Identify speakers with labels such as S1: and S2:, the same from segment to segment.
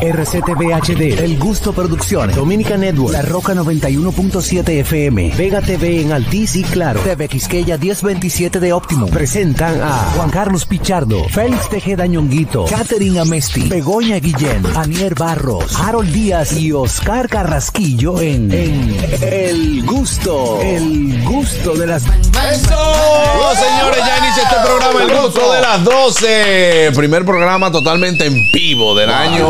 S1: RCTV HD, El Gusto Producciones, Dominica Network, La Roca 91.7 FM, Vega TV en Altiz y Claro, TV Quisqueya 1027 de Optimum. Presentan a Juan Carlos Pichardo, Félix Tejeda Ñonguito, Katherine Amesti, Begoña Guillén, Anier Barros, Harold Díaz y Oscar Carrasquillo en, en El Gusto, El Gusto de las...
S2: ¡Eso! Señores, ya inicia este programa El Gusto de las 12. Primer programa totalmente en vivo del año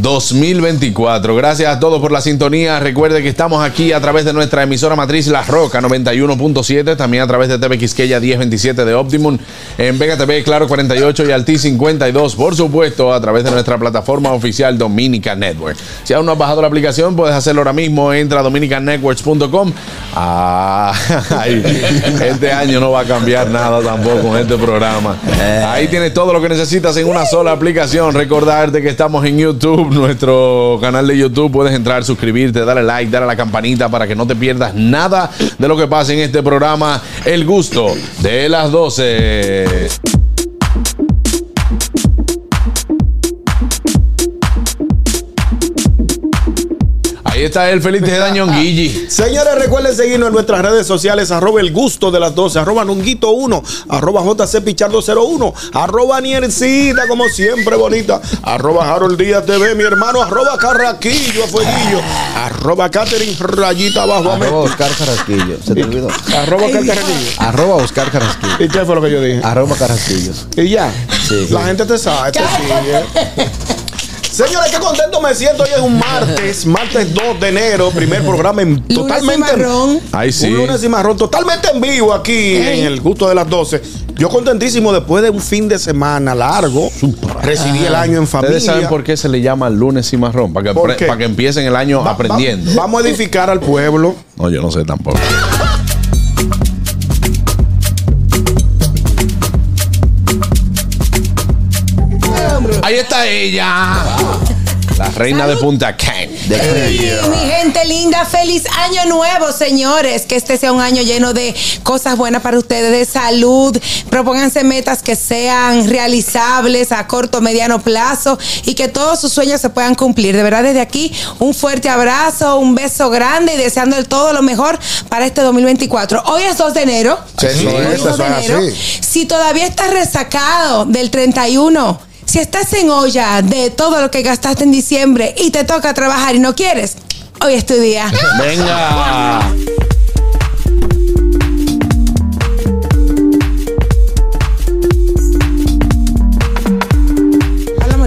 S2: 2024. Gracias a todos por la sintonía. Recuerde que estamos aquí a través de nuestra emisora matriz La Roca 91.7, también a través de TV Quisqueya 1027 de Optimum, en Vega TV Claro 48 y Alti 52, por supuesto, a través de nuestra plataforma oficial Dominica Network. Si aún no has bajado la aplicación, puedes hacerlo ahora mismo. Entra a dominicanetworks.com. Ah, ay, este año no va a cambiar nada tampoco con este programa. Ahí tienes todo lo que necesitas en una sola aplicación. Recordarte que estamos en YouTube, nuestro canal de YouTube. Puedes entrar, suscribirte, darle like, darle a la campanita para que no te pierdas nada de lo que pasa en este programa. El gusto de las 12. Ahí está el feliz de Dañón Guilli.
S3: Señores, recuerden seguirnos en nuestras redes sociales, arroba el gusto de las 12, arroba nunguito1, arroba jcpichardo01, arroba niercita, como siempre, bonita, arroba Harold Díaz TV, mi hermano, arroba carraquillo, a fueguillo, arroba Catherine, rayita abajo, amén.
S4: Arroba Oscar Carrasquillo. Se te olvidó.
S3: arroba carraquillo.
S4: Arroba Oscar Carrasquillo.
S3: ¿Y qué fue lo que yo dije?
S4: Arroba Carrasquillo.
S3: Y ya,
S4: Sí.
S3: la gente te sabe, te sigue. Señores, qué contento me siento. Hoy es un martes, martes 2 de enero, primer programa en
S5: y
S3: totalmente.
S5: marrón.
S2: Ahí sí.
S3: Un lunes y marrón, totalmente en vivo aquí en el gusto de las 12. Yo contentísimo después de un fin de semana largo. Recibí el año en familia.
S2: Ustedes saben por qué se le llama lunes y marrón, para que,
S3: ¿Por
S2: pre-
S3: qué?
S2: para que empiecen el año
S3: Va- va-
S2: aprendiendo.
S3: vamos a edificar al pueblo.
S2: No, yo no sé tampoco. Ahí está eh. ella. La reina de Punta Cana.
S5: Sí, mi gente linda, feliz año nuevo, señores. Que este sea un año lleno de cosas buenas para ustedes, de salud. Propónganse metas que sean realizables a corto, mediano plazo y que todos sus sueños se puedan cumplir. De verdad, desde aquí, un fuerte abrazo, un beso grande y deseando el todo lo mejor para este 2024. Hoy es 2 de enero.
S3: Sí, sí,
S5: Hoy es
S3: eso
S5: 2 de
S3: es
S5: enero.
S3: así.
S5: Si todavía estás resacado del 31, si estás en olla de todo lo que gastaste en diciembre y te toca trabajar y no quieres, hoy es tu día.
S2: Venga.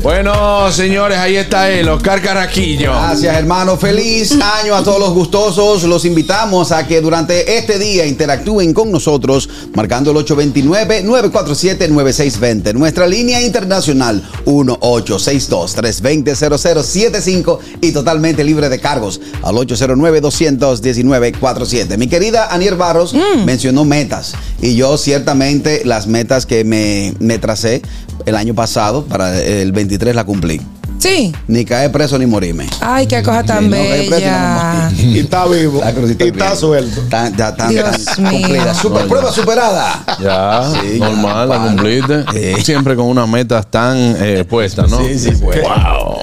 S2: Bueno, señores, ahí está él, Oscar Carraquillo.
S4: Gracias, hermano. Feliz año a todos los gustosos. Los invitamos a que durante este día interactúen con nosotros marcando el 829-947-9620. Nuestra línea internacional 1862-320-0075 y totalmente libre de cargos al 809-219-47. Mi querida Anier Barros mencionó metas y yo ciertamente las metas que me, me tracé el año pasado para el 23 la cumplí.
S5: Sí.
S4: Ni caer preso ni morirme.
S5: Ay, qué cosa tan
S4: Sí, no, que hay
S5: bella.
S4: precio,
S3: Y está vivo.
S4: La
S3: y
S4: crucita
S3: está
S4: bien.
S3: suelto.
S4: Tan, ya, tan,
S5: Dios
S4: tan
S5: mío.
S4: cumplida. Super
S2: No,
S4: prueba superada.
S2: Ya,
S4: Sí, ya,
S2: normal, la
S4: pana.
S2: cumpliste.
S4: Sí.
S2: Siempre con unas metas tan eh, puestas, ¿no?
S4: Sí, sí, pues.
S2: Wow.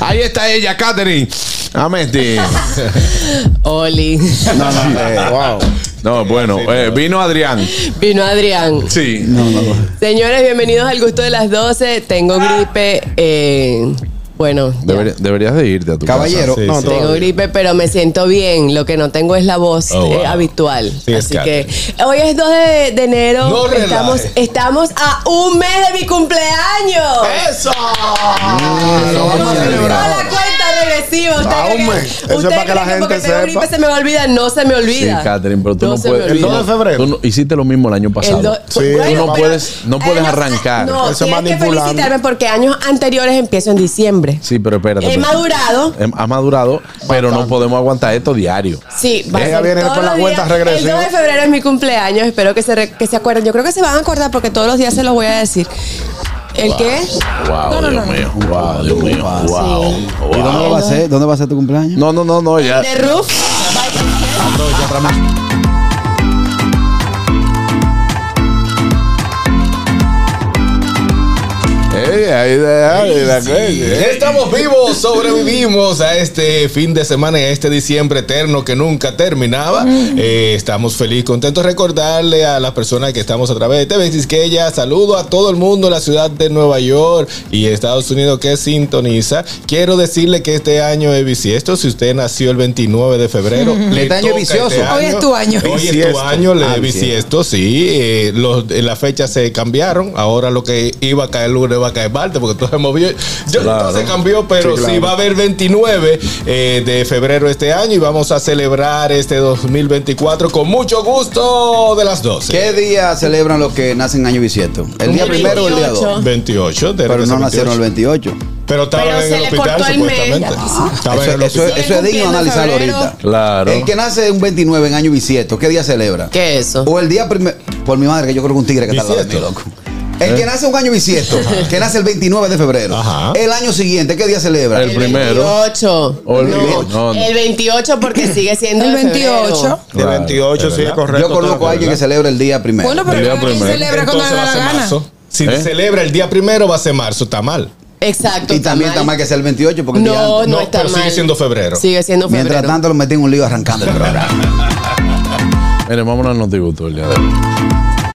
S2: Ahí está ella, Katherine. Amesti.
S6: Oli.
S4: No, no, eh,
S3: Wow.
S2: No, bueno, eh, vino Adrián.
S6: Vino Adrián.
S2: Sí.
S6: Señores, bienvenidos al gusto de las 12. Tengo gripe. eh, bueno, ya.
S2: Debería- deberías de irte a tu
S4: Caballero,
S2: casa.
S3: Sí,
S4: no,
S3: sí.
S4: todo-
S6: tengo gripe, pero me siento bien. Lo que no tengo es la voz
S2: Oh,
S6: eh,
S2: wow.
S6: habitual.
S3: Sí, es
S6: Así que hoy es 2 de, de enero.
S3: No relajes.
S6: estamos, estamos a un mes de mi cumpleaños.
S3: ¡Eso!
S4: lo vamos a
S6: Comenzó
S4: celebrar.
S6: la cuenta regresiva. Usted
S3: Ah,
S6: cree que-
S3: hombre, eso es
S6: usted
S3: para que la
S6: cree porque
S3: gente
S6: tengo
S3: sepa.
S6: gripe, se me olvida, no se me
S2: Sí,
S6: olvida.
S2: Katherine, pero tú no,
S6: se me
S2: puedes.
S3: El
S6: olvida.
S3: 2 de febrero.
S2: Tú no- hiciste lo mismo el año pasado.
S6: El do-
S3: Sí,
S6: pues,
S3: tú
S2: no
S6: pero-
S2: puedes- no puedes
S6: Además, eh,
S2: arrancar.
S6: No,
S3: Eso es
S6: tienes que
S3: manipulando.
S6: felicitarme porque años anteriores empiezo en diciembre.
S2: Sí, pero espérate.
S6: He
S2: espérate.
S6: madurado.
S2: Em- Ha madurado, pero no podemos aguantar esto diario.
S6: Sí, va a
S3: Ella
S6: ser
S3: viene
S6: todos
S3: con la
S6: los
S3: cuenta
S6: días.
S3: regresiva.
S6: El 2 de febrero es mi cumpleaños. Espero que se, re- que se acuerden. Yo creo que se van a acordar porque todos los días se los voy a decir. ¿El qué?
S2: Wow,
S6: No, no,
S2: Dios
S6: no.
S2: mío. Wow, Oh, Dios mío. Wow.
S4: ¿Y dónde lo va a hacer? ¿Dónde va a ser tu cumpleaños?
S2: No, no, no, no, ya.
S6: De Roof.
S2: ahí, ahí, ahí, la cosa.
S7: Estamos vivos, sobrevivimos a este fin de semana y a este diciembre eterno que nunca terminaba. Eh, estamos felices, contentos. Recordarle a las personas que estamos a través de TV Quisqueya, saludo a todo el mundo en la ciudad de Nueva York y Estados Unidos que sintoniza. Quiero decirle que este año es bisiesto. Si usted nació el 29 de febrero, le
S4: Este año es
S7: toca
S4: vicioso.
S5: Hoy es tu año.
S7: Hoy es tu
S3: Bisiesto.
S7: año, le
S4: Ah,
S7: bisiesto, sí. Eh, los, eh, las fechas se cambiaron. Ahora lo que iba a caer lunes va a caer martes, porque todo se movió. Yo,
S2: Claro.
S7: todo se cambió, pero
S3: Sí,
S7: sí,
S3: claro.
S7: va a haber 29 eh, de febrero este año y vamos a celebrar este 2024 con mucho gusto de las 12.
S4: ¿Qué día celebran los que nacen año bisiesto? ¿El día primero o el día dos?
S7: 28, de
S4: Pero no
S7: repente
S4: nacieron el
S7: 28.
S4: 28.
S7: Pero estaban
S6: Pero
S7: en
S6: se
S7: el
S6: le
S7: hospital,
S6: cortó el mes.
S7: supuestamente. Estaban en
S4: Eso,
S7: el
S4: eso-
S7: hospital.
S4: eso es digno
S6: Cumpliendo
S4: analizarlo
S6: febrero.
S4: ahorita.
S2: Claro.
S4: El que nace un 29 en año bisiesto, ¿qué día celebra?
S8: ¿Qué es eso?
S4: O el día primero. Por mi madre, que yo creo que un tigre que está al lado de mí,
S7: Bisiesto.
S4: loco. El que nace un año bisiesto, que nace el 29 de febrero.
S7: Ajá.
S4: El año siguiente, ¿qué día celebra?
S2: El primero.
S8: 28.
S2: O el-
S8: no,
S2: no, no.
S5: Eh,
S8: el 28 porque sigue siendo
S5: El
S8: de febrero.
S5: 28.
S3: De 28, sí, es correcto.
S4: Yo conozco a alguien que celebra el día primero.
S5: Bueno,
S2: El
S5: pero
S2: día
S5: cada quien
S2: primero.
S5: celebra cuando le da
S7: Entonces va a
S5: la
S7: ser
S5: gana.
S7: marzo. Si
S2: ¿Eh?
S7: celebra el día primero, va a ser marzo. Está mal.
S8: Exacto.
S4: y también está mal que sea el 28 porque el día
S8: No, no,
S4: antes.
S7: No,
S8: está
S7: pero sigue
S8: mal.
S7: siendo febrero.
S8: Sigue siendo febrero.
S4: Mientras tanto lo metí en un lío arrancando el programa.
S2: Miren, vámonos al notigusto el día de hoy.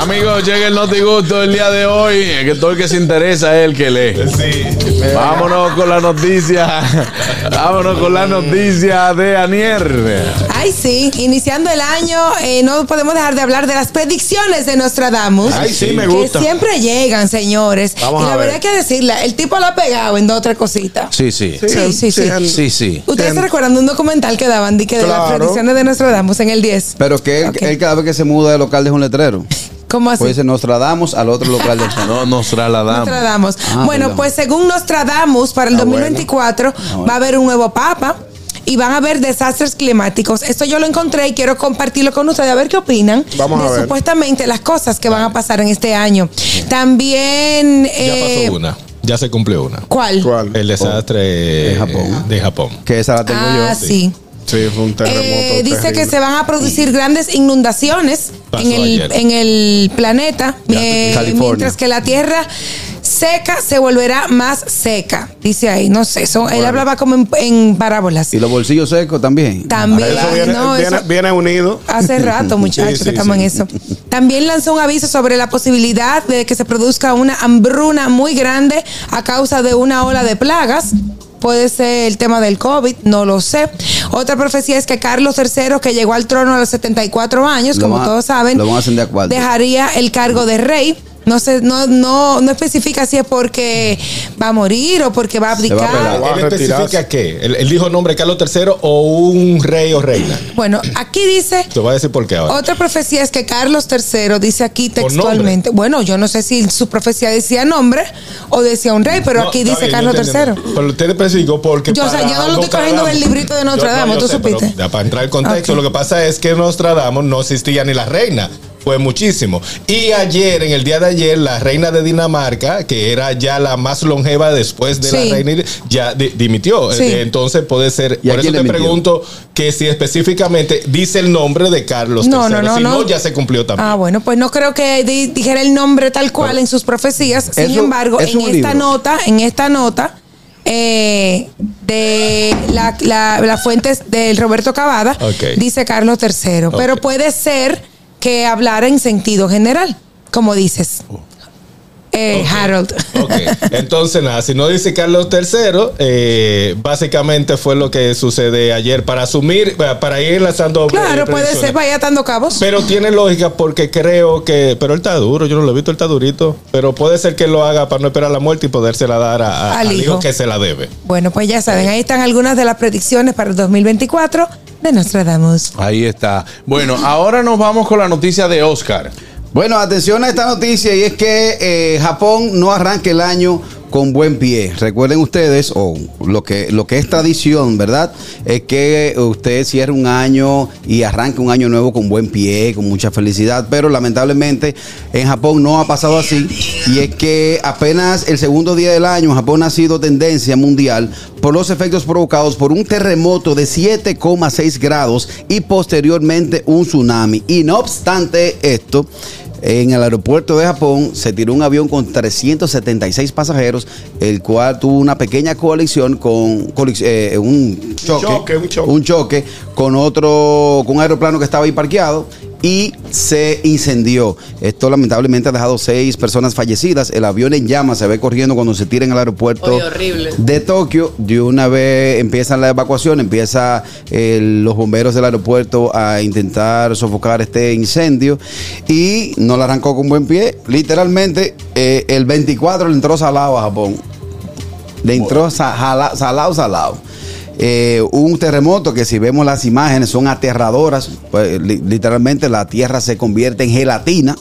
S2: Amigos, llega el notigusto el día de hoy. Es que todo el que se interesa es el que lee. Vámonos con la noticia. Vámonos con la noticia de Anier.
S5: Ay, sí, iniciando el año, eh, no podemos dejar de hablar de las predicciones de Nostradamus.
S3: Ay, sí, me gusta.
S5: Que siempre llegan, señores.
S3: Vamos
S5: y
S3: a
S5: la
S3: ver.
S5: verdad hay que decirla, el tipo la ha pegado en dos o tres cositas.
S2: Sí, sí.
S5: Sí, sí, sí.
S2: Sí, sí.
S5: Ustedes se
S3: Ten-
S5: recuerdan de un documental que daban de, que de las
S3: Claro.
S5: predicciones de Nostradamus en el 10.
S4: Pero que él,
S5: Ok.
S4: él cada vez que se muda de local deja un letrero.
S5: ¿Cómo así?
S4: Pues dice Nostradamus al otro local del
S2: No nos trasladamos.
S5: Nostradamus.
S4: Ah,
S5: bueno,
S4: perdón.
S5: pues según Nostradamus, para el 2024 va a haber un nuevo papa y van a haber desastres climáticos. Esto yo lo encontré y quiero compartirlo con ustedes a ver qué opinan
S3: Vamos
S5: de
S3: a ver.
S5: supuestamente las cosas que van a pasar en este año. También
S7: Ya
S5: eh,
S7: pasó una. Ya se cumplió una.
S5: ¿Cuál?
S3: ¿Cuál?
S7: El desastre
S4: De Japón.
S7: de Japón.
S4: Que esa la tengo
S5: Ah,
S4: yo.
S5: sí.
S3: Sí, fue un terremoto.
S5: Eh, dice
S3: terrible.
S5: que se van a producir grandes inundaciones
S7: Pasó
S5: en el,
S7: ayer.
S5: en el planeta,
S7: Ya,
S5: eh,
S4: California.
S5: mientras que la tierra seca se volverá más seca. Dice ahí, no sé, son- él hablaba como en, en parábolas.
S4: Y los bolsillos secos también.
S5: También,
S3: Eso viene,
S5: no,
S3: viene-
S5: eso-
S3: viene unido.
S5: Hace rato, muchachos,
S3: Sí, sí,
S5: que estamos
S3: sí.
S5: en eso. También lanzó un aviso sobre la posibilidad de que se produzca una hambruna muy grande a causa de una ola de plagas. Puede ser el tema del COVID, no lo sé. Otra profecía es que Carlos III, que llegó al trono a los 74 años,
S4: Lo
S5: como
S4: van a-
S5: todos saben,
S4: lo van a ascender a cuarto.
S5: dejaría el cargo de rey. No sé, no, no, no especifica si es porque va a morir o porque va a
S4: va a
S5: abdicar.
S4: pelar.
S7: Él
S3: Ah, retirarse.
S7: especifica qué? ¿El, el dijo nombre Carlos III o un rey o reina?
S5: bueno, aquí dice
S7: Te voy a decir por qué ahora.
S5: Otra profecía es que Carlos III dice aquí
S7: Por
S5: textualmente. Bueno, yo no sé si su profecía decía nombre o decía un rey, pero
S7: No,
S5: aquí
S7: está
S5: dice
S7: bien,
S5: Carlos
S7: yo entiendo.
S5: III.
S7: Pero usted especificó porque.
S5: Yo, o sea,
S7: para
S5: yo no lo estoy cogiendo del librito de
S7: Yo-
S5: Nostradamus,
S7: yo
S5: tú
S7: sé, pero
S5: supiste.
S7: ya para entrar en contexto,
S5: Ok.
S7: lo que pasa es que Nostradamus no existía ni la reina. Fue muchísimo. Y ayer, en el día de ayer, la reina de Dinamarca, que era ya la más longeva después de
S5: Sí.
S7: la reina, ya di- dimitió.
S5: Sí.
S7: Eh, Entonces puede ser.
S4: ¿Y a
S7: Por eso
S4: quién le
S7: te
S4: mintió?
S7: pregunto que si específicamente dice el nombre de Carlos
S5: No,
S7: III.
S5: no, no,
S7: si no,
S5: no.
S7: ya se cumplió también.
S5: Ah, bueno, pues no creo que di- dijera el nombre tal cual en sus profecías. Sin
S4: un-
S5: embargo, en
S4: es un
S5: esta
S4: libro.
S5: nota, en esta nota eh, de la, la, la fuente del Roberto Cavada,
S7: Ok.
S5: dice Carlos III. Pero
S7: Ok.
S5: puede ser que hablara en sentido general, como dices. Eh,
S7: Oh. Ok.
S5: Harold.
S7: Ok, entonces nada, si no dice Carlos III, eh, básicamente fue lo que sucede ayer para asumir, para ir lanzando. eh,
S5: Claro, puede
S7: predicciones.
S5: ser, vaya atando cabos.
S7: Pero tiene lógica porque creo que. Pero él está duro, yo no lo he visto, él está durito. Pero puede ser que lo haga para no esperar la muerte y podérsela dar a- a-
S5: Al
S7: al, hijo.
S5: hijo.
S7: que se la debe.
S5: bueno, pues ya saben, ahí están algunas de las predicciones para el 2024 de Nostradamus.
S2: Ahí está. Bueno, ahora nos vamos con la noticia de Oscar.
S4: Bueno, atención a esta noticia y es que eh, Japón no arranca el año con buen pie. Recuerden ustedes, o lo que, lo que es tradición, ¿verdad? Es que usted cierre un año y arranque un año nuevo con buen pie, con mucha felicidad. Pero lamentablemente en Japón no ha pasado así. Y es que apenas el segundo día del año, Japón ha sido tendencia mundial por los efectos provocados por un terremoto de 7,6 grados y posteriormente un tsunami. Y no obstante esto, en el aeropuerto de Japón se tiró un avión con 376 pasajeros, el cual tuvo una pequeña coalición con colic- eh, un, choque,
S3: choque, un choque.
S4: choque con otro, con un aeroplano que estaba ahí parqueado y se incendió. Esto lamentablemente ha dejado seis personas fallecidas. El avión en llamas se ve corriendo cuando se tira en el aeropuerto
S8: Oye, horrible.
S4: de Tokio. De una vez empiezan la evacuación, empieza eh, los bomberos del aeropuerto a intentar sofocar este incendio y no la arrancó con buen pie. Literalmente, eh, el 24 le entró salado a Japón. Le entró sa- jala- salado, salado. Eh, un terremoto que si vemos las imágenes son aterradoras. Pues, li- literalmente la tierra se convierte en gelatina.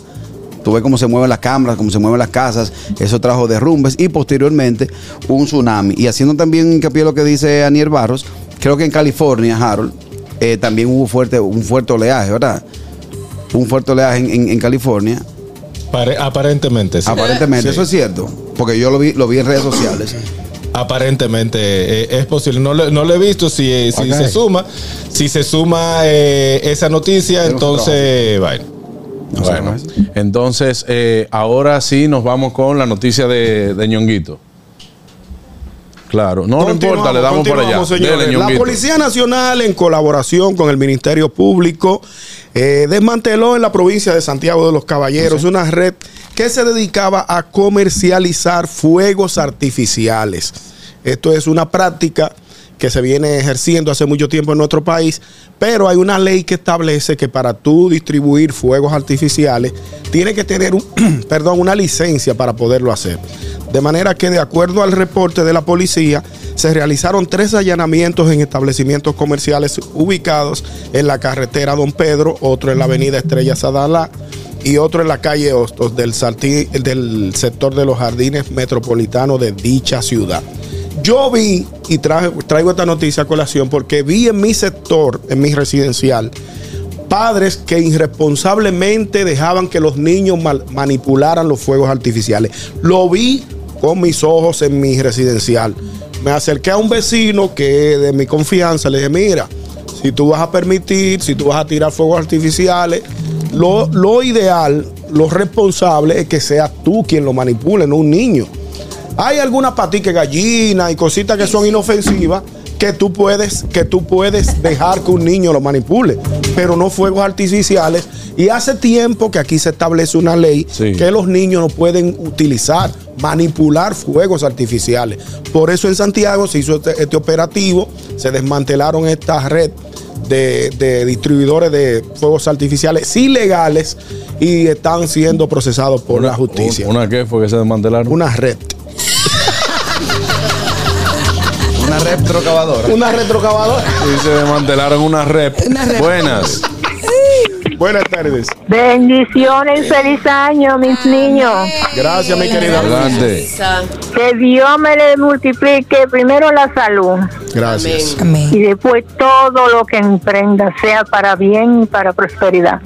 S4: Tú ves cómo se mueven las cámaras, cómo se mueven las casas. Eso trajo derrumbes y posteriormente un tsunami. Y haciendo también hincapié en lo que dice Aniel Barros, creo que en California, Harold, eh, también hubo fuerte, un fuerte oleaje, ¿verdad? Un fuerte oleaje en, en- en California.
S7: Pare- aparentemente, sí.
S4: Aparentemente,
S7: Sí.
S4: eso es cierto. Porque yo lo vi, lo vi en redes sociales.
S7: Aparentemente eh, es posible. No lo, no lo he visto. Si, eh, si
S4: Ok.
S7: se suma, si se suma eh, esa noticia,
S4: Tenemos
S7: entonces, bueno.
S4: No sé
S2: Bueno,
S4: más.
S2: entonces eh, ahora sí nos vamos con la noticia de, de Ñonguito. Claro, no, no
S3: Continuamos,
S2: importa, le damos por allá.
S3: continuamos, señores.
S2: Dele,
S3: la
S2: Ñonguito.
S3: Policía Nacional, en colaboración con el Ministerio Público, eh, desmanteló en la provincia de Santiago de los Caballeros una red que se dedicaba a comercializar fuegos artificiales. Esto es una práctica que se viene ejerciendo hace mucho tiempo en nuestro país, pero hay una ley que establece que para tú distribuir fuegos artificiales tiene que tener un, perdón, una licencia para poderlo hacer. De manera que de acuerdo al reporte de la policía, se realizaron tres allanamientos en establecimientos comerciales ubicados en la carretera Don Pedro, otro en la avenida Estrella Sadalá y otro en la calle Hostos del, sarti- del sector de los jardines metropolitanos de dicha ciudad. Yo vi y traje- traigo esta noticia a colación porque vi en mi sector, en mi residencial, padres que irresponsablemente dejaban que los niños mal- manipularan los fuegos artificiales. Lo vi con mis ojos en mi residencial. Me acerqué a un vecino que de mi confianza le dije, mira, si tú vas a permitir, si tú vas a tirar fuegos artificiales, lo, lo ideal, lo responsable es que seas tú quien lo manipule, no un niño. Hay algunas paticas gallinas y cositas que son inofensivas que tú puedes que tú puedes dejar que un niño lo manipule, pero no fuegos artificiales. Y hace tiempo que aquí se establece una ley
S2: Sí.
S3: que los niños no pueden utilizar, manipular fuegos artificiales. Por eso en Santiago se hizo este, este operativo, se desmantelaron esta red de, de distribuidores de fuegos artificiales ilegales y están siendo procesados por la justicia.
S2: ¿Una qué fue que se desmantelaron?
S3: una red.
S4: Una retrocavadora.
S3: Una retrocavadora.
S2: Y se desmantelaron una rep.
S5: Una rep.
S2: Buenas.
S3: Buenas tardes.
S9: Bendiciones, feliz año, mis niños.
S3: Gracias, mi querida.
S2: Adelante.
S8: Esa-
S9: Que Dios me le multiplique primero la salud
S3: Gracias.
S8: Amén.
S5: Amén.
S9: y después todo lo que emprenda sea para bien y para prosperidad.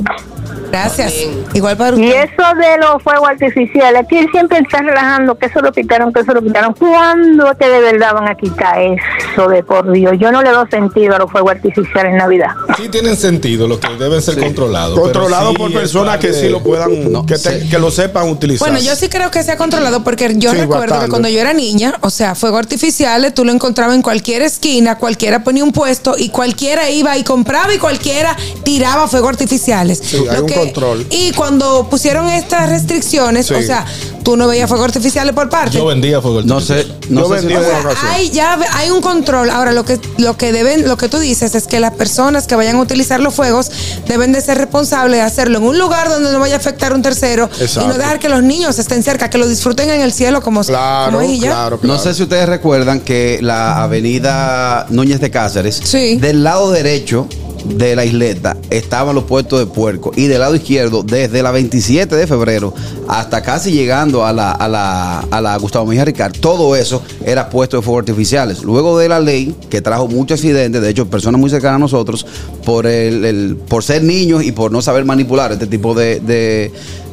S5: Gracias.
S8: Amén.
S5: Igual para
S9: Y
S5: usted.
S9: eso de los fuegos artificiales, aquí siempre están relajando, que eso lo quitaron, que eso lo quitaron. ¿Cuándo es que de verdad van a quitar eso de por Dios? Yo no le doy sentido a los fuegos artificiales en Navidad.
S7: Sí tienen sentido los que deben ser controlados. pero
S3: Controlado
S7: sí
S3: por
S7: es
S3: personas que
S7: parte-
S3: sí lo puedan,
S4: No,
S3: que, te-
S4: sí.
S3: que lo sepan utilizar.
S5: Bueno, yo sí creo que se ha controlado porque yo
S3: Sí,
S5: recuerdo
S3: bastante.
S5: que cuando yo era niña, o sea, fuego artificiales, tú lo encontrabas en cualquier esquina, cualquiera ponía un puesto y cualquiera iba y compraba y cualquiera tiraba fuego artificiales.
S3: Sí, hay un control.
S5: Y cuando pusieron estas restricciones,
S3: Sí.
S5: o sea, tú no veías fuego artificiales por parte.
S7: Yo vendía fuego
S4: No sé, no
S3: Yo
S4: sé si
S3: vendí
S4: fue-
S3: una ocasión.
S5: Hay ya hay un control. Ahora lo que lo que deben, lo que tú dices es que las personas que vayan a utilizar los fuegos deben de ser responsables de hacerlo en un lugar donde no vaya a afectar a un tercero y
S3: Exacto.
S5: no dejar que los niños estén cerca, que lo disfruten en el cielo como
S3: Claro,
S5: como es y ya.
S3: claro,
S4: No
S3: claro.
S4: sé si ustedes recuerdan que la avenida Núñez de Cáceres,
S5: Sí.
S4: del lado derecho, de la isleta estaban los puestos de puerco y del lado izquierdo desde la 27 de febrero hasta casi llegando a la, a la, a la Gustavo Mejía Ricard, todo eso era puesto de fuegos artificiales. Luego de la ley que trajo muchos accidentes, de hecho personas muy cercanas a nosotros, por, el, el- por ser niños y por no saber manipular este tipo de, de-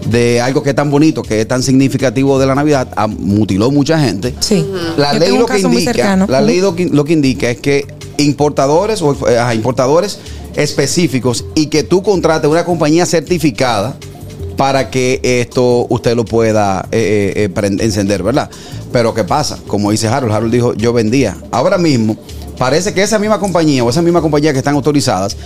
S4: de algo que es tan bonito, que es tan significativo de la Navidad, ah, mutiló mucha gente.
S5: Sí.
S4: La
S5: Yo
S4: ley
S5: tengo un
S4: lo que
S5: caso muy
S4: indica,
S5: cercano.
S4: la
S5: Ujú.
S4: ley lo que, lo que indica es que importadores o eh, ajá, importadores específicos y que tú contrates una compañía certificada para que esto usted lo pueda eh, eh, eh, prend- encender, ¿verdad? Pero ¿qué pasa? Como dice Harold, Harold dijo, yo vendía. Ahora mismo, parece que esa misma compañía o esa misma compañía que están autorizadas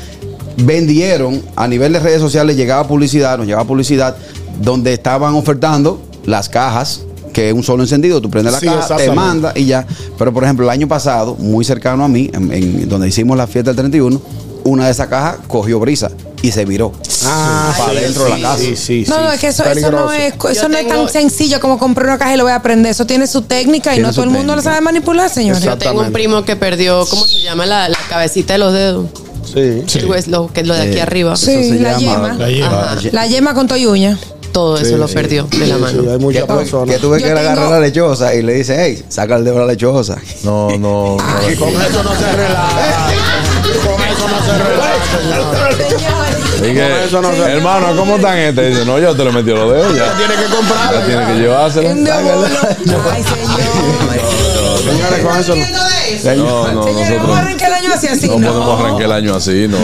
S4: vendieron a nivel de redes sociales, llegaba publicidad, nos llegaba publicidad, donde estaban ofertando las cajas, que es un solo encendido, tú prendes la
S3: Sí,
S4: caja, te
S3: exactamente.
S4: manda banda y ya. Pero por ejemplo, el año pasado, muy cercano a mí, en, en donde hicimos la fiesta del 31, una de esas cajas cogió brisa y se viró.
S3: Ah,
S4: Para adentro de la casa.
S3: Sí, sí,
S5: No,
S3: sí,
S5: no, es que eso, eso
S3: peligroso.
S5: no, es, eso
S8: Yo
S5: no es
S8: tengo-
S5: tan sencillo como comprar una caja y lo voy a aprender. Eso tiene su técnica y
S4: Tiene
S5: no
S4: su
S5: todo el mundo lo
S4: técnica.
S5: sabe manipular, señores.
S8: Yo tengo un primo que perdió, ¿cómo se llama? La, la cabecita de los dedos.
S3: Sí.
S7: Sí.
S8: El hueso, que es lo de aquí
S4: Eh,
S8: arriba.
S4: eso
S5: Sí,
S4: se
S5: la
S4: llama-
S5: yema.
S7: La yema.
S4: Ajá.
S5: La yema con toyuña.
S8: Todo eso
S3: Sí,
S8: lo
S3: sí.
S8: perdió de la
S3: Sí,
S8: mano.
S3: sí, hay
S4: Que
S3: muchas
S4: tuve,
S3: personas.
S4: que tuve
S5: Yo
S4: que agarrar
S5: tengo-
S4: la lechosa y le dice, hey, saca el dedo a la lechosa.
S2: No, no. no.
S3: Con eso no se relaja. Con eso no se relaja.
S5: Señores.
S2: Así que,
S3: Con eso no se-
S2: hermano, ¿cómo están este? Dice, no, yo te lo metí los dedos ya.
S3: Tiene que
S2: Ya
S3: comprar.
S2: tiene que llevárselo.
S5: Un diablo. Ay, señor.
S3: Señores, con eso no.
S2: No, no,
S5: Señores, vamos a
S2: nosotros
S5: arrancar el año así, así.
S2: no podemos arrancar el año así, no.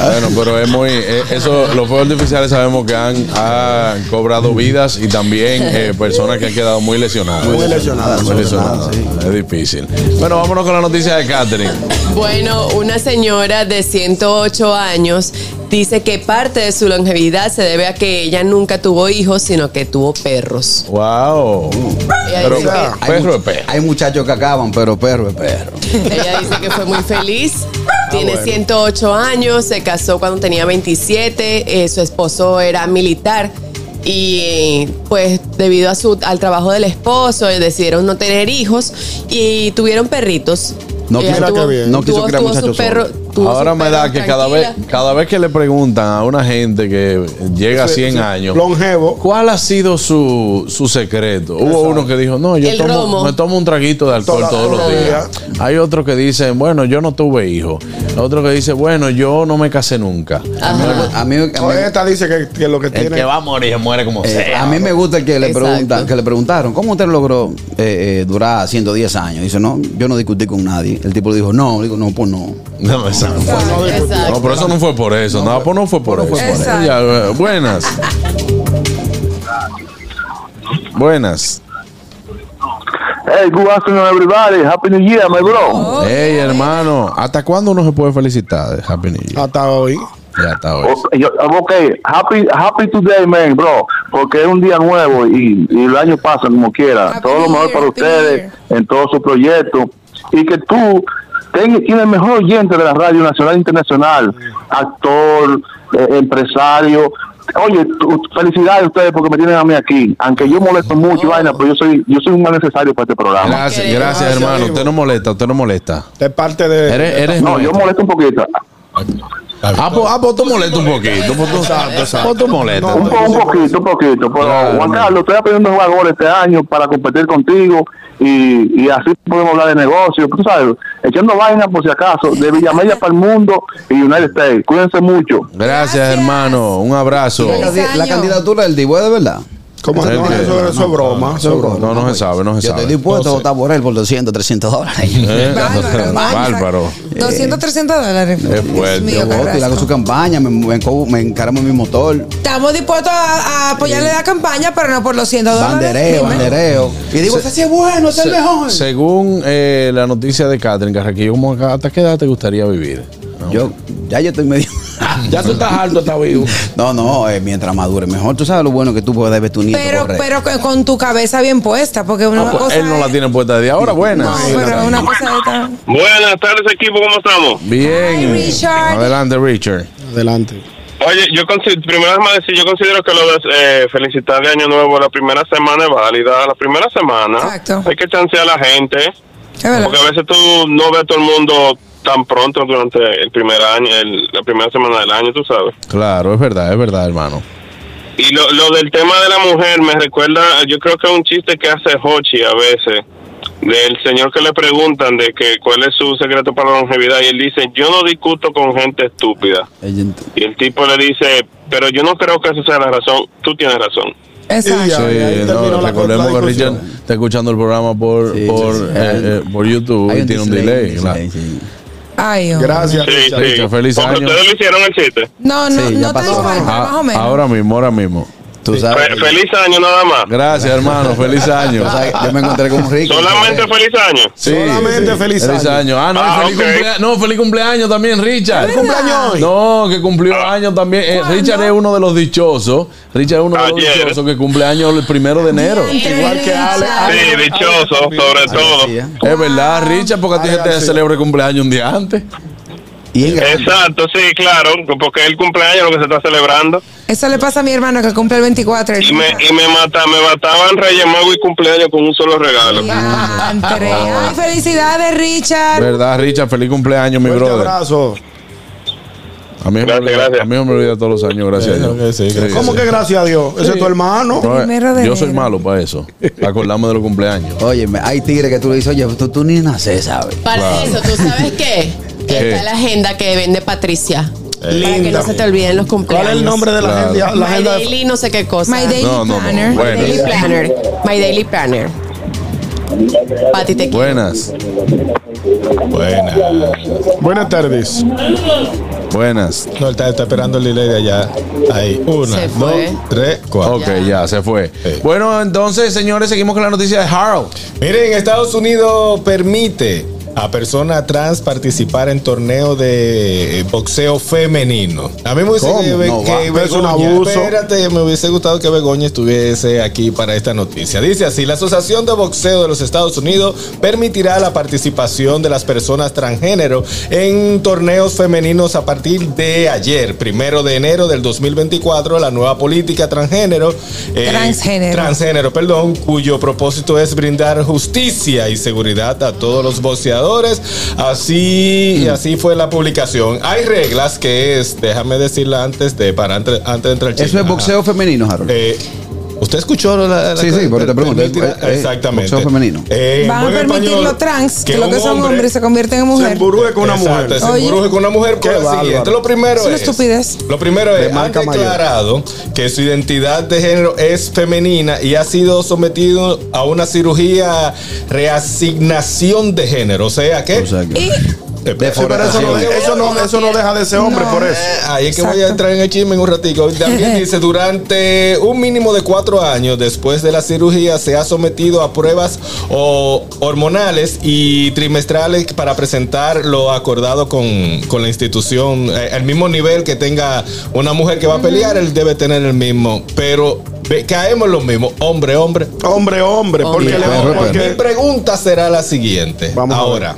S2: Bueno, pero es muy. eh, Eso, los fuegos artificiales sabemos que han, han cobrado vidas y también eh, personas que han quedado muy lesionadas.
S3: Muy lesionadas,
S2: Muy lesionadas. Es difícil. Bueno, vámonos con la noticia de Catherine.
S8: Bueno, una señora de 108 años dice que parte de su longevidad se debe a que ella nunca tuvo hijos, sino que tuvo perros.
S2: ¡Wow!
S8: Ella
S2: Pero
S8: dice que-
S2: perro
S4: Hay,
S2: es
S4: much-
S2: perro.
S4: hay muchachos que acaban, pero perro es perro.
S8: Ella dice que fue muy feliz.
S2: Ah,
S8: Tiene 108 años, se casó cuando tenía 27, eh, su esposo era militar y eh, pues debido a su, al trabajo del esposo eh, decidieron no tener hijos y tuvieron perritos.
S4: No
S8: Ella
S4: quiso-
S8: tuvo-
S4: no quiso
S8: tuvo-
S4: criar
S8: tuvo su
S4: muchachos
S8: perro-
S4: solos.
S8: tuvo su
S2: Ahora me
S8: perro
S2: da que cada vez,
S8: tranquila.
S2: cada vez que le preguntan a una gente que llega a 100 años,
S3: Longevo.
S2: ¿cuál ha sido su, su secreto? Hubo uno que dijo, no, yo
S8: El
S2: tomo,
S8: romo.
S2: me tomo un traguito de alcohol
S3: Toda-
S2: todos los
S3: todos los
S2: días. Hay otro que dice, bueno, yo no tuve hijos. Otro que dice, bueno, yo no me casé nunca.
S8: Ah,
S4: A mí, a mí-
S3: Esta dice que, que lo que
S2: El
S3: tiene.
S2: que va a morir muere como
S4: eh,
S2: sea.
S4: a mí me gusta el que le,
S8: Exacto.
S4: preguntan, que le preguntaron, ¿cómo usted logró eh, eh, durar 110 años? Dice, no, yo no discutí con nadie. El tipo le dijo, no, digo, no, pues no.
S2: No, esa no fue.
S8: Exacto.
S2: No, pero eso no fue por eso. No, pues no fue por eso.
S5: por eso.
S2: Ya, eh, buenas. Buenas.
S10: Hey, good afternoon, everybody. Happy New Year, my bro.
S5: Oh,
S2: Hey, hermano, ¿hasta cuándo uno se puede felicitar? de Happy New Year.
S3: Hasta hoy.
S2: Ya está hoy.
S10: Okay, yo- ok, happy, happy today, man, bro. Porque es un día nuevo y, y el año pasa como quiera.
S5: Happy
S10: todo lo
S5: New
S10: mejor
S5: Year,
S10: para
S5: Happy New
S10: ustedes en todos sus proyectos. Y que tú tengas quien es el mejor oyente de la radio nacional e internacional,
S5: Mm.
S10: actor, eh, empresario. Oye, tú- felicidades a ustedes porque me tienen a mí aquí. Aunque yo molesto
S5: Oh.
S10: mucho, vaina, pero yo soy, yo soy un mal necesario para este programa.
S2: Gracias,
S8: Querido,
S2: gracias,
S3: gracias,
S2: hermano.
S3: amigo.
S2: Usted no molesta, usted no molesta.
S3: De parte de.
S2: Eres, eres
S10: no, yo
S2: nuestro.
S10: molesto un poquito.
S2: Ah, pues, ah, pues tú molestas un poquito. Pues tú, pues tú molestas.
S10: Un, po- un poquito, un poquito. Pero
S2: Claro,
S10: Juan
S2: no.
S10: Carlos, estoy aprendiendo a jugar gol este año para competir contigo y, y así podemos hablar de negocio. Tú sabes, echando vaina por si acaso, de Villamella para el mundo y United States. Cuídense mucho.
S2: Gracias,
S5: Gracias.
S2: hermano. Un abrazo.
S4: La,
S5: Feliz
S4: candi- la
S5: año.
S4: candidatura del tipo es de verdad.
S3: ¿Cómo
S2: ¿El
S3: no?
S2: qué?
S3: Eso, eso es broma. Eso es broma.
S2: No, no se sabe, no se
S4: Yo
S2: sabe.
S4: estoy dispuesto a votar por él por 200, 300 dólares.
S2: Eh,
S5: Bárbaro,
S2: Bárbaro. Eh,
S5: 200, 300 dólares. Dios
S2: fuerte.
S4: Yo
S5: mío,
S4: voto y le hago su
S5: Carrasco.
S4: campaña, me, me, enco- me encaramo mi motor,
S5: Estamos dispuestos a, a apoyarle la campaña, pero no por los 100 dólares.
S4: bandereo,
S5: Dime.
S4: bandereo. Y digo, ese sí es bueno, ese es el Ah, mejor.
S2: Según eh, la noticia de Catherine Carraquillo, ¿cómo acá- ¿hasta qué edad te gustaría vivir?
S4: Yo, ya yo estoy medio.
S3: Ya tú estás alto, estás vivo.
S4: No, no, eh, mientras madure mejor. Tú sabes lo bueno que tú puedes ver tu nieto.
S5: Pero,
S4: correr.
S5: pero con- con tu cabeza bien puesta, porque una
S2: Ah, pues,
S5: cosa.
S2: él no la
S5: es-
S2: tiene puesta desde ahora.
S5: No,
S2: Buenas.
S5: pero una cosa de esta-
S10: Buenas tardes, equipo. ¿Cómo estamos?
S5: Ay,
S2: Bien.
S5: Richard.
S2: Adelante, Richard.
S3: Adelante.
S10: Oye, yo considero, primero déjame decir, yo considero que lo de eh, felicitar de Año Nuevo la primera semana es válida. La primera semana
S5: Exacto.
S10: hay que chancear a la gente.
S5: Es verdad.
S10: Porque a veces tú no ves a todo el mundo
S11: tan pronto durante el primer año, el- la primera semana del año, tú sabes.
S2: Claro, es verdad, es verdad, hermano.
S11: Y lo, lo del tema de la mujer me recuerda, yo creo que es un chiste que hace Hochi a veces, del señor que le preguntan de que cuál es su secreto para la longevidad y él dice, yo no discuto con gente estúpida. Y el tipo le dice, pero yo no creo que esa sea la razón, tú tienes razón.
S5: Exacto.
S2: Sí, no,
S3: terminó la
S2: recordemos que
S3: contradiscusión.
S2: Richard está escuchando el programa por, por, eh, eh, por YouTube
S4: Hay
S2: y
S4: un
S2: tiene un
S4: delay,
S2: delay.
S4: un
S2: claro.
S5: Ay, hombre.
S3: Gracias,
S11: Sí,
S3: Richard.
S11: sí.
S2: Richard, feliz
S11: Porque
S2: año.
S11: ustedes le hicieron el chiste.
S5: No, no,
S4: Sí, ya
S5: no
S4: pasó.
S5: tan fuerte,
S2: Ah,
S5: más o menos.
S2: ahora mismo, ahora mismo.
S4: Tú sabes,
S11: Fe- feliz año nada más.
S2: Gracias, hermano. Feliz año.
S4: tú sabes, yo me encontré con un rico.
S11: Ah. Solamente feliz año.
S2: Sí,
S3: Solamente
S2: sí.
S3: feliz año.
S2: Ah, no, y
S11: Ah,
S2: feliz
S11: ok.
S2: cumpleaños. No, feliz cumpleaños también, Richard.
S3: cumpleaños hoy?
S2: No, que cumplió
S11: Ah.
S2: años también. Eh,
S5: Ah. ¿Cuándo?
S2: Richard es uno de los dichosos. Richard es uno de los
S11: Ayer.
S2: dichosos que cumple años el primero de enero.
S5: Entre
S3: Igual que Ale-
S5: Richard.
S3: Ale-
S11: Sí, dichoso, sobre todo.
S4: Sí, ¿eh?
S2: Es verdad, Richard, porque a ti
S3: Ay,
S2: se te
S3: ay, sí.
S2: celebra el cumpleaños un día antes.
S4: Y en grande.
S11: Exacto, sí, claro, porque es el cumpleaños lo que se está celebrando.
S5: Eso le pasa a mi hermano que cumple el 24. el
S11: Y me,
S5: día.
S11: y me, mata, me mataban Reyes Magos y cumpleaños con un solo regalo.
S5: Diantre. Ay, felicidades, Richard.
S2: ¿Verdad, Richard? Feliz cumpleaños, mi
S3: Fuerte
S2: brother.
S3: abrazo.
S2: A mí,
S11: Gracias,
S2: me olvida,
S11: gracias.
S2: a mí me olvida todos los años, gracias a Dios.
S7: Sí, sí,
S3: ¿Cómo que gracias a Dios? Ese es tu hermano.
S2: No, eh,
S5: Primero de
S2: yo soy
S5: enero.
S2: malo para eso. Acordarme de los cumpleaños.
S4: Óyeme, hay tigres que tú le dices, oye, tú, tú ni naces, ¿sabes?
S6: Para eso, ¿tú sabes qué?
S7: Eh.
S2: ¿Qué?
S6: Está la agenda que vende Patricia. Para que
S3: Linda.
S6: no se te olviden los cumpleaños.
S3: ¿Cuál es el nombre de la
S2: Claro.
S3: agenda? La
S6: My
S3: agenda de-
S6: Daily, no sé qué cosa.
S5: My Daily
S2: No, no, no.
S5: Planner.
S6: My Daily
S2: Buenas.
S6: Planner. My Daily Planner. Pati, te quiero.
S2: Buenas,
S7: Buena.
S3: Buenas tardes.
S2: buenas.
S7: No, él está, está esperando el delay de allá. Ahí. Una,
S6: Se fue.
S7: dos, tres, cuatro.
S2: Ok, ya se fue.
S7: Sí.
S2: Bueno, entonces, señores, seguimos con la noticia de Harold.
S7: Miren, Estados Unidos permite a persona trans participar en torneo de eh, boxeo femenino. A mí me hubiese
S4: ¿Cómo?
S7: que, Be-
S4: No,
S7: que
S4: va.
S7: Begoña-
S3: Es un abuso.
S7: espérate, me hubiese gustado que Begoña estuviese aquí para esta noticia. Dice así, la Asociación de Boxeo de los Estados Unidos permitirá la participación de las personas transgénero en torneos femeninos a partir de ayer, primero de enero del 2024, la nueva política transgénero. eh,
S5: Transgénero.
S7: trans- género, perdón, cuyo propósito es brindar justicia y seguridad a todos los boxeadores. Así, así fue la publicación. Hay reglas que es, déjame decirla antes de para antes, antes de entrar al
S4: Eso
S7: chisme.
S4: es boxeo femenino, Harold.
S7: Ajá. Eh, ¿Usted escuchó la, la-
S4: Sí, sí, pero te pregunto,
S7: permitir-
S4: eh, eh,
S7: Exactamente.
S4: boxeo femenino.
S7: Eh, en
S5: Van a
S7: buen
S5: permitir
S7: español,
S5: los trans, que lo
S7: un
S5: que son
S7: hombre-
S5: hombres se convierten en
S3: Se
S5: mujer.
S3: emburruje con una
S7: Exacto,
S3: mujer.
S7: se
S5: Oye.
S7: embruje con una mujer
S3: Qué
S7: por lo
S3: bárbaro.
S7: siguiente. Lo primero
S5: Es
S7: es.
S5: una estupidez.
S7: Lo primero
S3: De
S7: es.
S3: marca
S7: han
S3: mayor.
S7: declarado que su identidad de género es femenina y ha sido sometido a una cirugía reasignación de género. O sea que.
S4: O sea que-
S5: Y
S7: Espera,
S3: Sí, pero eso no, de- eso no- eso no deja de ser hombre, por eso.
S7: eh, Ahí es que voy a
S5: Exacto.
S7: entrar en el chisme en un ratico. También dice, durante un mínimo de cuatro años después de la cirugía se ha sometido a pruebas o- hormonales y trimestrales para presentar lo acordado con, con la institución. Eh, El mismo nivel que tenga una mujer que va a pelear, él debe tener el mismo. Pero ve- caemos en lo mismo, hombre, hombre.
S3: Hombre, hombre, porque,
S4: Hombre,
S3: le-
S4: hombre,
S3: porque-
S7: Mi pregunta será la siguiente.
S3: Vamos a
S7: Ahora,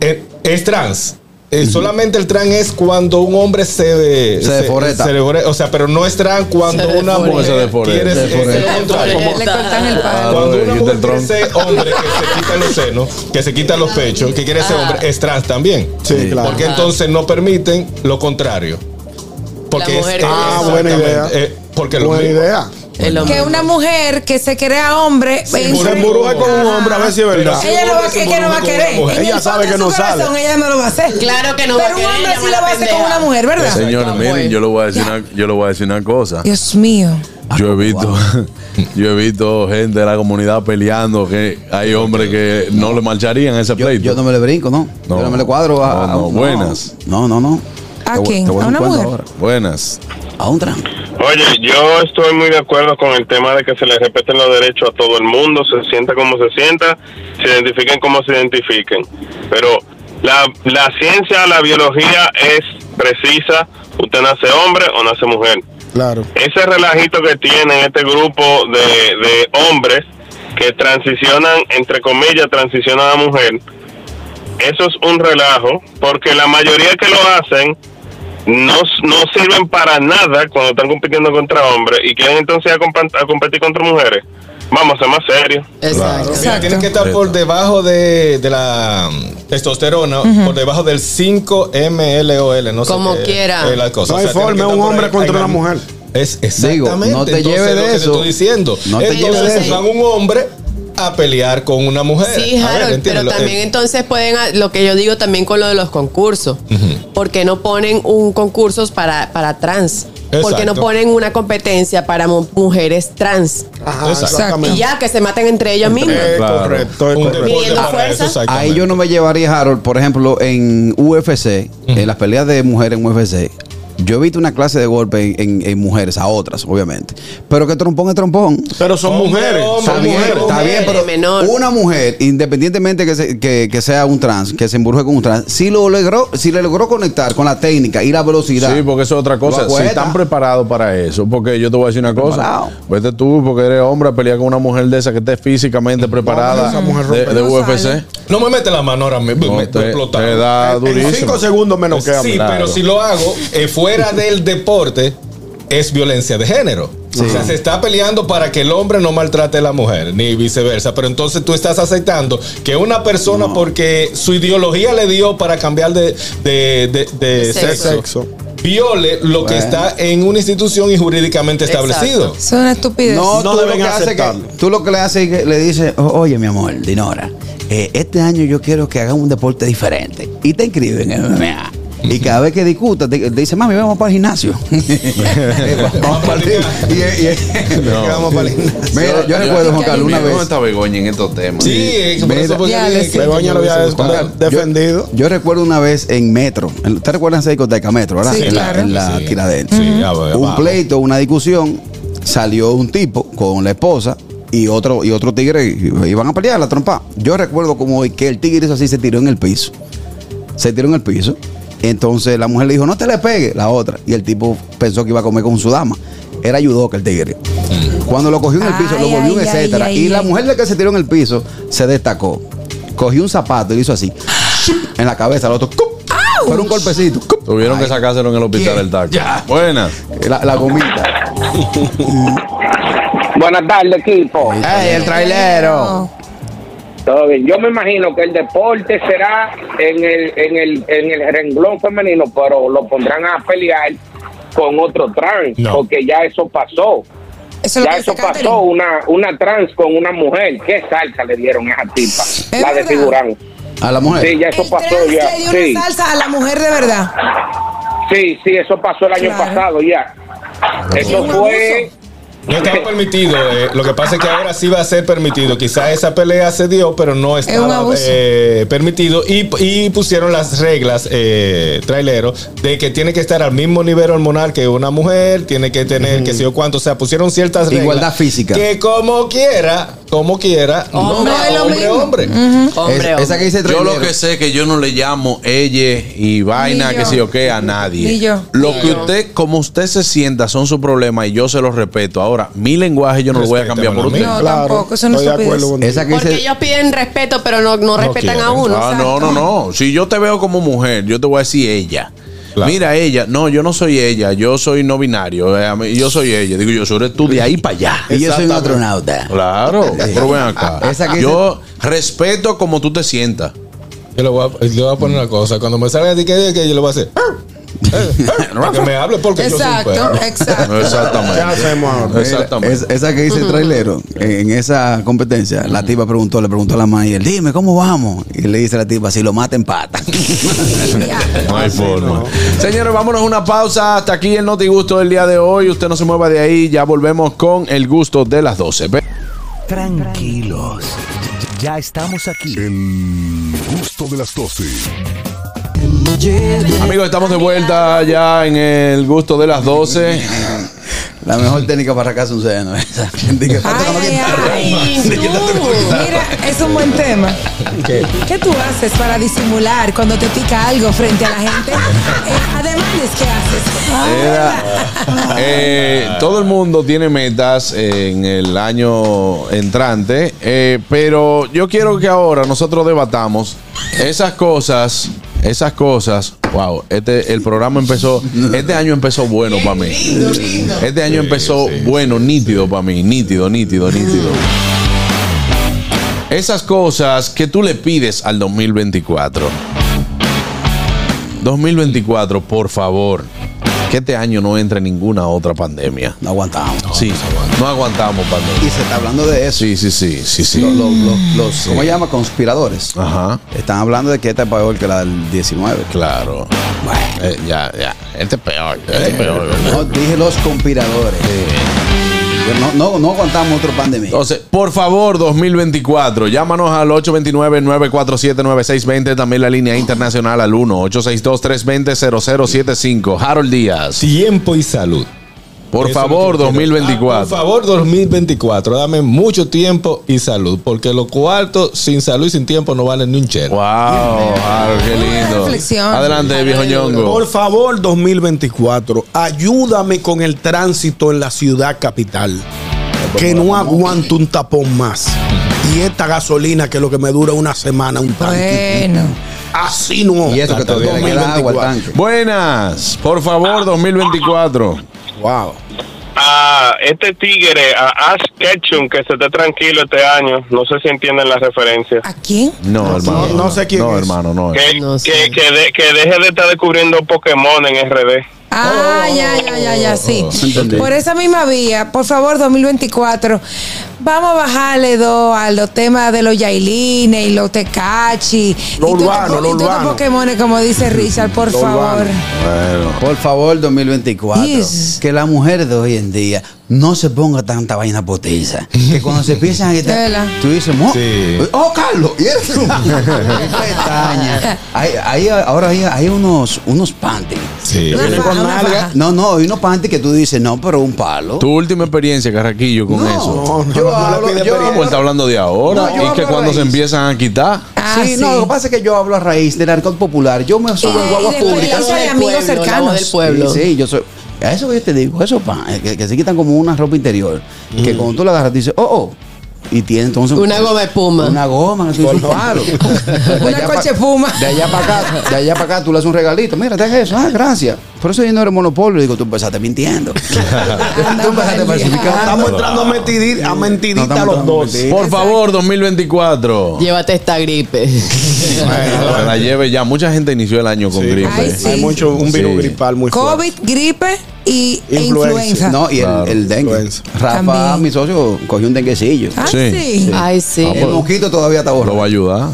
S7: eh, es trans. Eh, Solamente el trans es cuando un hombre se,
S4: Se deforeta.
S7: se defore- o sea, pero no es trans cuando
S6: Se
S7: una
S6: deforeta.
S7: mujer
S2: Se deforeta.
S7: quiere ser-
S2: Se deforeta.
S7: es lo contrario.
S5: le cortan el
S2: Ah,
S5: palo.
S7: Cuando
S2: no,
S7: una
S2: quita
S7: mujer quiere
S2: el tronco.
S7: ser hombre, que se quita los senos, que se quita los pechos, que quiere
S6: Ah.
S7: ser hombre, es trans también.
S3: Sí, claro.
S7: Porque entonces no permiten lo contrario. Porque
S6: La
S7: es
S6: mujer que-
S7: Ah, buena idea. porque lo
S3: Buena
S7: mismo.
S3: idea.
S6: El hombre.
S5: Que una mujer que se crea hombre. en-
S3: Se emburuje con un hombre, a ver si es verdad.
S7: Pero
S5: Pues, Ella no va,
S7: Se
S5: ella no va a
S7: emburuje con
S5: querer.
S7: una mujer.
S5: En
S3: Ella
S5: el
S3: sabe
S5: fondo
S3: que
S5: de
S3: no
S5: su corazón,
S3: sale.
S5: Ella no lo va a hacer.
S6: Claro que no va a
S5: Pero un
S6: querer,
S5: hombre
S6: llama
S5: sí
S6: la
S5: lo va a hacer con
S6: pendeja.
S5: una mujer, ¿verdad?
S2: Señores, miren, yo le voy a decir una, yo le voy a decir una cosa.
S5: Dios mío.
S4: Ah,
S2: Yo he visto, yo he visto gente de la comunidad peleando que hay hombres que no le marcharían a ese
S4: Yo,
S2: pleito.
S4: yo no me le brinco, no.
S2: No.
S4: Yo no me le cuadro a,
S2: No,
S4: a-
S2: no, buenas.
S4: No, no, no.
S5: ¿A
S4: Te voy-
S5: quién?
S4: te voy
S5: ¿A
S4: un
S5: una
S4: cuento
S5: mujer?
S4: ahora.
S2: Buenas.
S4: A un trans.
S11: Oye, yo estoy muy de acuerdo con el tema de que se le respeten los derechos a todo el mundo, se sienta como se sienta, se identifiquen como se identifiquen. Pero la, la ciencia, la biología es precisa. Usted nace hombre o nace mujer.
S3: Claro.
S11: Ese relajito que tienen este grupo de, de hombres que transicionan, entre comillas, transicionan a mujer, eso es un relajo, porque la mayoría que lo hacen no, no sirven para nada cuando están compitiendo contra hombres y quieren entonces a, compa- a competir contra mujeres. Vamos a ser más serios.
S7: Claro. Mira, tienes que estar por debajo de, de la mm, testosterona,
S5: Ujú.
S7: por debajo del 5 MLOL, no sé
S8: Como
S7: qué
S8: quiera.
S7: es la cosa.
S3: No hay
S7: tiene
S3: forma,
S7: que estar
S3: un
S7: por
S3: hombre
S7: ahí.
S3: contra
S7: Ay,
S3: una
S7: no.
S3: mujer.
S7: Es
S4: Digo,
S7: exactamente
S4: no te
S7: entonces
S4: lleves
S7: lo
S4: de
S7: que te
S4: eso.
S7: estoy diciendo.
S4: No te
S7: entonces
S4: lleves de eso.
S7: van un hombre a pelear con una mujer.
S8: Sí,
S7: A ver,
S8: Harold,
S7: ¿entiendes?
S8: pero
S7: Lo-
S8: también
S7: eh,
S8: entonces pueden, ah, lo que yo digo también con lo de los concursos,
S7: Ujú.
S8: porque no ponen un concursos para, para trans, porque no
S7: Exacto.
S8: ponen una competencia para mu- mujeres trans.
S3: Ajá,
S7: Exacto.
S8: Y ya que se maten entre ellas mismas.
S3: Es
S2: Claro.
S3: correcto, es
S7: un
S3: correcto.
S7: deporte
S8: Midiendo
S7: para
S8: fuerza.
S7: eso,
S4: Ahí yo no me llevaría, Harold, por ejemplo, en UFC, en las peleas de mujeres en UFC. Yo he visto una clase de golpe en, en- en mujeres, a otras, obviamente. Pero que trompón es trompón.
S3: Pero son
S7: Hombre,
S3: mujeres,
S7: hombre,
S3: son
S4: Está bien,
S3: mujeres.
S4: está bien, pero
S8: menor.
S4: una mujer, independientemente que, se- que- que sea un trans, que se embruje con un trans, si lo logró, si le logró conectar con la técnica y la velocidad.
S2: Sí, porque eso es otra
S4: Lo
S2: cosa. Si
S4: acuesta.
S2: están preparados para eso, porque yo te voy a decir una cosa.
S4: Preparado.
S2: Vete tú, porque eres hombre, a pelear con una mujer de esa que esté físicamente preparada
S3: esa mujer
S2: de,
S3: rompe.
S2: de
S5: No
S2: UFC.
S5: sale.
S7: No me mete la mano ahora mismo.
S2: No,
S7: me,
S2: te,
S7: me explota.
S2: te da
S3: En
S2: durísimo.
S3: cinco segundos menos que
S7: sí,
S2: claro.
S7: pero si lo hago eh, fuera del deporte, es violencia de género. O sea, se está peleando para que el hombre no maltrate a la mujer, ni viceversa. Pero entonces tú estás aceptando que una persona, porque su ideología le dio para cambiar de, de- de- de
S8: De
S7: sexo,
S8: sexo.
S3: Sexo.
S7: viole lo que está en una institución y jurídicamente
S8: Exacto.
S7: establecido.
S5: Es una estupidez.
S4: No,
S3: No
S4: tú, lo
S3: deben
S4: que haces es
S3: aceptarlo.
S4: que, tú lo que le haces es que le dices, "O- oye, mi amor, Dinora, eh, este año yo quiero que hagan un deporte diferente. Y te inscriben en MMA. Y cada vez que discutas, te, te dice, mami, vamos para el gimnasio. vamos para el gimnasio. Vamos para el gimnasio. Mira, yo recuerdo, Juan Carlos, una vez.
S2: ¿Dónde está Begoña en estos temas?
S7: Sí, eh, por eso fue que
S5: Ya,
S7: dije
S5: le
S7: que-
S3: Begoña lo había
S7: Juan Carlos,
S3: de- defendido.
S4: Yo recuerdo una vez en Metro. en- ¿Te recuerdas esa discoteca Metro, verdad?
S5: Sí,
S4: en
S5: claro.
S4: la, en la
S7: Sí.
S4: Tiradentes.
S7: Sí, ya
S2: Pues,
S7: va,
S4: un
S7: va.
S4: pleito, una discusión. Salió un tipo con la esposa y otro, y otro tigre y- y iban a pelear la trompa. Yo recuerdo como hoy que el tigre hizo así, se tiró en el piso. Se tiró en el piso. Entonces la mujer le dijo, no te le pegues, la otra. Y el tipo pensó que iba a comer con su dama. Era que el tigre.
S2: Mm.
S4: Cuando lo cogió en el piso,
S5: Ay,
S4: lo volvió un
S5: ay, ay,
S4: etcétera.
S5: ay,
S4: y la
S5: ay.
S4: mujer de que se tiró en el piso se destacó. Cogió un zapato y le hizo así. En la cabeza, al otro. ¡cup! Pero un golpecito. ¡cup!
S2: Tuvieron que sacárselo en el hospital
S4: ¿Quién?
S2: el taco. Buenas.
S4: La, la gomita.
S10: Buenas tardes, equipo.
S4: ¡Ey, el trailero!
S10: Todo bien. Yo me imagino que el deporte será en el, en el, en el renglón femenino, pero lo pondrán a pelear con otro trans,
S7: No.
S10: porque ya eso pasó.
S5: Eso es lo
S10: ya
S5: que
S10: eso
S5: dice
S10: pasó,
S5: Catherine.
S10: una, una trans con una mujer. ¿Qué salsa le dieron a esa tipa?
S5: Es
S10: la
S5: verdad.
S10: desfiguraron.
S4: A la mujer.
S10: Sí, ya eso
S5: El
S10: pasó.
S5: trans
S10: Ya.
S5: le dio
S10: Sí,
S5: una salsa a la mujer de verdad.
S10: sí, sí, eso pasó el año
S5: Claro.
S10: pasado ya.
S5: Es
S10: Eso
S5: un
S10: fue...
S5: abuso.
S7: No estaba permitido. eh, lo que pasa es que ahora sí va a ser permitido. Quizás esa pelea se dio, pero no
S5: un
S7: estaba
S5: abuso.
S7: eh, permitido. Y, y pusieron las reglas, eh, trailero, de que tiene que estar al mismo nivel hormonal que una mujer, tiene que tener que sé yo cuánto. O sea, pusieron ciertas reglas.
S4: Igualdad física.
S7: Que como quiera, como quiera,
S8: Hombre,
S7: no,
S8: es lo
S7: hombre,
S8: mismo.
S7: hombre.
S8: Hombre,
S4: Es-
S8: hombre.
S4: esa que dice
S2: Yo
S4: trailero.
S2: lo que sé es que yo no le llamo ella y vaina,
S5: Ni
S2: que
S5: yo.
S2: sé yo qué, a nadie.
S5: Ni yo.
S2: Lo que usted, como usted se sienta, son su problema y yo se los respeto. Ahora, mi lenguaje yo no lo voy a cambiar por
S7: Respétamelo a
S2: usted.
S7: mí.
S5: No, tampoco, eso no
S3: estoy
S5: es
S3: de acuerdo
S5: estupidez.
S3: con
S4: Esa que
S8: Porque
S4: dice.
S8: ellos piden respeto, pero no, no respetan a
S7: quieren.
S8: uno.
S2: Ah,
S8: exacto.
S2: no, no, no. Si yo te veo como mujer, yo te voy a decir ella.
S7: Claro.
S2: Mira, ella, no, yo no soy ella, yo soy no binario, eh, a mí- yo soy ella. Digo, yo soy tú de ahí para allá.
S4: Y yo soy un
S2: Exactamente.
S4: astronauta.
S2: Claro, pero ven acá.
S4: Esa que
S2: yo respeto como tú te sientas.
S7: Yo le voy, a, le voy a poner una cosa. Cuando me salga de que, que yo le voy a hacer. Para que me hable porque yo soy un
S5: Exacto,
S7: perro.
S5: exacto.
S2: Exactamente.
S3: ¿Qué hacemos ahora?
S4: Mira,
S2: Exactamente.
S4: es- esa que dice el trailero, en esa competencia, la tipa preguntó, le preguntó a la manager, dime, ¿cómo vamos? Y le dice a la tipa, si lo mata, empata.
S2: No hay forma. Señores, vámonos a una pausa. Hasta aquí el Noti Gusto del día de hoy. Usted no se mueva de ahí. Ya volvemos con el gusto de las 12. Ve-
S1: Tranquilos. Ya estamos aquí.
S12: Gusto de las 12.
S2: Amigos, estamos de vuelta ya en el gusto de las 12.
S4: La mejor técnica para acá es un seno. Esa. Diga, "Pártelo aquí".
S5: Ay, ay, ay, tú. Mira, es un buen tema. ¿Qué? tú haces para disimular cuando te pica algo frente a la gente? Eh, ademanes, ¿qué haces?
S7: Eh,
S2: Era- eh, todo el mundo tiene metas en el año entrante, eh, pero yo quiero que ahora nosotros debatamos esas cosas Esas cosas, wow, este, el programa empezó, este año empezó bueno para mí. Este año empezó bueno, nítido para mí, nítido, nítido, nítido. Esas cosas que tú le pides al 2024. 2024, por favor, que este año no entre ninguna otra pandemia.
S4: No aguantamos.
S2: Sí, no aguantamos pandemia.
S4: Y se está hablando de eso.
S2: Sí, sí, sí, sí, sí.
S4: Lo- lo- lo- los, ¿Cómo se llama? Conspiradores.
S2: Ajá,
S4: Están hablando de que esta es peor que la del 19.
S2: claro. Eh, ya, ya. Este es peor, este es peor. ¿verdad?
S4: Eh, No, dije los conspiradores. No, no, no aguantamos otro pandemia.
S2: eh. Entonces, por favor, 2024, llámanos al 829-947-9620, también la línea internacional al 1-862-320-0075. Harold Díaz,
S7: Tiempo y salud.
S2: por
S7: Eso
S2: favor,
S7: es lo que quiero. Ah, por
S2: 2024.
S7: favor, 2024. Dame mucho tiempo y salud. Porque los cuartos sin salud y sin tiempo no valen ni un chero.
S2: Wow, Harold, qué lindo.
S5: reflexión.
S2: Adelante, viejo ñongo.
S3: Por favor, 2024, ayúdame con el tránsito en la ciudad capital. Que no aguanto un tapón más. Y esta gasolina, que es lo que me dura una semana, un tanque.
S5: Bueno.
S3: Así no.
S4: Y eso que todavía le queda agua al
S3: 2024.
S4: tanque.
S2: Buenas, por favor, 2024.
S3: Wow.
S11: a este tigre, a Ash Ketchum, que se esté tranquilo este año. No sé si entienden la referencia.
S5: ¿A quién?
S2: No, hermano.
S3: no sé quién
S2: No,
S3: es.
S2: hermano, no.
S11: Que,
S8: No sé.
S11: que, que, de- que deje de estar descubriendo Pokémon en RD.
S5: Ah,
S3: Oh.
S5: ya, ya, ya, ya, sí.
S4: Entendí.
S5: Por esa misma vía, por favor, 2024, vamos a bajarle dos a los temas de los Yailines y los Tecachi.
S3: Lo
S5: y tú-
S3: urbano,
S5: y
S3: lo
S5: tú de
S3: urbano.
S5: Pokémones, como dice Richard, por
S3: Lo
S5: favor.
S3: urbano.
S4: Por favor, 2024.
S5: Yes.
S4: Que las mujeres de hoy en día no se ponga tanta vaina potiza. Que cuando se empiezan a
S5: Vela.
S4: quitar, tú dices, "Mo-
S7: Sí.
S4: oh, Carlos, y eso. Pestaña. Hay, hay- ahora hay, hay unos, unos panties.
S7: Sí.
S5: Una
S4: Vienen
S5: faja,
S4: con
S5: una
S4: nalga.
S5: faja.
S4: No, no, hay unos panties que tú dices, no, pero un palo.
S2: Tu última experiencia, Carraquillo, con
S4: No,
S2: eso.
S3: No, no,
S4: yo
S3: no le
S4: hablo-
S3: pide
S4: yo
S2: No,
S4: hablo-
S2: pues está hablando de ahora.
S4: No, yo
S2: y que
S4: hablo
S2: cuando se
S4: raíz.
S2: empiezan a quitar.
S5: Ah,
S4: sí, no, lo que pasa es que yo hablo a raíz del alcohol popular. Yo me subo
S5: Y-
S4: a
S5: y
S4: guagua
S5: después
S4: pública.
S5: la- hay amigos cercanos.
S8: del pueblo.
S4: Sí, sí, yo soy. A eso que yo te digo, eso pa, eh, que, que se quitan como una ropa interior. Que cuando tú la agarras, dices, oh, oh. Y tiene entonces.
S8: Mm. Una goma de puma.
S4: Una goma, que tú dices, un palo. De
S5: Una
S4: allá
S5: coche
S4: pa-
S5: puma.
S4: De allá para acá, de allá para acá, tú le haces un regalito. Mira, te haces eso. Ah, gracias. Por eso yo no era monopolio. Digo, tú empezaste mintiendo. tú empezaste
S5: Anda,
S4: falsificando.
S3: Estamos entrando a, mentidir, a
S4: No,
S3: mentirita
S4: estamos
S3: los
S4: entrando a
S3: dos.
S4: mentir.
S2: Por favor, 2024.
S8: Llévate esta gripe.
S2: Que la lleve ya. Mucha gente inició el año con
S7: Sí.
S2: gripe.
S5: Ay, sí.
S3: Hay mucho, un virus
S2: Sí.
S3: gripal muy fuerte.
S5: COVID, gripe y, e
S3: Influenza.
S5: influenza.
S4: No, y el,
S2: Claro,
S4: el dengue.
S3: influenza.
S4: Rafa,
S5: También.
S4: mi socio, cogió un denguecillo.
S5: Ah,
S2: Sí.
S5: sí.
S8: Ay, sí.
S2: Ah,
S4: El mosquito todavía está
S2: Lo
S4: borrado.
S2: va a ayudar.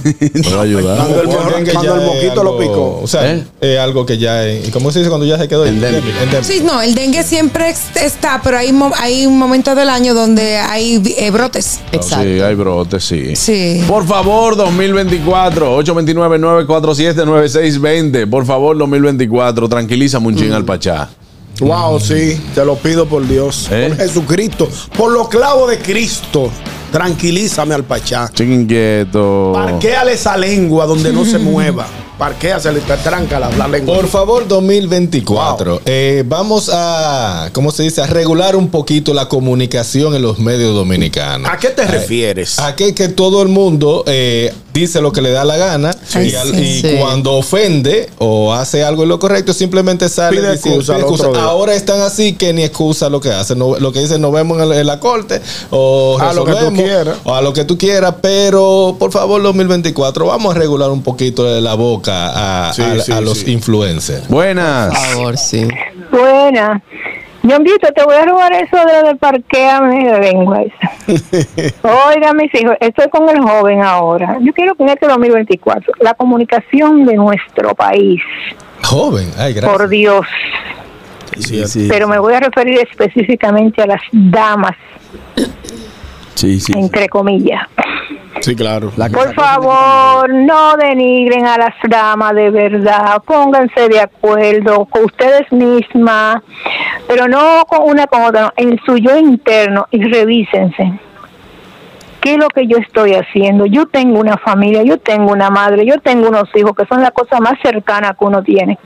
S2: Lo va a ayudar.
S3: Cuando el,
S7: Porque
S3: cuando
S7: que
S3: el
S7: ya es
S3: mosquito
S7: algo-
S3: lo picó.
S7: O sea,
S2: ¿Eh?
S7: es algo que ya es. ¿y ¿Cómo se dice cuando ya se quedó?
S4: Endémico.
S7: Endémico.
S5: Sí, no, el dengue siempre ex- está, pero hay, mo- hay un momento del año donde hay eh, brotes.
S8: Exacto.
S2: Sí, hay brotes, sí.
S5: Sí.
S2: Por favor, 2024, 829-947-9620. Por favor, 2024, tranquilízame un
S3: Mm.
S2: chin al Pachá.
S3: Wow, sí, te lo pido por Dios,
S2: ¿Eh?
S3: por Jesucristo, por los clavos de Cristo. Tranquilízame al Pachá.
S2: Chiquen inquieto.
S3: Parquéale esa lengua donde no se mueva. Parquéasele, te tranca la, la lengua.
S7: Por favor, 2024. eh, vamos a, ¿cómo se dice? A regular un poquito la comunicación en los medios dominicanos. Eh,
S3: ¿A qué te refieres?
S7: A que, que todo el mundo eh, dice lo que le da la gana
S5: Ay,
S7: y, al-
S5: sí.
S7: y
S8: Sí.
S7: cuando ofende o hace algo en lo correcto, simplemente sale
S3: Pide
S7: diciendo-
S3: excusa
S7: pide
S3: al otro día.
S7: Ahora están así que ni excusa lo que hacen. No- lo que dicen, nos vemos en, la- en la corte o
S3: A lo que tú
S7: resolvemos,
S3: quieras.
S7: o a lo que tú quieras, pero por favor, 2024, vamos a regular un poquito la boca a,
S3: Sí,
S7: a-
S3: sí,
S7: a los
S3: sí.
S7: influencers.
S2: Buenas.
S8: Por favor, sí.
S9: Buena. Ñonguito, te voy a robar eso de, de parqueame de lengua esa. Oiga, mis hijos, estoy con el joven ahora. Yo quiero que en este 2024 la comunicación de nuestro país,
S7: Joven, ay, gracias.
S9: por Dios,
S4: Sí, sí.
S9: pero me voy a referir específicamente a las damas,
S4: Sí, sí.
S9: entre comillas.
S3: Sí, claro.
S4: La que
S9: Por
S4: sacó-
S9: favor, no denigren a las damas de verdad, pónganse de acuerdo con ustedes mismas, pero no con una con otra, no, en su yo interno y revísense. ¿Qué es lo que yo estoy haciendo? Yo tengo una familia, yo tengo una madre, yo tengo unos hijos que son la cosa más cercana que uno tiene.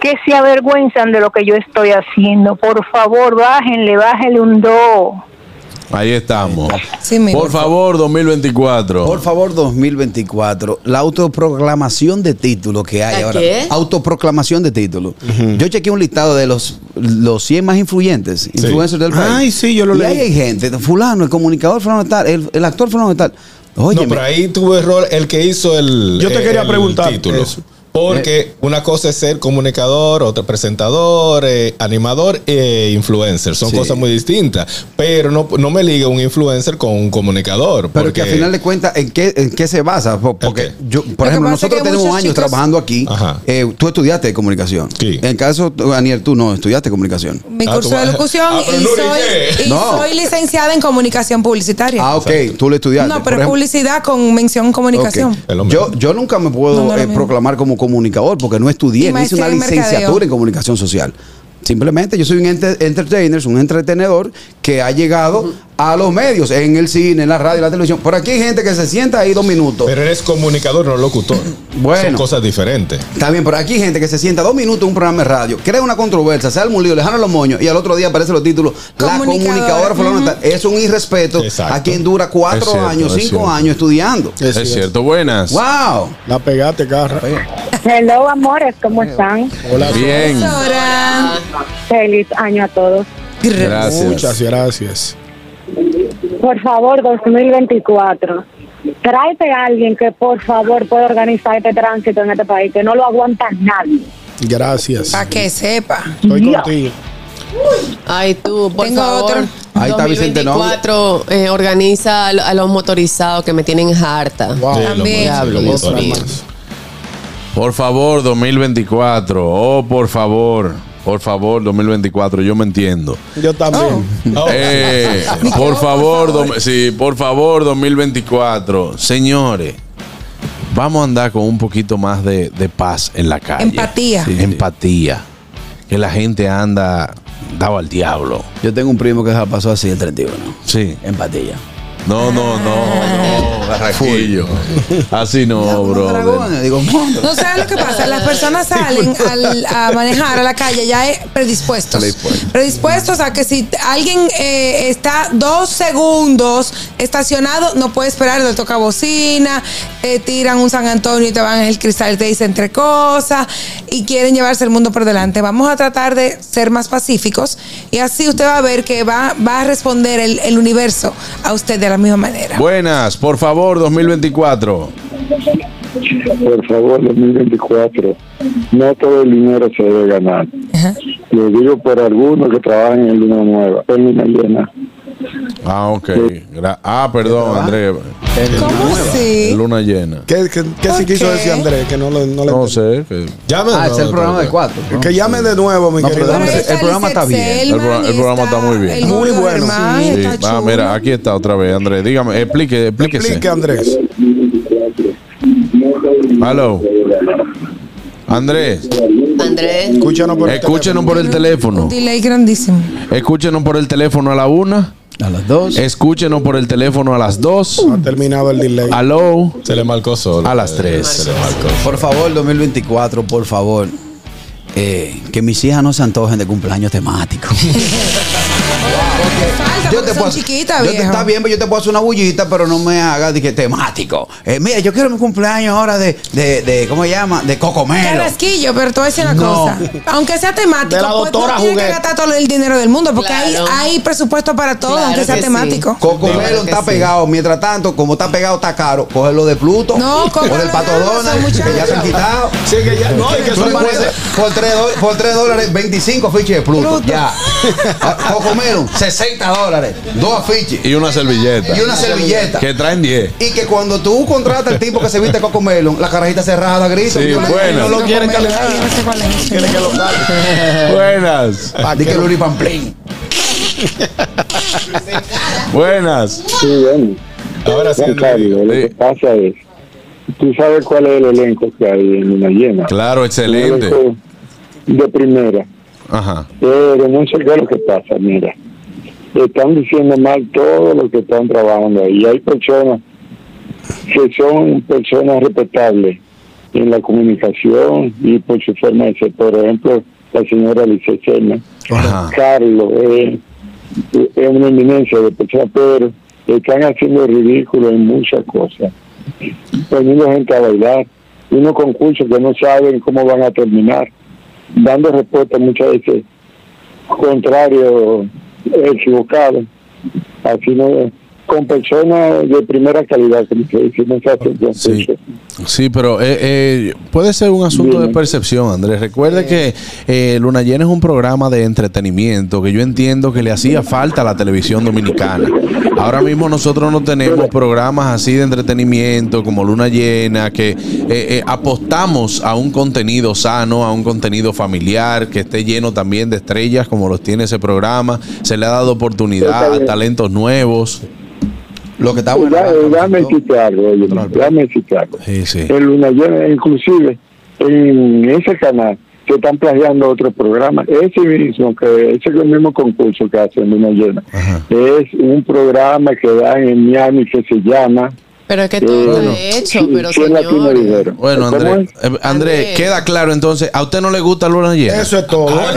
S9: Que se avergüenzan de lo que yo estoy haciendo. Por favor, bájenle, bájenle un do.
S2: Ahí estamos.
S5: Sí, mi
S2: Por
S5: amor.
S2: favor, 2024.
S4: Por favor, 2024. La autoproclamación de título que hay
S8: ¿La
S4: ahora.
S8: qué?
S4: Autoproclamación de título. Yo chequeé un listado de los, los 100 más influyentes, influencers del país.
S3: Ay, sí, yo lo
S4: y
S3: leí.
S4: ahí hay gente, fulano, el comunicador fulano de tal, el, el actor fulano de tal. Oye,
S7: no, pero ahí tuvo error el que hizo el,
S3: Yo te
S7: el-
S3: quería
S7: el
S3: preguntar
S7: título.
S3: eso.
S7: Porque
S4: Eh.
S7: una cosa es ser comunicador, otra presentador, eh, animador e influencer. Son
S4: Sí.
S7: cosas muy distintas. Pero no, no me liga un influencer con un comunicador.
S4: Pero
S7: porque-
S4: que al final de cuentas, ¿en qué, en qué se basa? Po- Porque
S7: Ok.
S4: yo,
S5: que
S4: por ejemplo,
S5: pasa
S4: nosotros
S5: es que
S4: tenemos
S5: muchos chicos-
S4: años trabajando aquí.
S7: Ajá.
S4: Eh, tú estudiaste comunicación.
S7: Sí.
S4: En el caso, tú, Daniel, tú no estudiaste comunicación.
S5: Mi
S7: Ah,
S5: curso
S7: tú
S5: de
S7: vas-
S5: locución
S7: Ah, pero
S5: y,
S7: no, ¿y
S5: soy,
S7: qué?
S5: y
S4: No.
S5: soy licenciada en comunicación publicitaria.
S4: Ah, ok, tú lo estudiaste.
S5: no,
S4: Por
S5: pero
S4: ejemplo-
S5: publicidad con mención comunicación.
S4: Ok.
S7: Es lo mismo.
S4: Yo, yo nunca me
S5: No, no
S4: puedo
S5: es lo
S4: eh,
S5: mismo.
S4: proclamar como comunicador porque no estudié,
S5: Y
S4: no hice
S5: maestría
S4: una
S5: en mercadeo.
S4: licenciatura en comunicación social. Simplemente yo soy un ente- entertainer, un entretenedor que ha llegado a los medios, en el cine, en la radio, en la televisión. Por aquí hay gente que se sienta ahí dos minutos.
S7: Pero eres comunicador, no locutor.
S4: Bueno.
S7: Son cosas diferentes.
S4: Está bien, pero aquí hay gente que se sienta dos minutos en un programa de radio, crea una controversia, se arma un lío, le jalan los moños y al otro día aparecen los títulos. La
S5: Comunicadora,
S4: comunicadora fulana
S5: ujú.
S4: de tal. es un irrespeto a
S7: Exacto.
S4: quien dura
S2: Es
S4: cuatro
S2: cierto,
S4: años,
S2: es
S4: cinco
S2: cierto.
S4: años estudiando.
S2: Es
S3: Sí, sí,
S2: cierto, buenas.
S4: ¡Wow!
S3: La pegaste, carra.
S9: Hello, amores, ¿cómo están?
S3: Hola,
S2: Bien,
S5: Profesora.
S9: Feliz año a todos.
S3: muchas
S2: gracias.
S3: gracias.
S9: Por favor, 2024. Tráete a alguien que por favor pueda organizar este tránsito en este país, que no lo aguanta nadie.
S3: Gracias.
S5: Para que sepa.
S3: Estoy
S9: Dios.
S3: contigo.
S8: Ay, tú, por
S5: Tengo
S8: favor.
S5: otro.
S4: Ahí está Vicente, ¿no?
S8: 2024, eh, organiza a, lo- a los motorizados que me tienen harta.
S3: Wow.
S7: Sí, lo
S5: También.
S7: más, sí, lo
S8: Diablo,
S7: más,
S8: Dios
S7: lo
S8: mío.
S7: más.
S2: Por favor, 2024. Oh, por favor. Por favor, 2024. Yo me entiendo.
S3: Yo también.
S7: Oh.
S2: Eh, por favor, dom- sí, por favor, 2024. Señores, vamos a andar con un poquito más de, de paz en la calle.
S5: Empatía.
S2: Sí, Empatía. Que la gente anda dado al diablo.
S4: Yo tengo un primo que se la pasó así el 31.
S2: Sí.
S4: En patilla.
S2: No, no, no, no, Garraquillo. Así no, bro.
S4: digo,
S5: No sabes lo que pasa. Las personas salen al- a manejar a la calle ya eh, predispuestos.
S4: Predispuestos.
S5: Predispuestos a que si alguien eh, está dos segundos estacionado, no puede esperar, le toca bocina, te tiran un San Antonio y te van en el cristal, te dicen tres cosas y quieren llevarse el mundo por delante. Vamos a tratar de ser más pacíficos y así usted va a ver que va, va a responder el, el universo a usted de la misma manera.
S2: Buenas, por favor, 2024.
S10: Por favor, 2024. No todo el dinero se debe ganar. Lo digo por algunos que trabajan en Luna Nueva, en Luna Llena.
S2: Ah, ok. Gra- ah, perdón, André.
S5: ¿Cómo así?
S2: Luna llena.
S3: ¿Qué, qué, qué se
S5: ¿Por
S3: quiso
S5: qué?
S3: decir Andrés? Que no, lo- no le
S2: No sé. que-
S7: Llame de
S4: ¿Eh? Ah, es el
S7: nuevo,
S4: programa de
S7: doctor.
S4: cuatro. ¿no?
S3: Que llame de nuevo, mi
S4: No,
S3: querido.
S4: pero
S5: Pero
S4: dame-
S5: ahí
S3: Andrés.
S4: el programa está bien.
S5: Lizeth
S2: El programa-
S5: Selman
S2: el
S5: y
S2: programa está muy bien.
S5: el
S3: Muy
S5: Gordo
S3: bueno.
S5: Germán,
S2: Sí.
S5: está
S2: Ah,
S5: chulo.
S2: mira, aquí está otra vez, André. Dígame, explique, explíquese.
S3: Explique, Andrés.
S2: Aló. Andrés,
S8: Andrés.
S3: Escúchanos por el
S2: escúchenos
S3: teléfono.
S2: por el teléfono.
S5: Un delay grandísimo.
S2: Escúchenos por el teléfono a la una.
S4: A las dos.
S2: Escúchenos por el teléfono a las dos.
S3: Ha terminado el delay.
S2: Ah, Aló.
S7: Se le marcó solo.
S2: A las tres.
S7: Se le marcó.
S4: Por favor, 2024, por favor. eh, que mis hijas no se antojen de cumpleaños temáticos.
S5: Falta, porque son chiquitas,
S4: yo te-
S5: viejo.
S4: está bien, pero yo te puedo hacer una bullita, pero no me hagas de que temático. Eh, mira, yo quiero mi cumpleaños ahora de, de, de ¿cómo se llama? De cocomelo.
S5: Carrasquillo, pero te voy a decir una
S4: No.
S5: cosa. Aunque sea temático,
S3: De la
S5: pues,
S3: doctora
S5: no tiene que
S3: Juguet.
S5: gastar todo el dinero del mundo, porque
S8: Claro.
S5: hay, hay presupuesto para todo,
S8: Claro
S5: aunque sea
S8: que sí.
S5: temático.
S4: Cocomelo
S8: Claro que
S4: está
S8: sí.
S4: pegado, mientras tanto, como está pegado, está caro. Cógelo de Pluto,
S5: No,
S4: o
S5: cógelo
S4: del
S5: de
S4: Pato
S5: Amazon,
S4: Donald, que ya
S5: muchacho.
S4: se han quitado.
S3: Sí, que ya. No, es que
S4: Tú
S3: son
S4: le
S3: varias.
S4: puedes- por 3, por tres dólares, 25 afiches de Pluto.
S5: Pluto.
S4: Ya. Ah, Coco Melon, 60 dólares. Dos afiches.
S2: Y una servilleta.
S4: Y una servilleta.
S2: Que traen 10.
S4: Y que cuando tú contratas al tipo que se viste Coco Melon, la carajita cerrada, grita.
S2: Sí,
S4: y No
S2: bueno.
S4: lo quieren
S5: Yo
S4: calentar.
S5: no sé cuál es.
S3: Tiene que lo dar.
S2: Buenas.
S4: Di que Luripamplín.
S2: Buenas.
S10: Sí, bueno.
S7: Ahora sí,
S10: Juan Carlos,
S7: Andrés.
S10: lo
S2: Sí.
S10: que pasa es, tú sabes cuál es el elenco que hay en Luna Llena.
S2: Claro,
S10: Un
S2: excelente.
S10: elenco De primera.
S2: Ajá.
S10: Pero no sé qué es lo que pasa, mira. Están diciendo mal todo lo que están trabajando ahí. Y hay personas que son personas respetables en la comunicación y por su forma de ser. Por ejemplo, la señora Licecena,
S2: Ajá.
S10: Carlos, eh, eh,
S13: es una eminencia de persona, pero están haciendo ridículo en muchas cosas. Poniendo gente a bailar, unos concursos que no saben cómo van a terminar, dando respuestas muchas veces contrario, equivocado, así no con personas de primera calidad, como se dice, no se hace concurso.
S2: Sí, pero eh, eh, puede ser un asunto de percepción, Andrés. Recuerde que eh, Luna Llena es un programa de entretenimiento que yo entiendo que le hacía falta a la televisión dominicana. Ahora mismo nosotros no tenemos programas así de entretenimiento como Luna Llena, que eh, eh, apostamos a un contenido sano, a un contenido familiar, que esté lleno también de estrellas como los tiene ese programa. Se le ha dado oportunidad a talentos nuevos. Lo que está bueno.
S13: Ya- Déjame decirte algo, oye, déjame decirte algo.
S2: Sí, sí.
S13: En Luna Llena, inclusive, en ese canal que están plagiando otro programa, ese mismo, que ese es el mismo concurso que hacen Luna Llena, es un programa que dan en Miami que se llama... eh,
S8: Pero es que
S13: todo
S8: de hecho, pero
S13: Latino Dinero.
S2: Bueno,
S13: ¿Cómo
S2: Andrés,
S13: es?
S2: eh, Andrés, queda claro entonces, ¿a usted no le gusta Luna Llena?
S13: Eso
S3: es todo.
S13: Ah,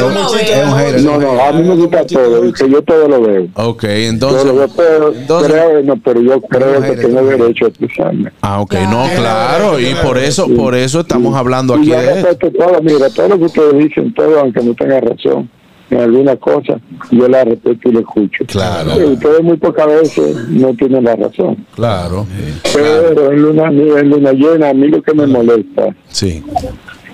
S13: No, no, a mí me gusta todo, que yo todo lo veo.
S2: Ok, entonces...
S13: Yo lo veo, pero, creo- no, pero yo creo que tengo derecho a expresarme.
S2: Ah, ok, no, claro, y por eso,
S13: Sí.
S2: por eso estamos hablando
S13: Y
S2: aquí
S13: yo
S2: de esto.
S13: respeto todo, mira, todo lo que ustedes dicen, todo, aunque no tengan razón en alguna cosa, yo la respeto y la escucho.
S2: Claro.
S13: Ustedes muy pocas veces no tienen la razón.
S2: Claro.
S13: Pero en luna, en luna llena, a mí lo que me molesta,
S2: Sí.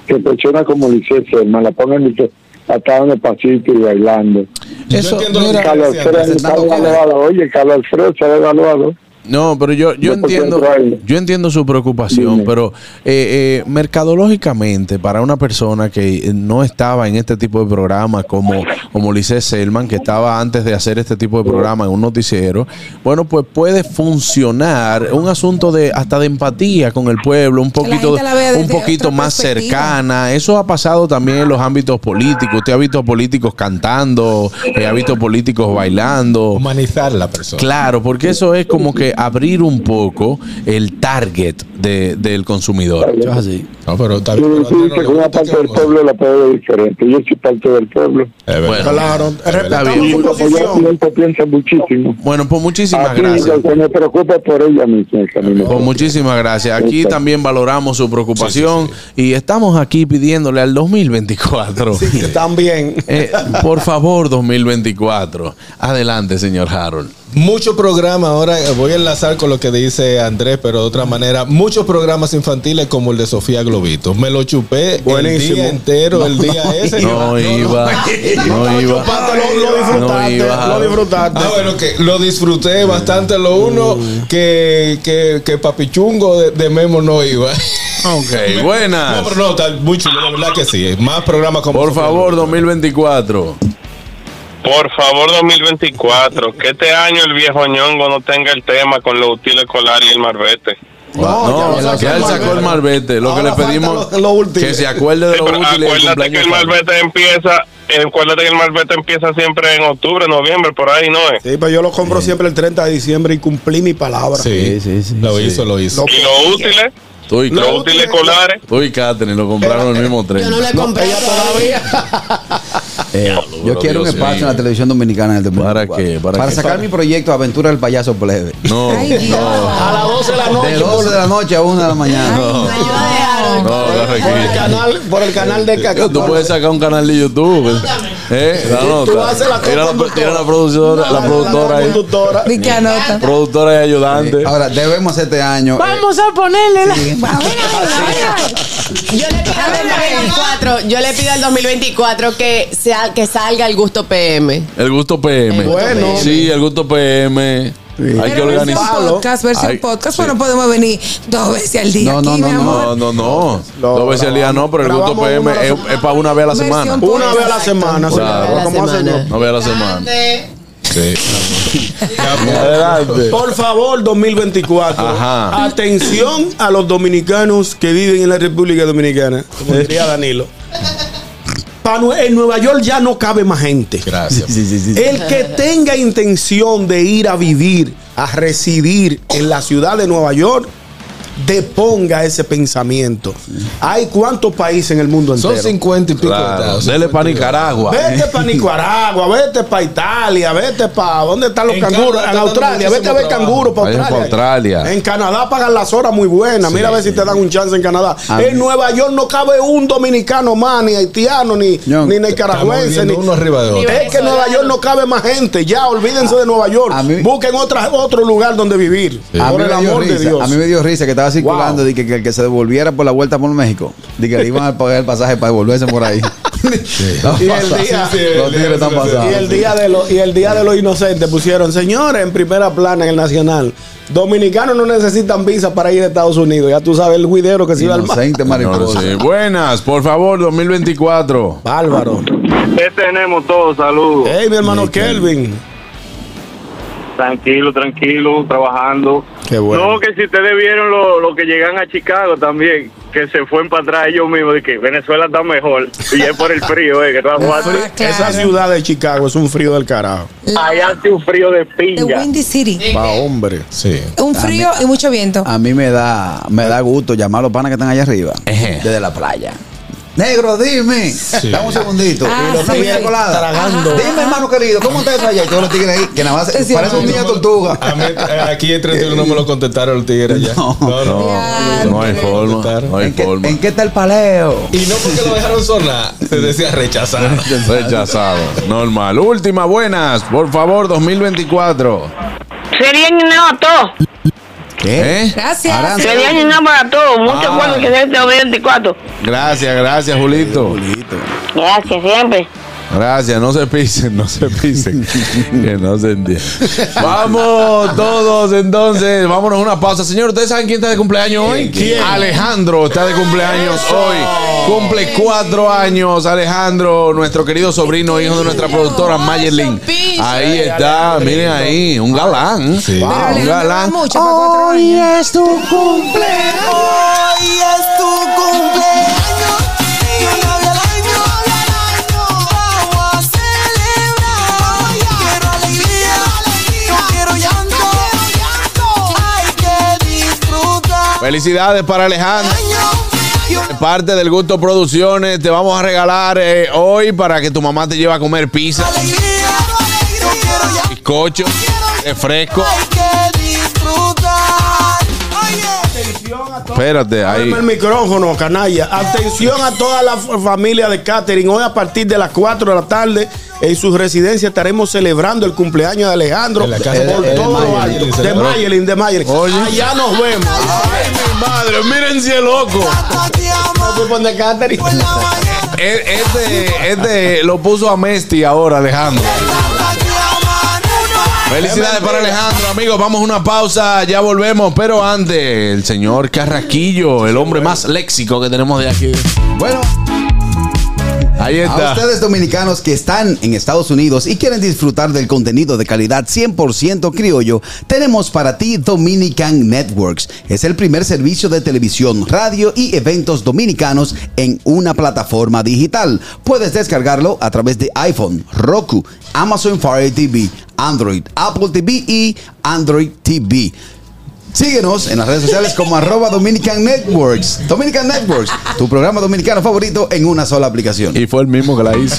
S13: que personas como Liceo Serma la pongan y que ataban en el pasito y bailando.
S2: Eso, entiendo lo que
S13: Carlos
S2: decían,
S13: Alfredo está
S2: presentando cosas.
S13: devaluado. Oye, Carlos Alfredo está devaluado.
S2: No, pero yo, yo
S13: No, porque
S2: entiendo
S13: entró ahí.
S2: yo entiendo su preocupación, pero eh, eh, mercadológicamente para una persona que eh, no estaba en este tipo de programa como como Lice Selman que estaba antes de hacer este tipo de programa en un noticiero, bueno pues puede funcionar un asunto de hasta de empatía con el pueblo, un
S5: la
S2: poquito
S5: gente la vea desde
S2: un poquito
S5: otra
S2: más
S5: perspectiva.
S2: cercana. Eso ha pasado también en los ámbitos políticos. Usted ha visto políticos cantando, eh, ha visto políticos bailando.
S7: Humanizar la persona.
S2: Claro, porque eso es como que abrir un poco el target de- del consumidor.
S13: Eso es
S2: así.
S7: No, pero
S13: Yo digo que una parte del pueblo la pueblo diferente. Yo soy parte del pueblo.
S2: Bueno,
S13: Claro,
S2: está
S13: Y
S2: bien.
S13: como yo pienso, pienso muchísimo.
S2: Bueno, pues muchísimas
S13: Así
S2: gracias.
S13: que me preocupa por ella misma. Camilo.
S2: Pues muchísimas gracias. Aquí
S13: Exacto.
S2: también valoramos su preocupación y estamos aquí pidiéndole al 2024.
S3: también.
S2: Eh, por favor, 2024. Adelante, señor Harold.
S7: Muchos programas, ahora eh, voy a enlazar con lo que dice Andrés, pero de otra manera, muchos programas infantiles como el de Sofía Globito. Me lo chupé el
S3: Buenísimo.
S7: día entero,
S3: No,
S7: el día
S3: no
S7: ese.
S2: No iba, no iba.
S7: lo disfrutaste,
S2: lo
S7: disfrutaste. Ah, bueno, que lo disfruté bastante. Lo uno que, que, que papichungo de, de Memo no iba.
S2: Ok, buenas.
S7: No, pero no, está muy chulo, la verdad que sí. Más programas como
S2: Por favor, 2024.
S11: Por favor, 2024, que este año el viejo ñongo no tenga el tema con los útiles escolares y el marbete.
S2: No,
S11: ya
S2: ya,
S11: lo sacó
S2: él
S11: el
S2: sacó el malvete. Lo que le pedimos que se acuerde de
S11: Sí,
S2: lo
S11: pero
S2: útil el
S11: acuérdate
S2: cumpleaños.
S11: que el malvete empieza, eh, acuérdate que el malvete empieza siempre en octubre, noviembre, por ahí, ¿no es?
S3: Sí, pero yo lo compro siempre el 30 de diciembre y cumplí mi palabra.
S7: Sí, sí, sí. Lo hizo, lo hizo.
S11: Y los útiles,
S2: Tú y
S11: los
S2: Kat-
S11: útiles escolares.
S2: tú y Katherine lo compraron el mismo tren.
S6: compré todavía.
S4: Eh, yo
S2: pero
S4: quiero un
S2: Dios
S4: espacio en
S2: mío.
S4: la televisión dominicana en el 2024.
S2: ¿Para qué? ¿Para
S4: Para
S2: qué?
S4: sacar
S2: Para-
S4: mi proyecto Aventura del Payaso Plebe.
S2: No,
S4: A
S7: las 12 de la
S4: De 12 de la noche a 1 de la mañana.
S2: no, no, Ricky.
S3: por el canal de
S2: Yo, Tú puedes sacar un canal de YouTube. ¿Eh? La
S3: Tú
S2: nota.
S3: haces la
S2: Mira la, mira la productora, la productora ahí.
S3: Productora.
S5: ¿Y qué anota?
S2: Productora y ayudante.
S4: Ahora, debemos hacer este año. eh,
S6: Vamos a ponerle la.
S8: Yo le pido al 2024, yo le pido al 2024 que sea que salga el gusto PM.
S2: El gusto PM.
S8: El gusto
S3: Bueno.
S2: Sí, el gusto PM. Hay que
S5: Pero versión
S2: organizar.
S5: podcast, versión
S2: Hay-
S5: podcast,
S2: sí.
S5: pero no podemos venir dos veces al día. aquí, mi amor.
S2: No, no, no. Dos veces al día no, pero el gusto
S3: grabamos
S2: PM
S3: una a la
S2: es, es para una vez a la
S5: Versión
S2: semana.
S5: podcast.
S3: Una vez a la semana,
S2: Claro.
S3: señora. ¿Cómo hacen?
S2: Una vez a la semana. Sí. Adelante.
S3: Por favor, 2024.
S2: Ajá.
S3: Atención a los dominicanos que viven en la República Dominicana. Como diría Danilo. Pa Nue- en Nueva York ya no cabe más gente.
S7: Gracias.
S3: El que tenga intención de ir a vivir, a residir en la ciudad de Nueva York, deponga ese pensamiento. Hay cuántos países en el mundo entero.
S7: Son 50 y pico de
S2: Claro,
S7: estados.
S2: dele pa'
S7: 52.
S2: Nicaragua.
S3: Vete para Nicaragua, vete para Italia, vete para ¿dónde están los
S7: En
S3: canguros?
S7: Canadá
S3: En
S7: están
S3: Australia,
S7: dando
S3: vete a ver
S7: muchísimo
S3: canguros para
S2: Vayan
S3: Australia.
S2: pa' Australia.
S3: En Canadá pagan las horas muy buenas. Mira a ver si te dan un chance en Canadá.
S4: Ah,
S3: en Nueva York no cabe un dominicano más, ni haitiano, ni,
S4: Ñongo,
S3: ni
S7: Estamos
S3: nicaragüense.
S7: viviendo
S3: ni-
S7: uno arriba de otro.
S3: es que en Nueva York no cabe más gente. Ya, olvídense de Nueva York.
S4: Ah, a mí-
S3: Busquen otra, otro lugar donde vivir.
S4: A mí,
S3: Por
S4: me
S3: el
S4: dio
S3: amor de
S4: risa,
S3: Dios.
S4: a mí me dio risa que estaba circulando
S3: Wow.
S4: de que, que el que se devolviera por la vuelta por México, de que le iban a pagar el pasaje para devolverse por ahí. Están
S3: Y el
S4: pasados.
S3: día-
S7: Sí, sí, el
S4: los
S7: día
S4: tigres están
S7: de-
S4: pasados.
S3: Y el día de los y el día de los inocentes pusieron, señores, en primera plana en el Nacional. Dominicanos no necesitan visa para ir a Estados Unidos. Ya tú sabes el juidero que se iba al mar.
S4: Inocente mariposa.
S2: No sé. eh, Buenas, por favor, 2024.
S3: Bárbaro.
S11: ¿Qué tenemos todos? Saludos.
S3: Hey, mi hermano Kelvin.
S11: Tranquilo, tranquilo, trabajando.
S3: Qué bueno.
S11: No, que si ustedes vieron lo, lo que llegan a Chicago también, que se fueron para atrás ellos mismos, de que Venezuela está mejor. Y es por el frío, eh, que está fuerte.
S5: Ah, claro.
S3: Esa ciudad de Chicago es un frío del carajo.
S11: Allá hace un frío de
S5: The
S11: piña.
S5: Windy City.
S3: Pa hombre.
S7: Sí.
S5: Un frío y mucho viento.
S4: A mí me da, me da gusto llamar a los panas que están allá arriba,
S2: Ejé.
S4: desde la playa. Negro, dime. Dame un segundito.
S5: Ah,
S4: Y los
S5: sí.
S4: niños de colada.
S5: Tragando.
S4: Dime, hermano querido, ¿cómo está eso allá? Y todos los tigres ahí, que nada más
S5: Es
S4: parece un
S5: cierto.
S4: niño tortuga.
S7: A mí, eh, aquí en 31 no me lo contestaron el tigre ya.
S4: No.
S7: No, no.
S2: No, no hay forma. No hay
S4: ¿En qué,
S2: forma.
S4: en qué está el paleo?
S7: Y no porque lo dejaron sola, se decía rechazado.
S2: Rechazado. Normal. Última, buenas, por favor, 2024.
S9: Sería no a todos.
S2: ¿Eh?
S5: Gracias.
S4: Aranza.
S9: Sería no para todos. Muchos
S2: Ah.
S9: buenos que este se 2024.
S2: Gracias, gracias, Julito.
S9: Gracias, siempre.
S2: Gracias, no se pisen, no se pisen. que no se entiende. Vamos todos entonces, vámonos a una pausa. Señor, ¿ustedes saben quién está de cumpleaños hoy?
S3: ¿Quién?
S2: Alejandro está de cumpleaños hoy. Cumple cuatro años, Alejandro, nuestro querido sobrino, hijo de nuestra productora Mayerlin. Ahí está, miren ahí, un galán.
S7: Sí.
S5: Pero
S2: Wow, un
S5: Alejandro
S2: galán.
S5: es mucho para cuatro años.
S1: es tu cumpleaños. Hoy es tu cumpleaños. Ganado el año, ganado. Vamos a celebrar. Yo quiero alegría. Yo quiero llanto. Hay que disfrutar.
S2: Felicidades para Alejandro.
S1: Yo
S2: De Parte del Gusto Producciones, te vamos a regalar eh, hoy para que tu mamá te lleve a comer pizza.
S1: alegría. Yo quiero llanto.
S2: bizcocho, refresco.
S1: Hay que disfrutar. Oye.
S2: Espérate, ahí.
S3: Ponme el micrófono, canalla. Atención a toda la f- familia de Catering. Hoy a partir de las 4 de la tarde en sus residencias estaremos celebrando el cumpleaños de Alejandro
S7: En la casa
S3: por
S7: de-
S3: todo
S7: de
S3: lo
S7: Mayelin,
S3: alto. De
S7: celebró.
S3: Mayelin, de Mayelin. Allá nos vemos.
S2: Madre, miren si es loco.
S3: de catering.
S2: E- Este, este lo puso a Mesti ahora, Alejandro. Felicidades para Alejandro, amigos. Vamos a una pausa, ya volvemos. Pero antes, el señor Carraquillo, el hombre más léxico que tenemos de aquí.
S4: Bueno,
S2: Ahí
S4: A
S2: está.
S4: ustedes dominicanos que están en Estados Unidos y quieren disfrutar del contenido de calidad 100% criollo, tenemos para ti Dominican Networks. Es el primer servicio de televisión, radio y eventos dominicanos en una plataforma digital. Puedes descargarlo a través de iPhone, Roku, Amazon Fire TV, Android, Apple TV y Android TV. Síguenos en las redes sociales como arroba Dominican Networks. Dominican Networks, tu programa dominicano favorito en una sola aplicación.
S2: Y fue el mismo que la hizo.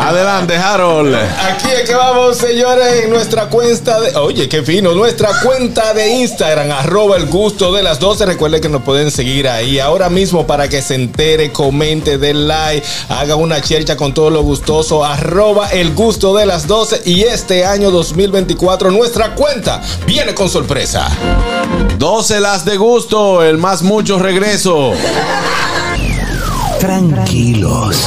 S2: Adelante, Harold.
S7: Aquí es que vamos, señores, en nuestra cuenta de. Oye, qué fino. Nuestra cuenta de Instagram, arroba el gusto de las 12. Recuerden que nos pueden seguir ahí ahora mismo para que se entere, comente, dé like, haga una chercha con todo lo gustoso. Arroba el gusto de las 12. Y este año 2024, nuestra cuenta viene con sorpresa.
S2: 12 las de gusto, el más mucho regreso.
S1: Tranquilos.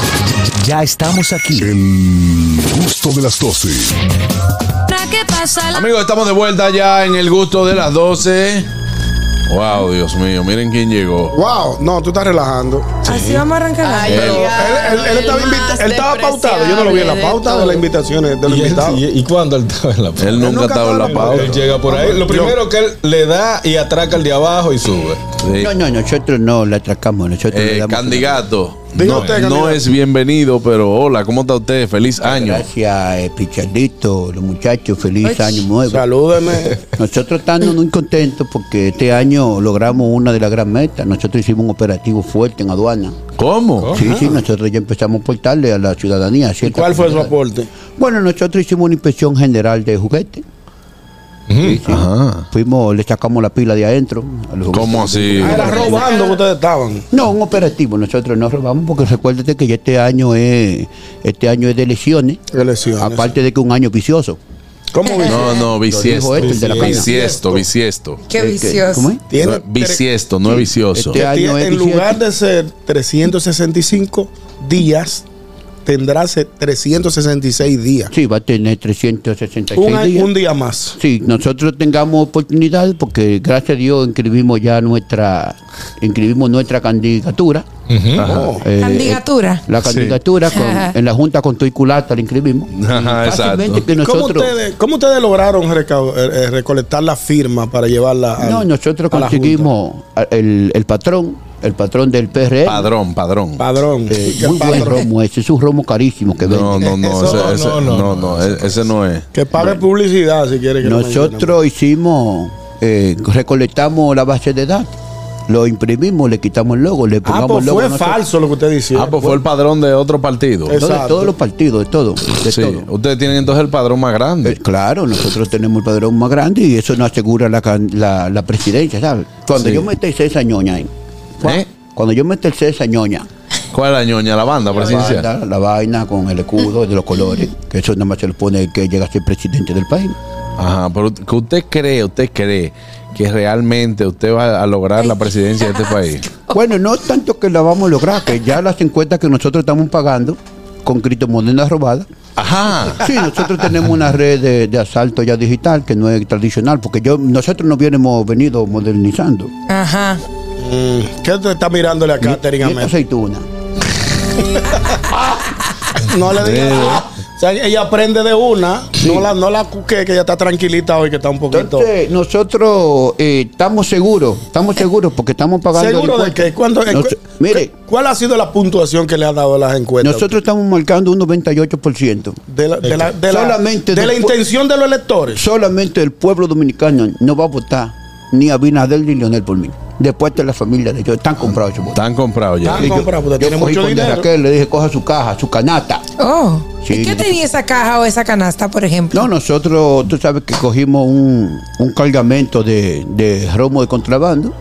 S1: Ya estamos aquí.
S12: El gusto de las 12.
S14: ¿Qué pasa?
S2: Amigos, estamos de vuelta ya en el gusto de las 12. Wow, Dios mío, miren quién llegó.
S3: Wow, no, tú estás relajando.
S5: Así vamos a arrancar. el año.
S3: Pero él, él- él estaba,
S8: el
S3: invita-
S8: más
S3: él estaba pautado. Yo no lo vi en la
S8: despreciable
S3: pauta
S8: de
S3: de las
S8: todo.
S3: invitaciones de los
S7: ¿Y, él-
S3: invitados.
S7: y- y cuándo él estaba en la pauta?
S2: Él nunca
S3: nunca
S2: estaba en la
S3: estaba
S2: pauta.
S7: Él llega por ahí. Lo primero que él le da y atraca el de abajo y sube.
S2: Sí.
S4: no, nosotros no la atracamos, nosotros
S2: Eh, Candidato, No, no es bienvenido, pero hola, ¿cómo está usted? Feliz año.
S15: Gracias, eh, Pichardito, los muchachos, feliz
S2: Ay,
S15: año nuevo.
S3: Salúdeme.
S15: Nosotros estamos muy contentos porque este año logramos una de las gran metas. Nosotros hicimos un operativo fuerte en aduana.
S2: ¿Cómo?
S15: Sí, sí, nosotros ya empezamos a aportarle a la ciudadanía.
S3: ¿Y cuál fue su aporte?
S15: Bueno, nosotros hicimos una inspección general de juguetes. Sí, sí. Fuimos, le sacamos la pila de adentro. a los juguetes.
S2: ¿Cómo así?
S3: Ah, Era robando que ustedes estaban.
S15: No, un operativo. Nosotros no robamos porque recuérdate que ya este año es este año es de elecciones. Aparte de que un año vicioso.
S3: ¿Cómo
S2: No,
S15: Lo
S2: no,
S15: dijo
S2: bisiesto.
S15: este, el de la caña.
S2: Bisiesto, bisiesto.
S5: Qué
S15: ¿Qué-
S5: vicioso.
S15: cómo es?
S3: Tiene-
S2: No, Bisiesto, no es vicioso.
S15: Este año
S3: Tiene-
S15: es
S3: en
S15: 17.
S3: lugar de ser 365 días, tendrá se- 366 días.
S15: Sí, va a tener 366
S3: Un, año-
S15: días.
S3: un día más.
S15: Sí, nosotros tengamos oportunidad porque gracias a Dios inscribimos ya nuestra inscribimos nuestra candidatura.
S3: Oh.
S15: Eh,
S5: Candidatura.
S15: la candidatura con- en la Junta con Tuiculata la inscribimos.
S2: Ajá,
S15: Fácilmente
S2: exacto.
S15: que
S3: ¿Cómo
S15: nosotros
S3: ustedes, cómo ustedes lograron recau- eh, eh, recolectar la firma para llevarla al-
S15: No, nosotros
S3: a la Junta?
S15: conseguimos a- el, el patrón, el patrón del PRL.
S2: Padrón, padrón.
S3: Padrón.
S15: Eh,
S3: ¿Qué
S15: muy buen
S3: padrón?
S15: romo ese, es un romo carísimo que
S2: No,
S15: venden.
S2: no, no,
S3: Eso
S2: ese,
S3: no,
S2: ese-
S3: no, no,
S2: no, no, e- ese no es.
S3: Que pague publicidad si quiere que lo mencionemos.
S15: Eh, Nosotros hicimos, eh, recolectamos la base de datos, lo imprimimos, le quitamos el logo, le
S3: Ah,
S15: pongamos
S3: pues
S15: el logo.
S3: fue
S15: nosotros.
S3: falso lo que usted decía.
S2: Ah, pues fue el padrón de otro partido.
S3: Eh,
S15: No, de
S3: Exacto.
S15: todos los partidos, de todo. De
S2: Sí,
S15: todo.
S2: ustedes tienen entonces el padrón más
S15: Eh,
S2: grande.
S15: claro, nosotros tenemos el padrón más grande y eso nos asegura la, can- la, la presidencia, ¿sabes? Cuando
S2: Sí.
S15: yo meta esa ñoña ahí, cua-
S2: ¿Eh?
S15: cuando yo meta esa ñoña,
S2: ¿Cuál es la ñoña? La banda
S15: la
S2: presidencial.
S15: vaina, la vaina con el escudo de los colores, que eso nada más se le pone el que llega a ser presidente del país.
S2: Ajá, pero que usted cree, usted cree que realmente usted va a lograr la presidencia de este país.
S15: Bueno, no tanto que la vamos a lograr, que ya las encuestas que nosotros estamos pagando con criptomonedas robadas.
S2: Ajá.
S15: Sí, nosotros tenemos una red de, de asalto ya digital que no es tradicional, porque yo nosotros nos hubiéramos venido modernizando.
S3: Ah.
S5: Ajá.
S3: Mm, ¿Qué te está mirándole a Katherine
S15: Y esta
S3: Ahmed?
S15: aceituna.
S3: No le
S2: Eh.
S3: digas nada. O sea, ella aprende de una, no la, no la cuque, que ella está tranquilita hoy, que está un poquito.
S15: Entonces, Eh, nosotros eh, estamos seguros, estamos seguros porque estamos pagando. el
S3: ¿Seguro de
S15: impuesto.
S3: que ¿Cuánto,
S15: Nos-
S3: cu-
S15: mire,
S3: ¿Cuál ha sido la puntuación que le han dado a las encuestas?
S15: nosotros estamos marcando un 98%.
S3: de la, de la, de la-
S15: Solamente
S3: de la
S15: después-
S3: intención de los electores.
S15: Solamente el pueblo dominicano no va a votar ni a Abinader ni Leonel por mí. Después de la familia de ellos, están comprados esos votos.
S2: Están comprados ya.
S3: Están comprados, porque tiene
S15: Yo cogí
S3: mucho
S15: con
S3: dinero.
S15: Raquel, le dije, coja su caja, su canasta.
S5: Oh.
S15: Sí.
S5: ¿Y qué tenía esa caja o esa canasta, por ejemplo?
S15: No, nosotros, tú sabes que cogimos un, un cargamento de, de romo de contrabando,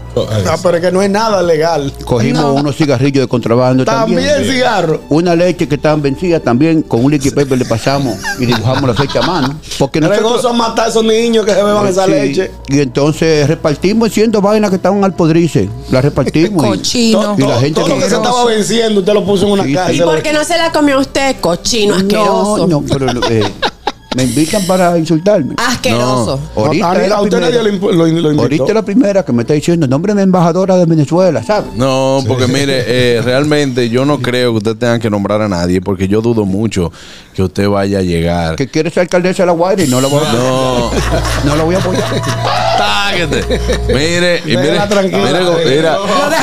S3: Ah, pero es que no es nada legal.
S15: cogimos
S5: No.
S15: unos cigarrillos de contrabando también.
S3: También, cigarro.
S15: Una leche que estaban vencida también, con un liquid paper le pasamos y dibujamos la fecha a mano. Porque
S3: Regoso
S15: nosotros,
S3: a matar a esos niños que se beban esa
S15: Sí,
S3: leche.
S15: Y entonces repartimos siendo vainas que estaban al podrice. Las repartimos. y-
S5: Cochino.
S15: Y la gente
S3: Todo lo que se
S15: asqueroso.
S3: estaba venciendo, usted lo puso en una
S15: Sí, sí.
S3: cárcel.
S6: ¿Y por qué no se la comió usted, cochino asqueroso?
S15: No, no, pero eh, me invitan para insultarme.
S6: Asqueroso.
S3: No,
S15: Ahorita
S3: a,
S15: es la
S3: a usted
S15: primera.
S3: nadie lo, impu- lo, lo invitó.
S15: Ahorita es la primera que me está diciendo, nómbreme embajadora de Venezuela, ¿sabes?
S2: No, porque mire, eh, realmente yo no creo que usted tenga que nombrar a nadie, porque yo dudo mucho que usted vaya a llegar.
S15: Que quiere ser alcaldesa de La Guaira y no la voy a,
S2: No.
S15: no la voy a apoyar.
S2: Táguete. Mire, y mire,
S3: Déjala tranquila.
S2: mire,
S3: Déjala.
S2: mira,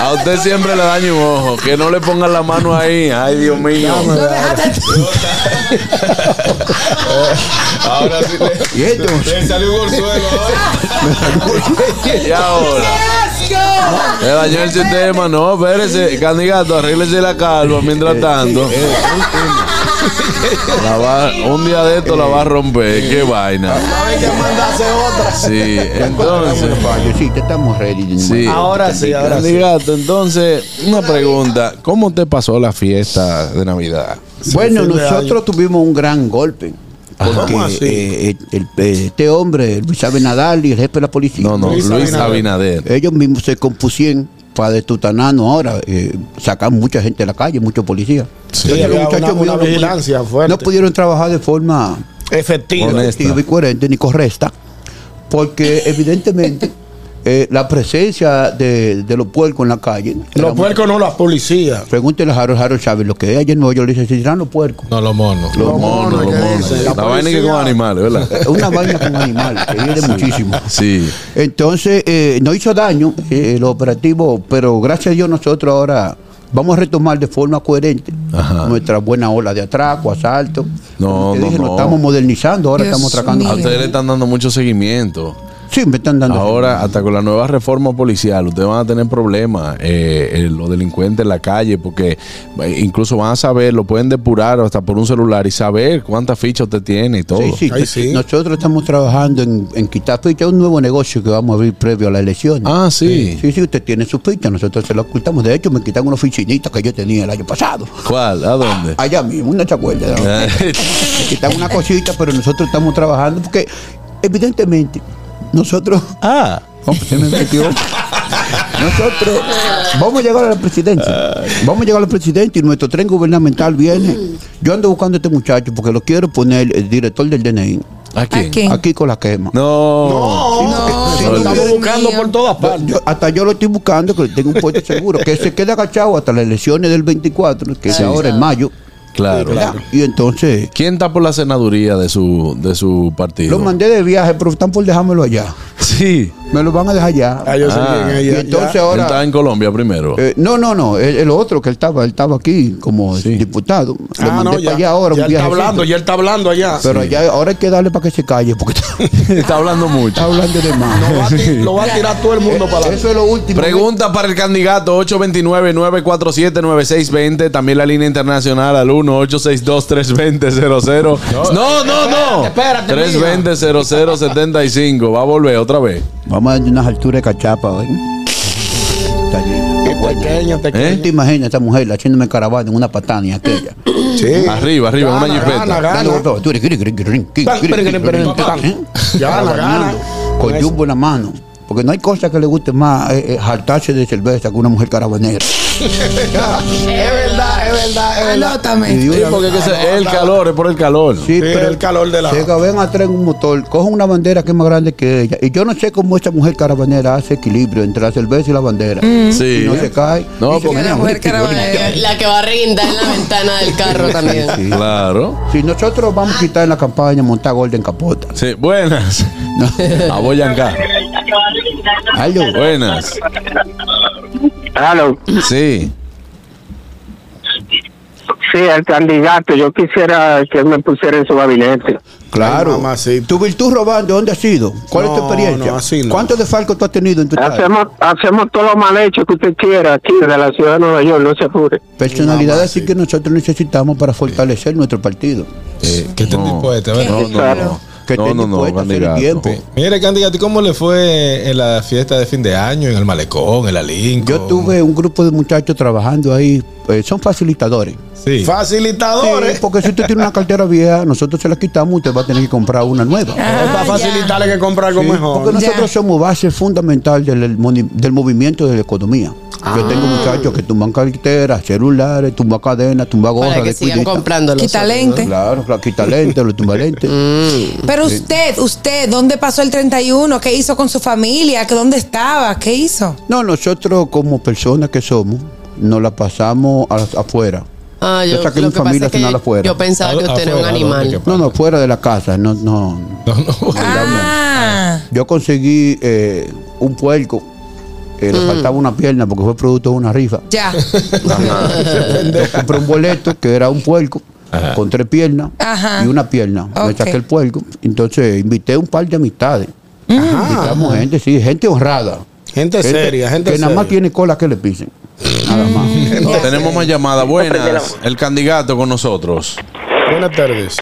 S2: a usted siempre le daño un ojo. Que no le pongan la mano ahí. Ay, Dios mío.
S5: Lo dejaste-
S7: Ahora sí le,
S15: Y entonces,
S7: le salió un golzuelo
S2: Y ahora.
S5: ¡Qué asco!
S2: Le dañó el sistema. No, espérese. Candidato, arréglese la calva mientras tanto. La va- un día de esto la va a romper. Qué vaina.
S3: Hay que mandarse otra.
S2: Sí, entonces.
S15: Vámonos, Fallo, sí, te estamos ready.
S2: Sí.
S3: Ahora sí, ahora sí.
S2: Candidato, entonces, una pregunta. ¿Cómo te pasó la fiesta de Navidad?
S15: Bueno,
S3: Sí, sí,
S15: nosotros tuvimos un gran golpe.
S3: Ajá.
S15: Porque
S3: ¿Cómo así?
S15: eh, eh, el- eh, este hombre, Luis Abinadal y el jefe de la policía,
S2: No, no,
S3: Luis
S2: Luis
S3: Abinader.
S2: Abinader.
S15: ellos mismos se compusieron para destutanarnos ahora, eh, sacar mucha gente a la calle, muchos policías. Entonces,
S3: Sí,
S15: los
S3: había
S15: muchachos
S3: una-
S15: míos
S3: una
S15: no pudi-
S3: vigilancia fuerte.
S15: no pudieron trabajar de forma
S3: Efectivo.
S2: Honesta.
S15: efectiva y coherente ni correcta, porque evidentemente eh, la presencia de, de los puercos en la calle. era
S3: Los
S15: muy-
S3: puercos no, las policías.
S15: Pregúntele a Harold, Harold sabe lo que es. Ayer en Nueva York le dice: si serán los puercos.
S7: No, los monos.
S2: Los monos,
S3: monos,
S2: los
S3: ¿qué
S2: monos.
S3: dice?
S2: La,
S3: La
S2: vaina que
S3: policía.
S2: con animales, ¿verdad?
S15: Es una vaina con animales, que viene muchísimo.
S2: Sí.
S15: Entonces, eh, no hizo daño eh, el operativo, pero gracias a Dios nosotros ahora Vamos a retomar de forma coherente nuestra buena ola de atraco, asalto.
S2: No,
S15: Te
S2: no,
S15: dije,
S2: no.
S15: nos estamos modernizando, ahora estamos atracando.
S2: A ustedes le están dando mucho seguimiento.
S15: Sí, me están dando.
S2: Ahora, hasta con la nueva reforma policial, ustedes van a tener problemas, eh, eh, los delincuentes en la calle, porque eh, incluso van a saber, lo pueden depurar hasta por un celular y saber cuántas fichas usted tiene y todo.
S15: Sí, sí. Nosotros estamos trabajando en, en quitar ficha, un nuevo negocio que vamos a abrir previo a la elección.
S2: Ah, sí.
S15: Sí, sí, usted tiene su ficha, nosotros se la ocultamos. De hecho, me quitaron una oficinitas que yo tenía el año pasado.
S2: ¿Cuál? ¿A dónde?
S15: Allá mismo, una chacuela. Me quitaron una cosita, pero nosotros estamos trabajando porque, evidentemente, nosotros. Ah, se me metió. Nosotros vamos a llegar a la presidencia. Vamos a llegar a la presidencia y nuestro tren gubernamental viene. Yo ando buscando a este muchacho porque lo quiero poner el director del DNI.
S2: ¿A
S15: Aquí.
S2: quién?
S15: Aquí con la quema.
S2: No.
S15: Sí,
S3: lo
S15: sí,
S3: estamos
S15: sí.
S3: buscando por todas partes.
S15: Yo- hasta yo lo estoy buscando, que le tengo un puesto seguro. Que se quede agachado hasta las elecciones del 24, que es
S2: Sí.
S15: ahora en mayo.
S2: Claro.
S15: ah, ¿Verdad? Y entonces.
S2: ¿Quién está por la senaduría de su, de su partido?
S15: Lo mandé de viaje, pero están por dejármelo allá.
S2: Sí.
S15: Me lo van a dejar allá.
S3: Ah,
S15: Y entonces ahora.
S2: Estaba Ah. en Colombia primero.
S15: Eh, no, no, no, el, el otro que él estaba, él estaba aquí como diputado. Lo
S3: Ah,
S15: mandé
S3: no,
S15: para
S3: ya.
S15: allá ahora. un
S3: ya él está
S15: viajecito.
S3: hablando, ya él está hablando allá.
S15: Pero allá ahora hay que darle para que se calle porque está,
S2: hablando mucho.
S15: Está hablando de más.
S3: Lo va a tirar todo el mundo
S10: Eh,
S3: para adelante.
S15: Eso es lo último.
S2: Pregunta para el candidato 829-947-9620. También la línea internacional al 1-862-320-00. No, no, no.
S15: espérate, espérate,
S2: 320-0075. Va a volver otra vez.
S15: Vamos a dar unas alturas de cachapa hoy. Está bien.
S3: Pequeña, pequeña.
S15: ¿Tú te imaginas esta mujer haciéndome caravana en una patana y aquella?
S3: Sí.
S2: Arriba, arriba, una
S3: Gana,
S2: jipeta.
S3: gana, gana.
S15: Dale, todo. Tú eres- eres- eres- eres-
S3: Tan,
S15: eres-
S3: perin, perin, tan.
S15: ¿Eh?
S3: Ya, la gana.
S15: Con jumbo en la mano. Porque no hay cosa que le guste más eh, eh, jaltarse de cerveza que una mujer carabanera.
S3: es verdad, es verdad, es verdad.
S5: Anótame.
S2: Sí, porque es que se- el calor, es por el calor.
S15: Sí,
S3: pero el calor de la.
S15: Se ven atrás en un motor, cogen una bandera que es más grande que ella. Y yo no sé cómo esta mujer carabanera hace equilibrio entre la cerveza y la bandera.
S2: Mm. Sí.
S15: Y no se cae.
S2: No,
S15: Y se
S2: porque-
S15: queda,
S2: La
S15: "Uy, qué bonita".
S8: La que va a reguindar en la ventana del carro también.
S15: Sí.
S2: Claro.
S15: Si nosotros vamos a quitar en la campaña montar Golden Capota.
S2: Sí, buenas. A Boyacá.
S15: Aló.
S2: Buenas.
S10: Aló.
S2: Sí.
S10: Sí, al candidato, yo quisiera que él me pusiera en su gabinete.
S15: Claro.
S3: Ay, mamacita.
S15: ¿Tu virtud robando dónde has sido? ¿Cuál es tu
S3: No,
S15: experiencia?
S3: no, así no.
S15: ¿Cuántos desfalcos tú has tenido en tu vida?
S10: Hacemos, hacemos todo lo mal hecho que usted quiera aquí de la ciudad de Nueva York, no se apure.
S15: Personalidad así que nosotros necesitamos para fortalecer nuestro partido.
S2: Eh,
S7: Que estén
S2: no.
S7: dispuestos, ¿verdad?
S2: No, no, no.
S15: Que
S2: No,
S15: estén
S2: no, no,
S15: dispuestos a hacer el
S2: candidato.
S15: tiempo.
S7: Mire, candidato, ¿y ¿cómo le fue en la fiesta de fin de año, en el malecón, en la Lincoln?
S15: Yo tuve un grupo de muchachos trabajando ahí, eh, son facilitadores.
S7: Sí.
S3: Facilitadores.
S15: Sí, porque si usted tiene una cartera vieja, nosotros se la quitamos, usted va a tener que comprar una nueva.
S5: Ah,
S3: Es para facilitarle que comprar algo
S15: Sí,
S3: mejor.
S15: Porque nosotros
S5: Ya.
S15: somos base fundamental del, moni- del movimiento de la economía.
S3: Ah.
S15: Yo tengo muchachos que tumban carteras, celulares, tumban cadenas, tumban gorras
S8: Para que
S15: de
S8: sigan
S15: cuidita.
S8: comprándolo.
S5: Quita lente. Mm.
S15: Claro, claro, quita lente, lo tumba lente.
S5: Pero usted, usted, ¿dónde pasó el 31? ¿Qué hizo con su familia? ¿Qué dónde estaba? ¿Qué hizo?
S15: No, nosotros como personas que somos, nos la pasamos a- afuera.
S8: Ah,
S15: Yo saqué mi
S8: lo que
S15: familia
S8: pasa es
S15: a cenar
S8: que
S15: afuera.
S8: Yo pensaba que usted era un
S7: Afuera, ¿dónde
S8: animal.
S7: que-
S15: No, no, fuera de la casa, no, no.
S7: No, no.
S5: Ah,
S15: Yo conseguí eh, un puerco, eh, le faltaba una pierna porque fue producto de una rifa.
S5: ya.
S15: Yo compré un boleto que era un puerco con tres piernas
S5: Ajá.
S15: y una pierna. Me
S5: Ok.
S15: saqué el puerco. Entonces invité un par de amistades.
S5: Mm.
S15: Invitamos gente, sí, gente honrada.
S3: Gente seria, gente
S15: Que nada más
S3: seria.
S15: tiene cola que le pisen. Nada más.
S2: Tenemos más llamadas. Buenas. El candidato con nosotros.
S3: Buenas tardes.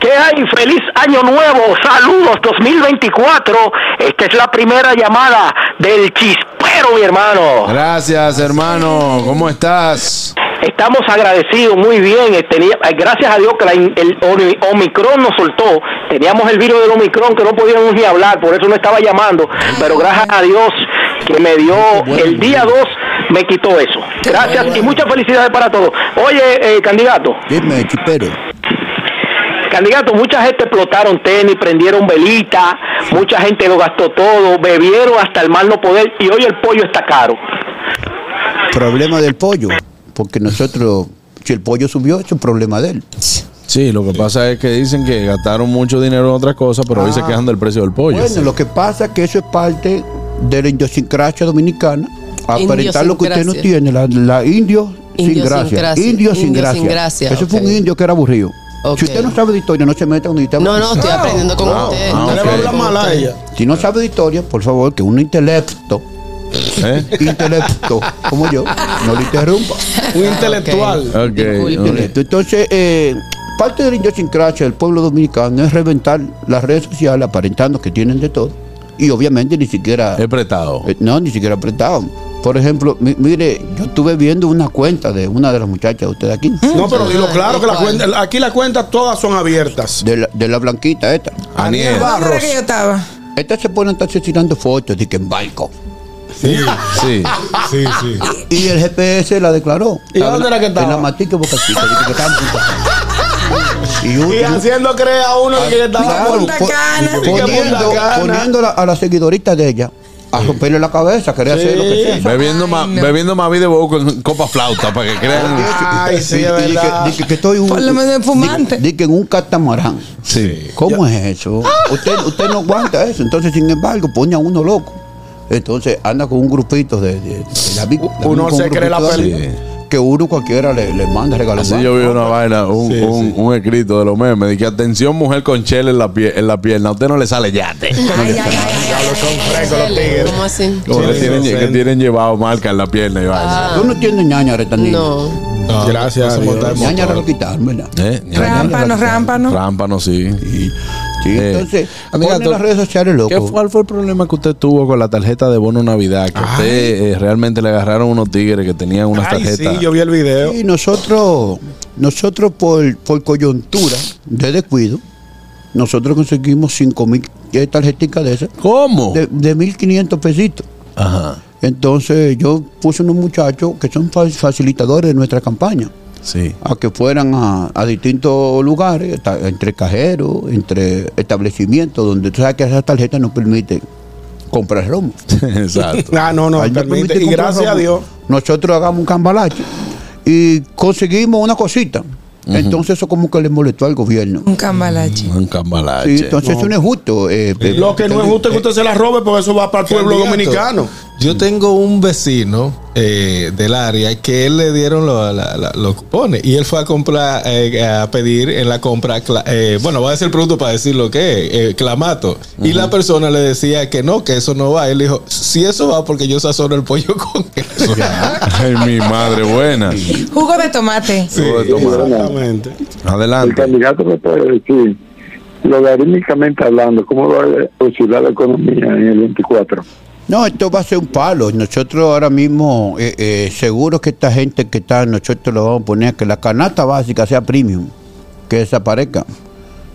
S10: ¿Qué hay? Feliz año nuevo, saludos 2024. Esta es la primera llamada del chispero, mi hermano.
S2: Gracias, hermano. ¿Cómo estás?
S10: Estamos agradecidos, muy bien. eh, tenía- eh, gracias a Dios que la in- el Omi- Omicron nos soltó. Teníamos el virus del Omicron que no podíamos ni hablar, por eso no estaba llamando. Pero gracias a Dios que me dio el día 2, me quitó eso. Gracias y muchas felicidades para todos. Oye, eh, candidato.
S15: Dime, chipero.
S10: Candidato, mucha gente explotaron tenis, prendieron velita, mucha gente lo gastó todo, bebieron hasta el mal no poder y hoy el pollo está caro.
S15: Problema del pollo. Porque nosotros, si el pollo subió, es un problema de él.
S2: Sí, lo que pasa es que dicen que gastaron mucho dinero en otras cosas, pero hoy se quejan del precio del pollo.
S15: Bueno, lo que pasa es que eso es parte de la idiosincrasia dominicana. Aparentar lo que usted no
S8: Idiosincrasia.
S15: tiene. La, la indio sin
S8: Indio sin
S15: gracia.
S8: gracia.
S15: Indio sin
S8: Indio
S15: gracia.
S8: sin gracia,
S15: Eso fue
S8: ok.
S15: un indio que era aburrido.
S8: Ok.
S15: Si usted no sabe de historia, no se meta con historia.
S8: No, no, estoy aprendiendo con usted. No le voy a hablar mal a ella.
S15: Ah, Si no sabe de historia, por favor, que un intelecto,
S8: ¿Eh?
S15: intelecto como yo, no le interrumpa.
S3: Un intelectual.
S15: Intelecto. Entonces, eh, parte de la idiosincrasia del pueblo dominicano es reventar las redes sociales aparentando que tienen de todo. Y obviamente ni siquiera... eh,
S2: apretado.
S15: no, ni siquiera apretado. Por ejemplo, mi- mire, yo estuve viendo una cuenta de una de las muchachas de ustedes aquí.
S3: No, pero dilo claro que la cuenta, aquí las cuentas todas son abiertas.
S15: De la, de la blanquita esta.
S3: Aniel.
S5: ¿Dónde era que yo estaba?
S15: Estas se ponen a estarse tirando fotos de que en barco.
S7: Sí,
S2: sí.
S7: Sí, sí.
S15: Y el GPS la declaró.
S7: ¿Y dónde era que estaba?
S15: En la matica Boca Chica. Dice que estaba en Punta Cana. Y, un-
S3: Y haciendo creer a uno que estaba en Punta
S15: po-
S3: Cana.
S15: y Poniendo,
S3: Punta Cana.
S15: poniéndola a la seguidorita de ella a romperle la cabeza, quería hacer lo que sea.
S2: Bebiendo, más, bebiendo más vida bobo con copa flauta para que crean.
S15: Y- y di que- di que- que estoy un,
S5: Por lo menos fumante.
S15: di- di que en un catamarán.
S2: Sí.
S15: ¿Cómo es eso? Usted, usted no aguanta eso. Entonces, sin embargo, pone a uno loco. Entonces, anda con un grupito de, de- de la vi- con
S2: Uno
S15: un
S2: se cree la
S15: grupito de
S2: peli.
S15: amigos Que uno cualquiera le, le manda regalos.
S2: Así yo vi una vaina, un, un, un escrito de los memes, de que atención mujer con chela en la, pie- en la pierna, a usted no le sale yate.
S8: ¿Cómo así?
S2: Como que, tienen, que tienen llevado marca en la pierna y vaina.
S15: Tú no tienes ñaña, retandina.
S8: No.
S2: Ah, Gracias a Dios.
S15: ñaña lo quitaron, ¿verdad?
S2: ¿Eh?
S5: Rámpano, rámpano.
S2: Rámpano, sí.
S15: Sí,
S2: Eh,
S15: entonces,
S2: amiga,
S15: ponen
S2: tú-
S15: las redes sociales, loco.
S2: ¿Qué fue, ¿Cuál fue el problema que usted tuvo con la tarjeta de bono Navidad? Que usted eh, realmente le agarraron unos tigres que tenían unas tarjetas.
S3: vi el video.
S15: Y nosotros, nosotros por, por coyuntura de descuido, nosotros conseguimos 5 mil eh, tarjeticas de esas.
S2: ¿Cómo?
S15: De, de 1.500 pesitos.
S2: Ajá.
S15: Entonces yo puse unos muchachos que son fa- facilitadores de nuestra campaña.
S2: Sí.
S15: A que fueran a, a distintos lugares, ta- entre cajeros, entre establecimientos, donde tú sabes que esas tarjetas no permiten comprar romo.
S2: Exacto.
S3: Ah, no, no,
S15: Ahí no
S3: permite.
S15: permite
S3: Y
S15: comprar
S3: gracias a
S15: romo.
S3: Dios.
S15: Nosotros hagamos un cambalache y conseguimos una cosita. Entonces eso como que le molestó al gobierno.
S5: Un cambalache.
S2: Un cambalache.
S15: Sí, entonces eso no es justo. eh, eh,
S3: Lo que no es justo es que usted se la robe porque eso va para el pueblo
S7: Candidato,
S3: dominicano.
S7: Yo tengo un vecino eh, del área que él le dieron lo- la- la- los cupones y él fue a comprar, eh, a pedir en la compra, cla- eh, bueno, va a decir el producto para decir lo que es, eh, clamato. Y la persona le decía que no, que eso no va. Él dijo, si eso va, porque yo sazono el pollo con queso.
S2: Ay, mi madre buena.
S5: Jugo de tomate.
S2: Sobre tomar.
S3: Exactamente.
S2: Adelante.
S13: El candidato me puede decir, logarítmicamente hablando, ¿cómo va a oscilar la economía en el 24?
S15: No, esto va a ser un palo. Nosotros ahora mismo, eh, eh, seguro que esta gente que está, nosotros lo vamos a poner que la canasta básica sea premium, que desaparezca.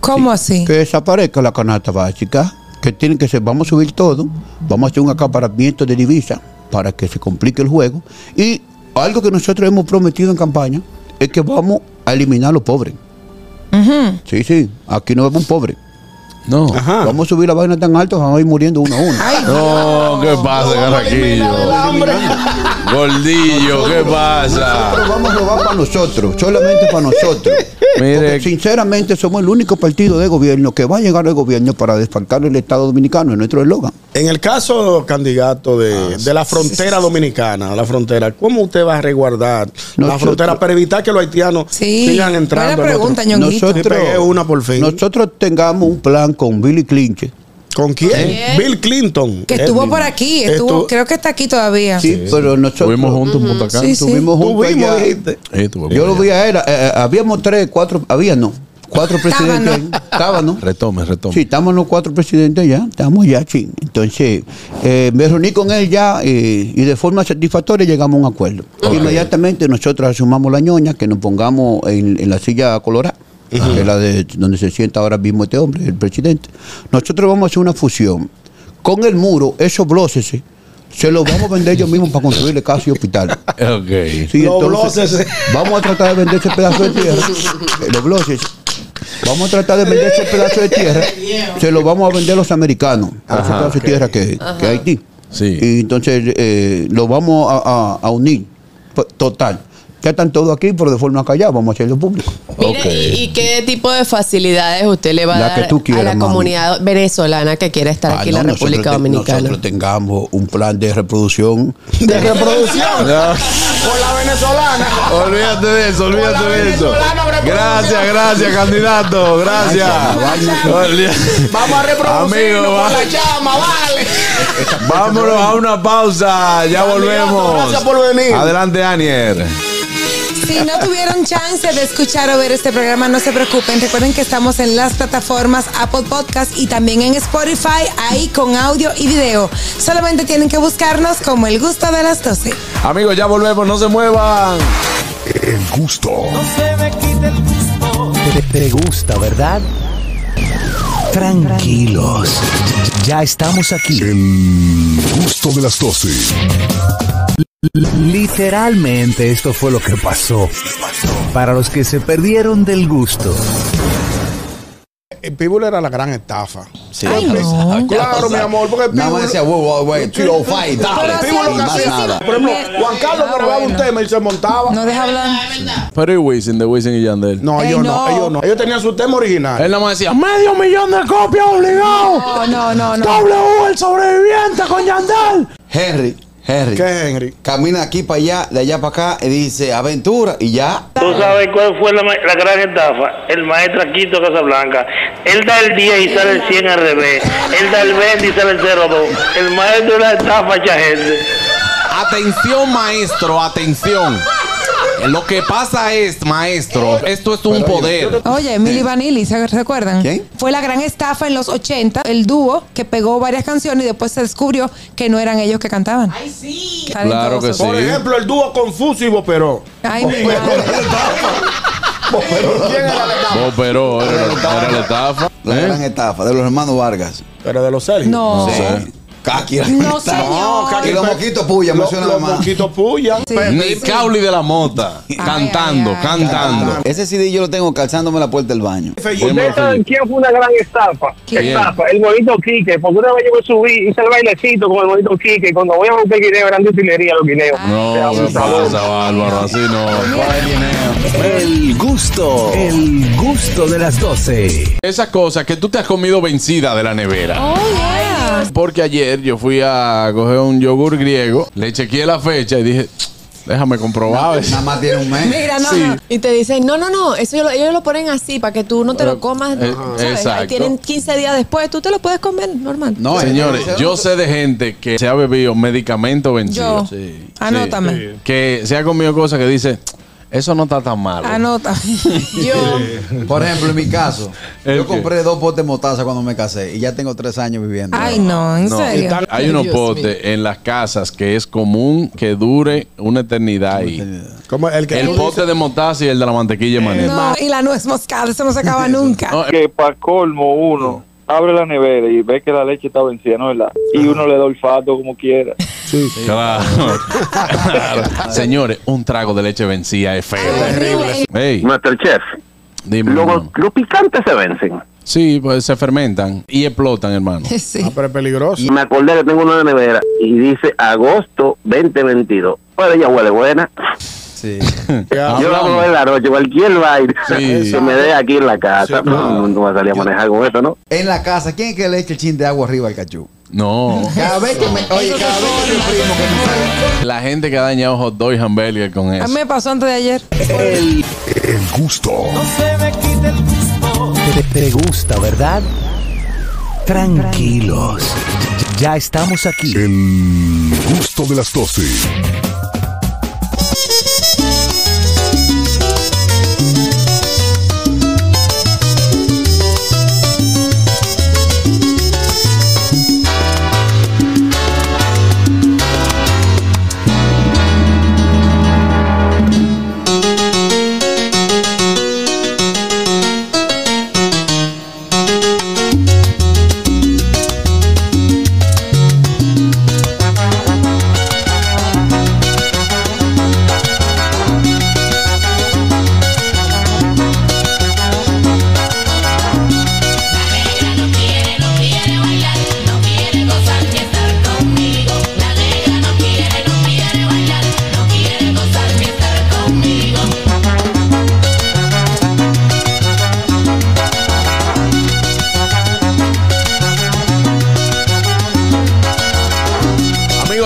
S5: ¿Cómo así?
S15: Que desaparezca la canasta básica, que tiene que ser, vamos a subir todo, vamos a hacer un acaparamiento de divisas para que se complique el juego. Y algo que nosotros hemos prometido en campaña es que vamos a eliminar a los pobres.
S5: Ujú.
S15: Sí, sí, aquí no vemos un pobre.
S2: No.
S3: Ajá.
S15: Vamos a subir la vaina tan alta, vamos a ir muriendo uno a uno.
S2: No, ¿qué pasa, Carraquillo? Gordillo, ¿qué
S15: Nosotros
S2: pasa?
S15: vamos a robar para nosotros, solamente para nosotros.
S2: Mire,
S15: Porque sinceramente somos el único partido de gobierno que va a llegar al gobierno para desfalcar el Estado dominicano, es nuestro eslogan.
S3: En el caso, candidato,
S15: Ah,
S3: de, de la frontera dominicana, la frontera, ¿cómo usted va a resguardar la
S15: Nosotros-
S3: frontera para evitar que los haitianos
S5: Sí.
S3: sigan entrando?
S5: Buena
S3: en
S5: pregunta,
S3: otro-
S5: Ñonguito.
S3: Te pegué una por fin.
S15: Nosotros tengamos un plan con Billy Clinch.
S3: ¿Con quién?
S8: ¿Eh?
S3: Bill Clinton. Eh,
S5: Que
S3: Él
S5: estuvo
S3: mismo.
S5: por aquí, estuvo,
S3: Estu-
S5: creo que está aquí todavía.
S15: Sí, pero nosotros
S2: estuvimos juntos en Punta Cana.
S5: Sí, sí.
S15: estuvimos juntos
S3: Tuvimos,
S15: allá.
S3: dijiste.
S2: Eh, tú,
S15: Yo lo vi a él, eh, eh, habíamos tres, cuatro, había no, cuatro presidentes,
S5: Tábano.
S15: Tábano.
S2: Retome, retome.
S15: Sí, estamos los cuatro presidentes ya, estamos ya, sí. Entonces, eh, me reuní con él ya eh, y de forma satisfactoria llegamos a un acuerdo. Inmediatamente nosotros asumamos la ñoña, que nos pongamos en, en la silla colorada, que es la de donde se sienta ahora mismo este hombre, el presidente. Nosotros vamos a hacer una fusión. Con el muro, esos blóceses, se los vamos a vender ellos mismos para construirle casas y hospitales.
S2: Ok.
S15: Sí,
S3: Los
S15: entonces,
S3: bloses.
S15: Vamos a tratar de vender ese pedazo de tierra. eh, Los bloses. Vamos a tratar de vender ese pedazo de tierra. Se lo vamos a vender a los americanos. A ese pedazo de tierra que, que Haití.
S2: Sí.
S15: Y entonces eh, lo vamos a, a- a unir. P- Total. Ya están todos aquí, pero de forma callada, vamos a hacerlo público.
S8: Mire, ¿y, y qué tipo de facilidades usted le va a
S15: La que
S8: dar
S15: tú quieras,
S8: a la
S15: mami.
S8: comunidad venezolana que quiera estar
S15: Ah,
S8: aquí en
S15: no,
S8: la
S15: nosotros
S8: República
S15: te-
S8: Dominicana?
S15: Nosotros tengamos un plan de reproducción.
S3: De reproducción.
S2: No.
S3: Por la venezolana.
S2: Olvídate de eso, olvídate de eso. Gracias, gracias, candidato. Gracias. Olvi-
S3: Vamos a reproducirnos
S2: Amigo,
S3: con
S2: va-
S3: la llama, vale.
S2: vámonos a una pausa. Ya volvemos.
S5: gracias por venir.
S2: Adelante, Anier.
S5: Si no tuvieron chance de escuchar o ver este programa, no se preocupen. Recuerden que estamos en las plataformas Apple Podcast y también en Spotify, ahí con audio y video. Solamente tienen que buscarnos como el gusto de las 12.
S2: Amigos, ya volvemos. No se muevan.
S16: El gusto.
S12: Te, te gusta, ¿verdad? Tranquilos. Ya estamos aquí.
S16: El gusto de las 12.
S12: Literalmente esto fue lo que pasó. Para los que se perdieron del gusto.
S3: El Pitbull era la gran estafa.
S4: Sí.
S12: Ay,
S4: no.
S3: Claro, mi amor, porque el
S4: Nada más
S3: Pitbull-
S4: decía, "Wow, wow, wow, 305, dale".
S3: El Pitbull lo que
S4: Y más
S3: hacía-
S4: nada.
S3: Por ejemplo, Juan Carlos grababa un tema y se montaba. No
S5: deja hablar.
S2: Pero y Wisin, de Wisin y Yandel.
S3: No, ellos no. ellos no. Ellos tenían su tema original.
S2: Él nada más decía, medio millón de copias obligado.
S5: No, no, no, no.
S2: W, el sobreviviente con Yandel.
S4: Henry, Henry.
S3: ¿Qué Henry?
S4: Camina de aquí para allá, de allá para acá, y dice aventura, y ya.
S10: ¿Tú sabes cuál fue la, ma- la gran estafa? El maestro Quito Casablanca. Él da el 10 y sale el 100 al revés. Él da el 20 y sale el 02. El maestro era estafa, mucha gente.
S17: Atención, maestro, atención. Lo que pasa es, maestro, esto es un poder.
S5: Oye, Milly Vanilli, ¿se recuerdan? Fue la gran estafa en los 80, el dúo que pegó varias canciones y después se descubrió que no eran ellos que cantaban. ¡Ay, sí!
S2: Claro que sí.
S3: Por ejemplo, el dúo Confuso y Boperó.
S5: Ay, mi madre.
S3: ¿Quién era la estafa?
S2: pero era, era la estafa. ¿eh?
S4: La gran estafa de los hermanos Vargas.
S3: Pero de los Sergio.
S5: No.
S4: Sí. Kaki era
S5: No,
S4: la estafa.
S5: señor.
S4: Y los moquitos puya,
S3: Los-
S4: menciona
S3: los
S4: más.
S3: moquitos puya.
S17: Ni Cauli de la Mota, cantando, cantando.
S4: Ese CD yo lo tengo calzándome la puerta del baño.
S10: ¿Ustedes saben quién fue una gran estafa?
S4: ¿Quién?
S10: Estafa, el bonito Quique. Porque una vez yo me subí, hice el bailecito con el bonito Quique. y Cuando voy a buscar guineo, eran de utilería los guineos.
S2: No,
S10: Era un
S2: ¿qué pasa, Bárbaro? Así no.
S12: El gusto. El gusto de las 12.
S2: Esas cosas que tú te has comido vencida de la nevera.
S8: Oh,
S2: Porque ayer yo fui a coger un yogur griego, le chequeé la fecha y dije, déjame comprobar. a ver si-".
S4: Nada más tiene un mes.
S8: Mira, no, no. Y te dicen, no, no, no, eso yo lo- ellos lo ponen así para que tú no te
S2: Eh,
S8: lo comas.
S2: eh,
S8: ¿sabes?
S2: exacto.
S8: Ahí tienen 15 días después, tú te lo puedes comer normal.
S4: No,
S2: Señores, yo sé de gente que se ha bebido medicamento vencido.
S8: Yo. Anótame. Sí.
S2: Que se ha comido cosas que dice, eso no está tan malo.
S5: Anota.
S8: Yo.
S4: Por ejemplo, en mi caso,
S2: Eh, ¿El
S4: yo
S2: qué?
S4: compré dos potes de mostaza cuando me casé y ya tengo tres años viviendo.
S5: Ay, no, en
S2: No,
S5: serio.
S2: hay unos potes en las casas que es común que dure una eternidad ahí.
S3: Como el
S5: que-
S2: el pote de mostaza y el de la mantequilla de maní.
S5: No, y la nuez moscada, eso no se acaba nunca.
S2: eh.
S4: eh,
S11: que para colmo uno abre la nevera y ve que la leche está vencida, ¿no es verdad? Y uno le da olfato como quiera.
S2: Claro. Claro. Señores, un trago de leche vencida es feo.
S5: Horrible.
S2: Masterchef. Dime. Los
S10: picantes se vencen.
S2: Sí, pues se fermentan y explotan, hermano.
S10: Sí.
S3: Ah, pero es peligroso.
S10: Y me acordé que tengo una nevera y dice agosto 2022. Pero ella huele buena.
S4: Sí.
S10: Yo la voy a ver la noche, cualquier baile
S2: Ah, Sí.
S10: que me dé aquí en la casa.
S4: Sí, claro.
S10: No, no voy a salir a manejar con esto, ¿no?
S4: En la casa, ¿quién es que le echa el chin de agua arriba al cachú?
S2: No.
S4: Cada vez que me. Oye, cada vez que mi primo que me
S2: La gente que ha dañado hot dog y hamburger con
S5: A
S2: eso.
S5: mí me pasó antes de ayer.
S12: El,
S16: el gusto.
S12: Te, te gusta, ¿verdad? Tranquilos. Ya estamos aquí.
S16: El gusto de las 12.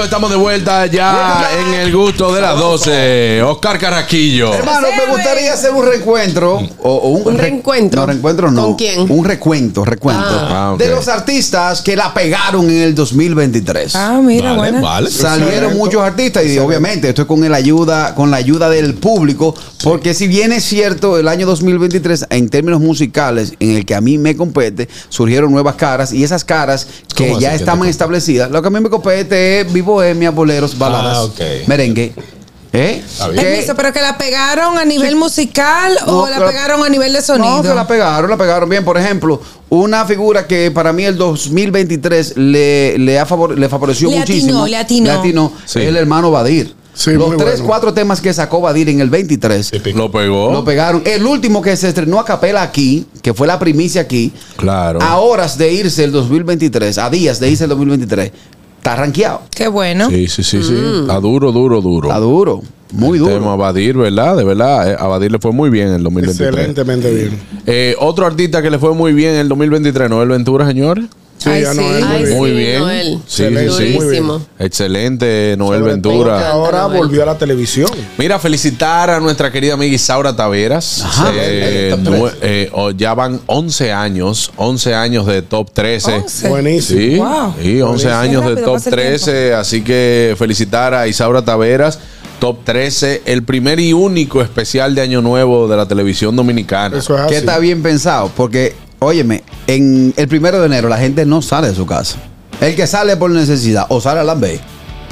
S2: estamos de vuelta ya en el gusto de las 12. Oscar Carraquillo.
S4: Hermano, me gustaría hacer un reencuentro. O, o un, re-
S8: reencuentro.
S4: No, reencuentro no.
S8: ¿Con quién?
S4: Un recuento, recuento.
S8: Ah. Ah, ok.
S4: De los artistas que la pegaron en el 2023.
S5: Ah, mira,
S4: Vale,
S5: buena.
S4: vale. Salieron muchos artistas y obviamente esto es con el ayuda, con la ayuda del público, porque si bien es cierto el año 2023 en términos musicales en el que a mí me compete surgieron nuevas caras y esas caras que
S7: ¿Cómo así
S4: ya
S7: que te
S4: estaban establecidas. Lo que a mí me compete es vivo bohemia, boleros, baladas,
S7: Ah, ok.
S4: merengue. ¿Eh? Que-
S5: Permiso, pero que la pegaron a nivel musical
S4: No,
S5: o la
S4: que la-
S5: pegaron a nivel de
S4: No,
S5: sonido.
S4: que la pegaron, la pegaron bien. Por ejemplo, una figura que para mí el 2023 le, le, ha favor- le favoreció
S5: Le atinó,
S4: muchísimo.
S5: le atinó.
S4: es el hermano Badir. Los
S2: muy
S4: tres,
S2: bueno.
S4: cuatro temas que sacó Badir en el 23
S2: Lo pegó.
S4: lo pegaron. El último que se estrenó a capela aquí, que fue la primicia aquí,
S2: claro.
S4: a horas de irse el 2023, a días de irse el 2023, está rankeado.
S5: Qué bueno.
S2: Sí, sí, sí, sí.
S5: Mm.
S2: Está duro, duro, duro. Está
S4: duro. Muy
S2: duro. Tema Abadir, ¿verdad? De verdad. eh, A Badir le fue muy bien en el 2023.
S3: Excelentemente bien.
S2: Eh, otro artista que le fue muy bien en el 2023, Noel Ventura, señores.
S3: Sí, Ay, a sí. Noel, muy
S2: muy
S3: bien.
S2: bien.
S3: Ay, sí, Noel.
S2: Sí, sí, sí.
S3: Excelente, muy bien.
S2: Excelente, Noel
S3: Porque
S2: Ventura.
S3: ahora volvió a la televisión.
S2: Mira, felicitar a nuestra querida amiga Isaura Taveras.
S3: Ajá.
S2: Eh,
S3: Top
S2: nue- eh, oh, ya van 11 años, 11 años de top 13.
S3: Once. Buenísimo.
S2: Sí,
S3: Wow.
S2: sí, 11
S3: Buenísimo.
S2: años
S3: Qué
S2: de
S3: rápido
S2: top
S3: pasa el
S2: 13. Así que felicitar a Isaura Taveras. Top 13, el primer y único especial de Año Nuevo de la televisión dominicana.
S4: Que está bien pensado, porque, óyeme, en el primero de enero la gente no sale de su casa. El que sale por necesidad o sale a la B,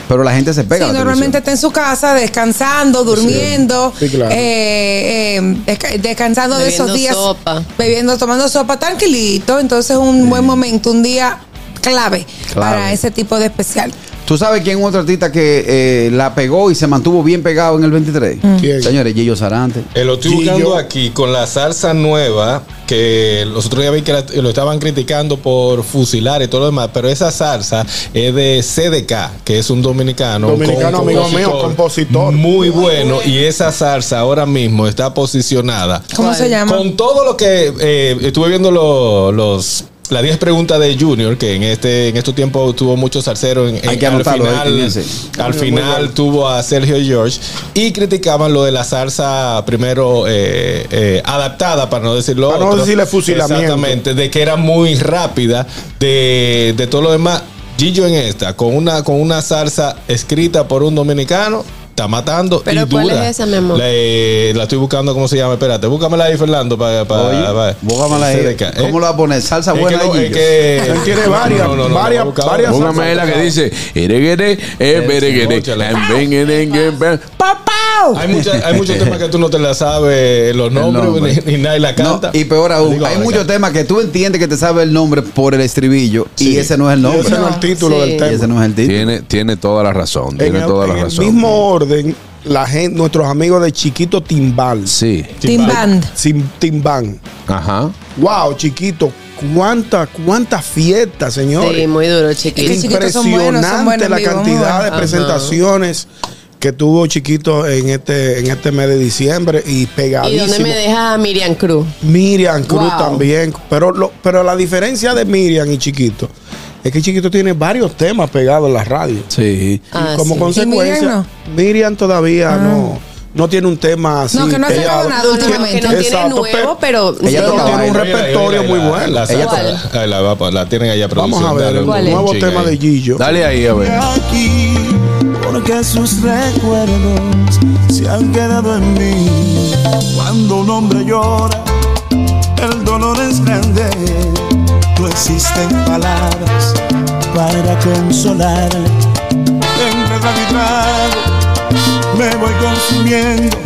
S4: pero la gente se
S5: Sí,
S4: pega. a la televisión.
S5: normalmente está en su casa descansando, durmiendo,
S4: Sí, claro.
S5: eh, eh, desca- descansando de esos
S8: Bebiendo
S5: días, bebiendo, tomando sopa, tranquilito. Entonces un buen momento, un día clave,
S4: Clave.
S5: para ese tipo de especial.
S4: ¿Tú sabes quién es otro artista que eh, la pegó y se mantuvo bien pegado en el 23?
S5: Mm.
S4: Señores, Gillo Sarante.
S7: Eh, lo estoy buscando aquí con la salsa nueva, que los otros días vi que la- lo estaban criticando por fusilar y todo lo demás, pero esa salsa es de CDK, que es un dominicano.
S3: Dominicano,
S7: con-
S3: amigo mío, compositor.
S7: Muy bueno, y esa salsa ahora mismo está posicionada.
S5: ¿Cómo se llama?
S7: Con todo lo que eh, estuve viendo lo- los... Las 10 preguntas de Junior, que en este en estos tiempos tuvo muchos salseros. En, en-
S4: Hay que anotarlo, eh, en ese.
S7: al
S4: Muy
S7: final
S4: bueno.
S7: tuvo a Sergio George y criticaban lo de la salsa primero eh, eh, adaptada, para no decirlo
S3: Para no decirle fusilamiento.
S7: Exactamente, de que era muy rápida, de, de todo lo demás. Gillo en esta, con una, con una salsa escrita por un dominicano, está matando
S8: ¿Pero
S7: y
S8: cuál
S7: dura.
S8: es esa, mi amor?
S7: La, eh, la estoy buscando, ¿cómo se llama? Espérate, búscamela ahí, Fernando, para... para,
S4: Oye,
S7: para-
S4: búscamela ahí.
S7: CDK, ¿eh?
S4: ¿Cómo lo va a poner? Salsa
S7: Es
S4: buena
S7: que no,
S4: de
S7: es
S4: Gillo.
S7: que-
S4: Él
S7: No, no, no, no,
S3: varias-
S7: no, buscaba-
S3: varias
S2: Una mela que dice, "Ereguere, eh, bereguere, lambengerengue, ben".
S7: Hay, mucha- hay muchos temas que tú no te la sabes los nombres
S4: nombre.
S7: ni, ni nadie la canta.
S4: Y peor aún,
S7: Digo,
S4: hay
S7: la
S4: muchos temas que tú entiendes que te sabe el nombre por el estribillo y ese no es el nombre.
S3: ese no es el título del tema.
S4: Y ese no es el título.
S2: Tiene, tiene toda la razón. tiene
S3: el-
S2: toda la
S3: en el
S2: razón.
S3: mismo orden, la gente, nuestros amigos de Chiquito Timbal.
S2: Sí.
S5: Timbán.
S3: Sim- Timbán.
S2: Ajá.
S3: Wow, Chiquito. Cuánta, cuánta fiesta, señores.
S8: Sí, muy duro, chiquito.
S3: Es impresionante la cantidad de presentaciones que tuvo Chiquito en este, en este mes de diciembre y
S8: ¿Y
S3: pegadísimo.
S8: dónde me deja a Miriam Cruz?
S3: Miriam Cruz
S8: Wow.
S3: también. Pero, lo- pero la diferencia de Miriam y Chiquito es que Chiquito tiene varios temas pegados en la radio.
S2: Sí.
S3: Y
S5: Ah,
S3: como
S5: sí.
S3: consecuencia,
S5: ¿Y Miriam Ah.
S3: Miriam, todavía no, no tiene un tema así.
S5: No, que no ha sacado
S3: pegado.
S5: nada últimamente.
S8: Que no tiene nuevo, pero- Ella
S3: pero
S8: tocaba
S3: tiene un
S8: ahí.
S3: repertorio muy bueno.
S7: La,
S3: Ella
S7: salsa, ahí la, va- pues, la tienen allá
S3: Vamos a ver el nuevo tema de Gillo.
S2: Dale ahí, a ver.
S18: aquí porque sus recuerdos se han quedado en mí. Cuando un hombre llora, el dolor es grande. No existen palabras para consolarle. Entre trago y trago me voy consumiendo.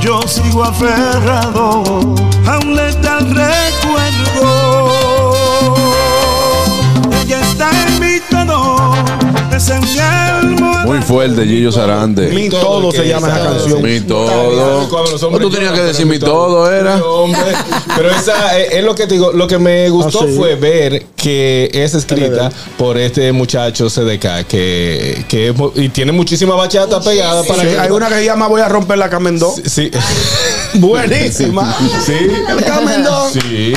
S18: Yo sigo aferrado a un letal recuerdo. Ella está en mi todo, es en mi alma.
S2: Muy fuerte, Gillo Sarante.
S3: Mi todo se llama esa canción.
S2: Mi todo. O tú tenías que decir mi todo, era.
S7: Hombre, pero esa eh, es lo que te digo. Lo que me gustó
S2: Ah, sí.
S7: fue ver que es escrita por este muchacho CDK que, que es mu- y tiene muchísima bachata pegada para
S3: Sí,
S7: que
S3: hay una que se llama Voy a romper la Camendón.
S7: Sí.
S3: Buenísima.
S7: Sí.
S3: El Camendón.
S7: Sí,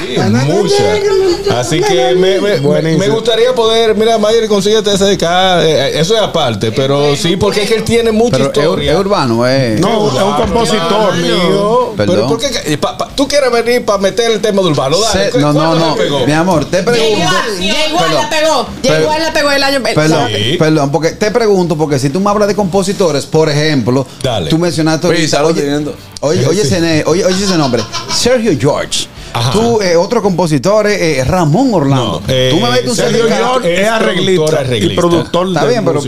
S7: muchas. Así que me, me- me gustaría poder, mira, Mayer, consíguete ese de acá. eh, eh, Eso es aparte, pero sí, porque es que él tiene mucha
S4: Pero es-
S7: historia.
S4: es urbano, eh.
S7: No, es un compositor mío. Pero
S4: Perdón.
S7: ¿por qué? eh, pa- pa- tú quieres venir para meter el tema de urbano. Dale,
S4: Se- no, no,
S7: ¿cuándo
S4: no.
S7: te pegó?
S4: Mi amor, te pregunto.
S6: Igual la pegó.
S4: Pero-
S6: Igual la pegó el año.
S4: Perdón,
S6: Sí.
S4: perdón, porque te pregunto, porque si tú me hablas de compositores, por ejemplo, tú mencionaste.
S2: Oye,
S4: ahorita,
S2: salud
S4: oye,
S2: teniendo.
S4: oye, oye ese, ne- oye- oye ese nombre, Sergio George. Tú, eh, otro compositor, eh, eh, Ramón Orlando.
S7: eh,
S4: tú me ves que un
S7: Sergio
S4: Sergio
S7: George es productor, arreglista.
S4: Está bien, pero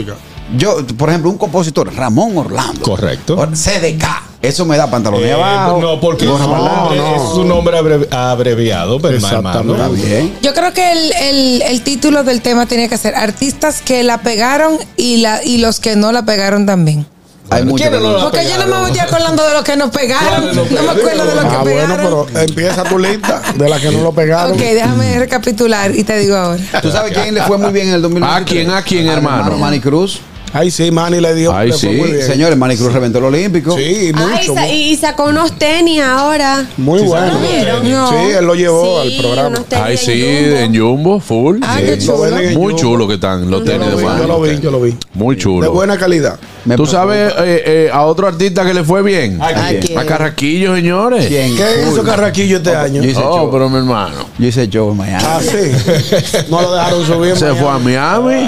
S4: Yo, por ejemplo, un compositor, Ramón Orlando.
S7: Correcto.
S4: CDK. Eso me da pantalones
S7: Eh,
S4: abajo.
S7: no, porque
S4: gorra
S7: su
S4: para
S7: nombre-
S4: adelante.
S7: es un nombre abrevi- abreviado, pero hermano.
S4: Exactamente. Está bien.
S5: Yo creo que el, el- el título del tema tenía que ser Artistas que la pegaron y, la, y los que no la pegaron también.
S4: Hay mucho
S3: ¿quiénes no la
S5: Porque yo no me
S3: pegaron?
S5: voy acordando de los que nos pegaron. No me acuerdo de los que
S3: Ah,
S5: pegaron.
S3: bueno, pero empieza tu lista de las que no lo pegaron.
S5: Ok, déjame recapitular y te digo ahora.
S4: ¿Tú sabes quién le fue muy bien en el 2023?
S2: ¿A quién, a quién, hermano?
S4: Manny Cruz.
S3: Ay, sí, Manny le dio.
S4: Ay,
S3: le fue
S4: sí.
S3: muy bien.
S4: Señores, Manny Cruz reventó el Olímpico.
S3: Sí,
S6: Ay, sa- y, y sacó unos tenis ahora.
S3: Muy
S6: Sí,
S4: Ah,
S3: bueno.
S6: ¿no vieron? No.
S3: Sí, él lo llevó
S6: Sí,
S3: al programa.
S6: unos tenis
S2: Ay,
S6: en
S2: sí,
S6: Jumbo.
S2: en Jumbo, full.
S6: Ah,
S2: Sí.
S6: qué chulo.
S3: Lo venden en
S2: Muy
S3: Jumbo.
S2: chulo que están los tenis de
S3: vi,
S2: Manny.
S3: yo lo vi, yo lo vi.
S2: Muy
S3: De
S2: chulo.
S3: buena calidad.
S2: ¿Tú sabes eh, eh, a otro artista que le fue bien?
S3: ¿A quién?
S2: A Carraquillo, señores.
S4: ¿Quién?
S3: ¿Qué hizo
S2: Full.
S3: Carraquillo este año?
S2: Yo hice Oh, show. pero mi hermano.
S4: Yo hice show en Miami.
S3: Ah, sí. No lo dejaron subir. en
S2: Se fue a
S3: Miami.
S2: Miami.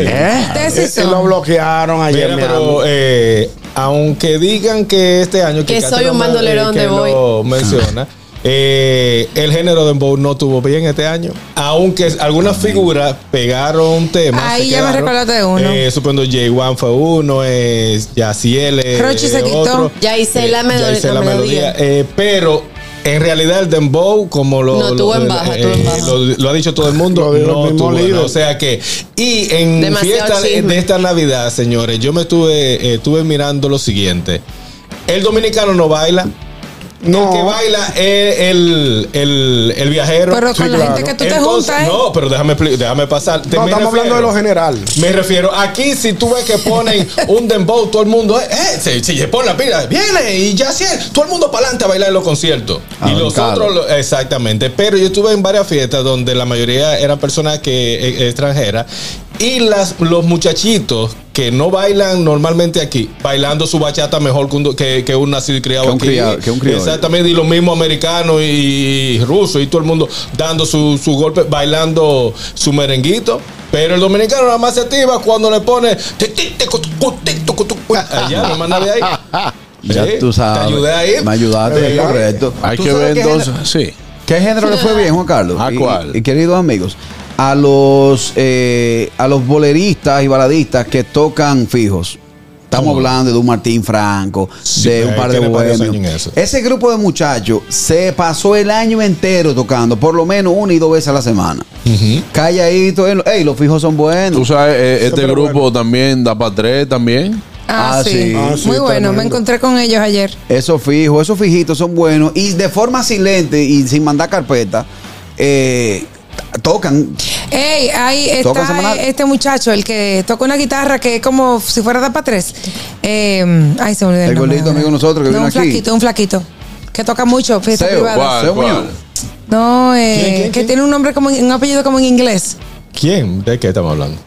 S2: ¿Eh?
S3: Y- y lo bloquearon ayer.
S7: Mira,
S3: mi
S7: pero
S3: amor.
S7: eh, aunque digan que este año
S6: Que
S7: Katy
S6: soy
S7: lo
S6: un
S7: ma-
S6: bandolero
S7: eh,
S6: donde
S7: que
S6: voy.
S7: lo menciona. eh, el género de Bow no tuvo bien este año. Aunque
S3: Ah,
S7: algunas figuras pegaron temas.
S5: Ahí
S7: se
S5: ya me
S7: quedaron.
S5: recordaste de uno.
S7: Eh, supongo J1 fue uno, eh, Yaciel. eh,
S6: Rochi se quitó.
S7: otro.
S6: Ya hice la melo-
S7: Ya hice
S6: la
S7: la
S6: melodía.
S7: melodía. Eh, pero en realidad el dembow, como lo,
S6: No,
S7: lo-
S6: tuvo en
S7: eh,
S6: baja, tuvo en
S7: eh,
S6: baja.
S7: lo- lo ha dicho todo el mundo,
S3: dijo el
S7: no
S3: mismo
S7: tuvo,
S3: líder.
S7: no. O sea que, y en
S6: Demasiado
S7: fiesta de,
S6: chisme.
S7: de esta Navidad, señores, yo me estuve, eh, estuve mirando lo siguiente. El dominicano no baila.
S3: No.
S7: El que baila es el, el, el viajero.
S5: Pero con la gente que tú te juntas, ¿eh?
S7: No, pero déjame, expli- déjame pasar. Te-
S3: No,
S7: me
S3: estamos hablando de
S7: refiero-
S3: lo general.
S7: me refiero, aquí si tú ves que ponen un dembow, todo el mundo, eh, eh, se, se- se pone la pila, viene y ya sí, todo el mundo para adelante a bailar en los conciertos.
S4: Ah,
S7: y los
S4: claro.
S7: otros, lo- exactamente. Pero yo estuve en varias fiestas donde la mayoría eran personas que eh, extranjeras y las, los muchachitos que no bailan normalmente aquí, bailando su bachata mejor que un, que, que un nacido y criado
S4: Que un
S7: aquí.
S4: criado- que un criollo.
S7: Exactamente, y los mismos americanos y, rusos y todo el mundo dando su, su golpe, bailando su merenguito. Pero el dominicano nada más se activa cuando le pone. ti, ti, ti, cu, cu, ti, tu, cu, tu, cu. Allá, no manda de ahí.
S4: Ya
S7: Sí,
S4: tú sabes.
S7: Te ayudé ahí.
S4: Me ayudaste,
S7: Eh,
S4: correcto.
S2: Hay
S4: ¿Tú
S2: que
S4: sabes
S2: ver
S4: qué
S2: entonces.
S4: género-
S2: Sí.
S4: ¿Qué género le
S7: Ah.
S4: fue bien, Juan Carlos?
S2: ¿A
S4: Y-
S2: cuál?
S4: Y, queridos amigos, a los, eh, a los boleristas y baladistas que tocan fijos. Estamos hablando de un Martín Franco, de
S7: pero
S4: un
S7: él
S4: par de
S7: tiene varios
S4: bohemios.
S7: años en eso.
S4: Ese grupo de muchachos se pasó el año entero tocando, por lo menos una y dos veces a la semana. Calladito, eh, ey, los fijos son buenos.
S2: Tú sabes, eh, este grupo también da para tres también.
S5: Ah,
S4: Ah,
S5: sí.
S4: sí. Ah, sí,
S5: Muy bueno,
S4: tremendo.
S5: me encontré con ellos ayer.
S4: Esos fijos, esos fijitos son buenos y de forma silente y sin mandar carpeta, eh, tocan.
S5: Ey, ahí
S4: Toca
S5: está
S4: semanal.
S5: eh, este muchacho, el que toca una guitarra que es como si fuera de para tres. Eh, ay, se me olvidó.
S4: El
S5: nombre
S4: gordito
S5: ahora.
S4: amigo de nosotros
S5: No,
S4: que vino
S5: un
S4: aquí.
S5: flaquito, un flaquito. Que toca mucho, fiesta
S4: Seo,
S5: privada.
S4: ¿cuál, cuál?
S5: No, eh, que tiene un nombre como en- un apellido como en inglés.
S7: ¿Quién? ¿De qué estamos hablando?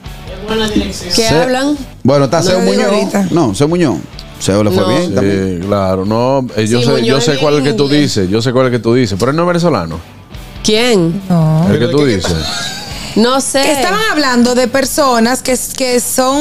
S5: ¿Qué
S4: Se-
S5: hablan?
S4: Bueno, está
S5: No
S4: Seo
S5: lo digo
S4: Muñoz.
S5: ahorita.
S4: No, Seo Muñoz. Seo le fue
S5: No.
S4: bien también.
S2: Sí, claro, no, eh, yo,
S4: Sí,
S2: sé, yo
S4: Muñoz
S2: sé
S4: es
S2: cuál es el que tú
S4: bilingüe.
S2: dices, yo sé cuál es el que tú dices, pero él no es venezolano,
S5: ¿Quién? No.
S2: el que tú dices.
S5: No sé. Que estaban hablando de personas que, que son